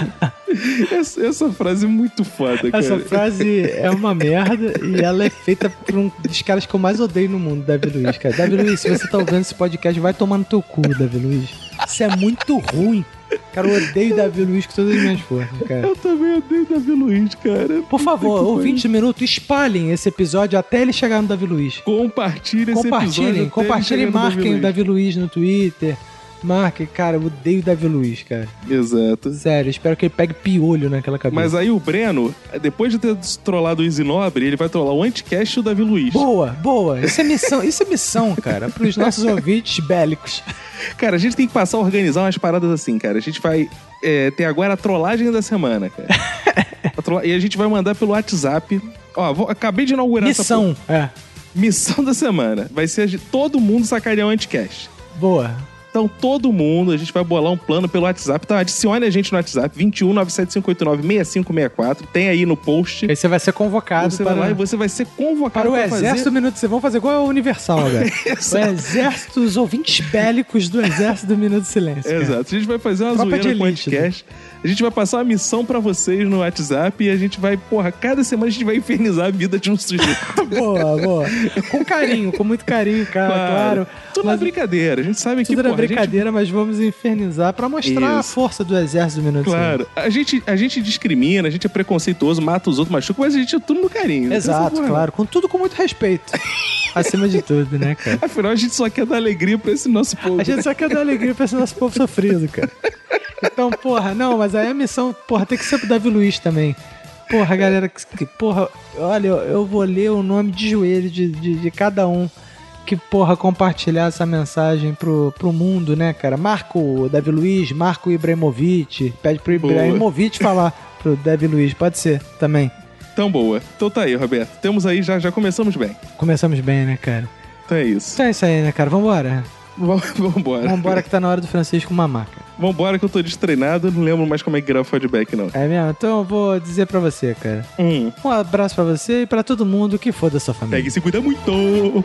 Speaker 1: Essa, essa frase é muito foda, cara.
Speaker 11: Essa frase é uma merda e ela é feita por um dos caras que eu mais odeio no mundo, Davi Luiz, cara. Davi Luiz, se você tá ouvindo esse podcast, vai tomar no teu cu, Davi Luiz. Isso é muito ruim. Cara, eu odeio Davi Luiz com todas as minhas forças, cara.
Speaker 1: Eu também odeio Davi Luiz, cara.
Speaker 11: Por favor, ouvintes do minuto, espalhem esse episódio até ele chegar no Davi Luiz.
Speaker 1: Compartilhe esse episódio.
Speaker 11: Compartilhem,
Speaker 1: até
Speaker 11: compartilhem,
Speaker 1: chegar no
Speaker 11: marquem o
Speaker 1: Luiz.
Speaker 11: Davi Luiz no Twitter. Marquem, cara, eu odeio o Davi Luiz, cara.
Speaker 1: Exato.
Speaker 11: Sério, espero que ele pegue piolho naquela
Speaker 1: Mas
Speaker 11: cabeça.
Speaker 1: aí o Breno, depois de ter trollado o Easy Nobre, ele vai trollar o Anticast e o Davi Luiz.
Speaker 11: Boa, boa. Isso é missão, isso é missão, cara, pros nossos ouvintes bélicos.
Speaker 1: Cara, a gente tem que passar a organizar umas paradas assim, cara. A gente vai é, ter agora a trollagem da semana,
Speaker 11: [LAUGHS]
Speaker 1: cara. A trola- E a gente vai mandar pelo WhatsApp. Ó, vou- acabei de inaugurar essa
Speaker 11: Missão. É,
Speaker 1: porra. missão da semana. Vai ser de todo mundo sacanear o anticast.
Speaker 11: boa.
Speaker 1: Então, todo mundo, a gente vai bolar um plano pelo WhatsApp. Então, adicione a gente no WhatsApp, 21 97589 6564. Tem aí no post.
Speaker 11: Aí você vai ser convocado
Speaker 1: Você
Speaker 11: para,
Speaker 1: vai lá e você vai ser
Speaker 11: para
Speaker 1: convocado
Speaker 11: o
Speaker 1: pra
Speaker 11: exército do Minuto Silêncio. Vamos fazer igual ao Universal [LAUGHS] agora. o
Speaker 1: Exato.
Speaker 11: exército, os ouvintes bélicos do exército do Minuto Silêncio. cara.
Speaker 1: [LAUGHS] Exato. A gente vai fazer uma
Speaker 11: Tropa
Speaker 1: zoeira
Speaker 11: de
Speaker 1: com o
Speaker 11: elite, né?
Speaker 1: podcast. A gente vai passar uma missão pra vocês no WhatsApp e a gente vai, porra, cada semana a gente vai infernizar a vida de
Speaker 11: [LAUGHS]
Speaker 1: um sujeito.
Speaker 11: Boa, boa. Com carinho, com muito carinho, cara, Ah, claro.
Speaker 1: Tudo na
Speaker 11: Mas-
Speaker 1: brincadeira. A gente sabe que,
Speaker 11: Tudo era
Speaker 1: porra, a gente-
Speaker 11: brincadeira, mas vamos infernizar pra mostrar a
Speaker 1: Isso.
Speaker 11: força do exército do Minuto
Speaker 1: Claro, a gente, a gente discrimina, a gente é preconceituoso, mata os outros, machuca, mas a gente é tudo no carinho.
Speaker 11: Silêncio.
Speaker 1: Não tem essa
Speaker 11: Exato,
Speaker 1: porra, não.
Speaker 11: claro. Com tudo com muito respeito. [LAUGHS] Acima de tudo, né, cara?
Speaker 1: Afinal, a gente só quer dar alegria pra esse nosso povo.
Speaker 11: A gente só quer dar alegria pra esse nosso povo sofrido, cara. Então, porra, não, mas aí a missão, porra, tem que ser pro Davi Luiz também. Porra, galera, que, que- porra, olha, eu, eu vou ler o nome de joelho de, de, de cada um que, porra, compartilhar essa mensagem pro, pro mundo, né, cara? Marco o Davi Luiz, marco o Ibrahimovic, pede pro Ibrahimovic falar, pro Davi Luiz. Pode ser também.
Speaker 1: Tão boa. Então tá aí, Roberto. Temos aí, já, já começamos bem.
Speaker 11: Começamos bem, né, cara?
Speaker 1: Então é isso. [LAUGHS]
Speaker 11: Então é isso aí, né, cara? Vambora.
Speaker 1: Vam- Vambora.
Speaker 11: Vambora que tá na hora do Francisco mamar, cara.
Speaker 1: Vambora que eu tô destreinado, não lembro mais como é que grava o feedback, não.
Speaker 11: É mesmo? Então eu vou dizer pra você, cara.
Speaker 1: Hum.
Speaker 11: Um abraço pra você e pra todo mundo que for da sua família.
Speaker 1: Pega e se cuida muito.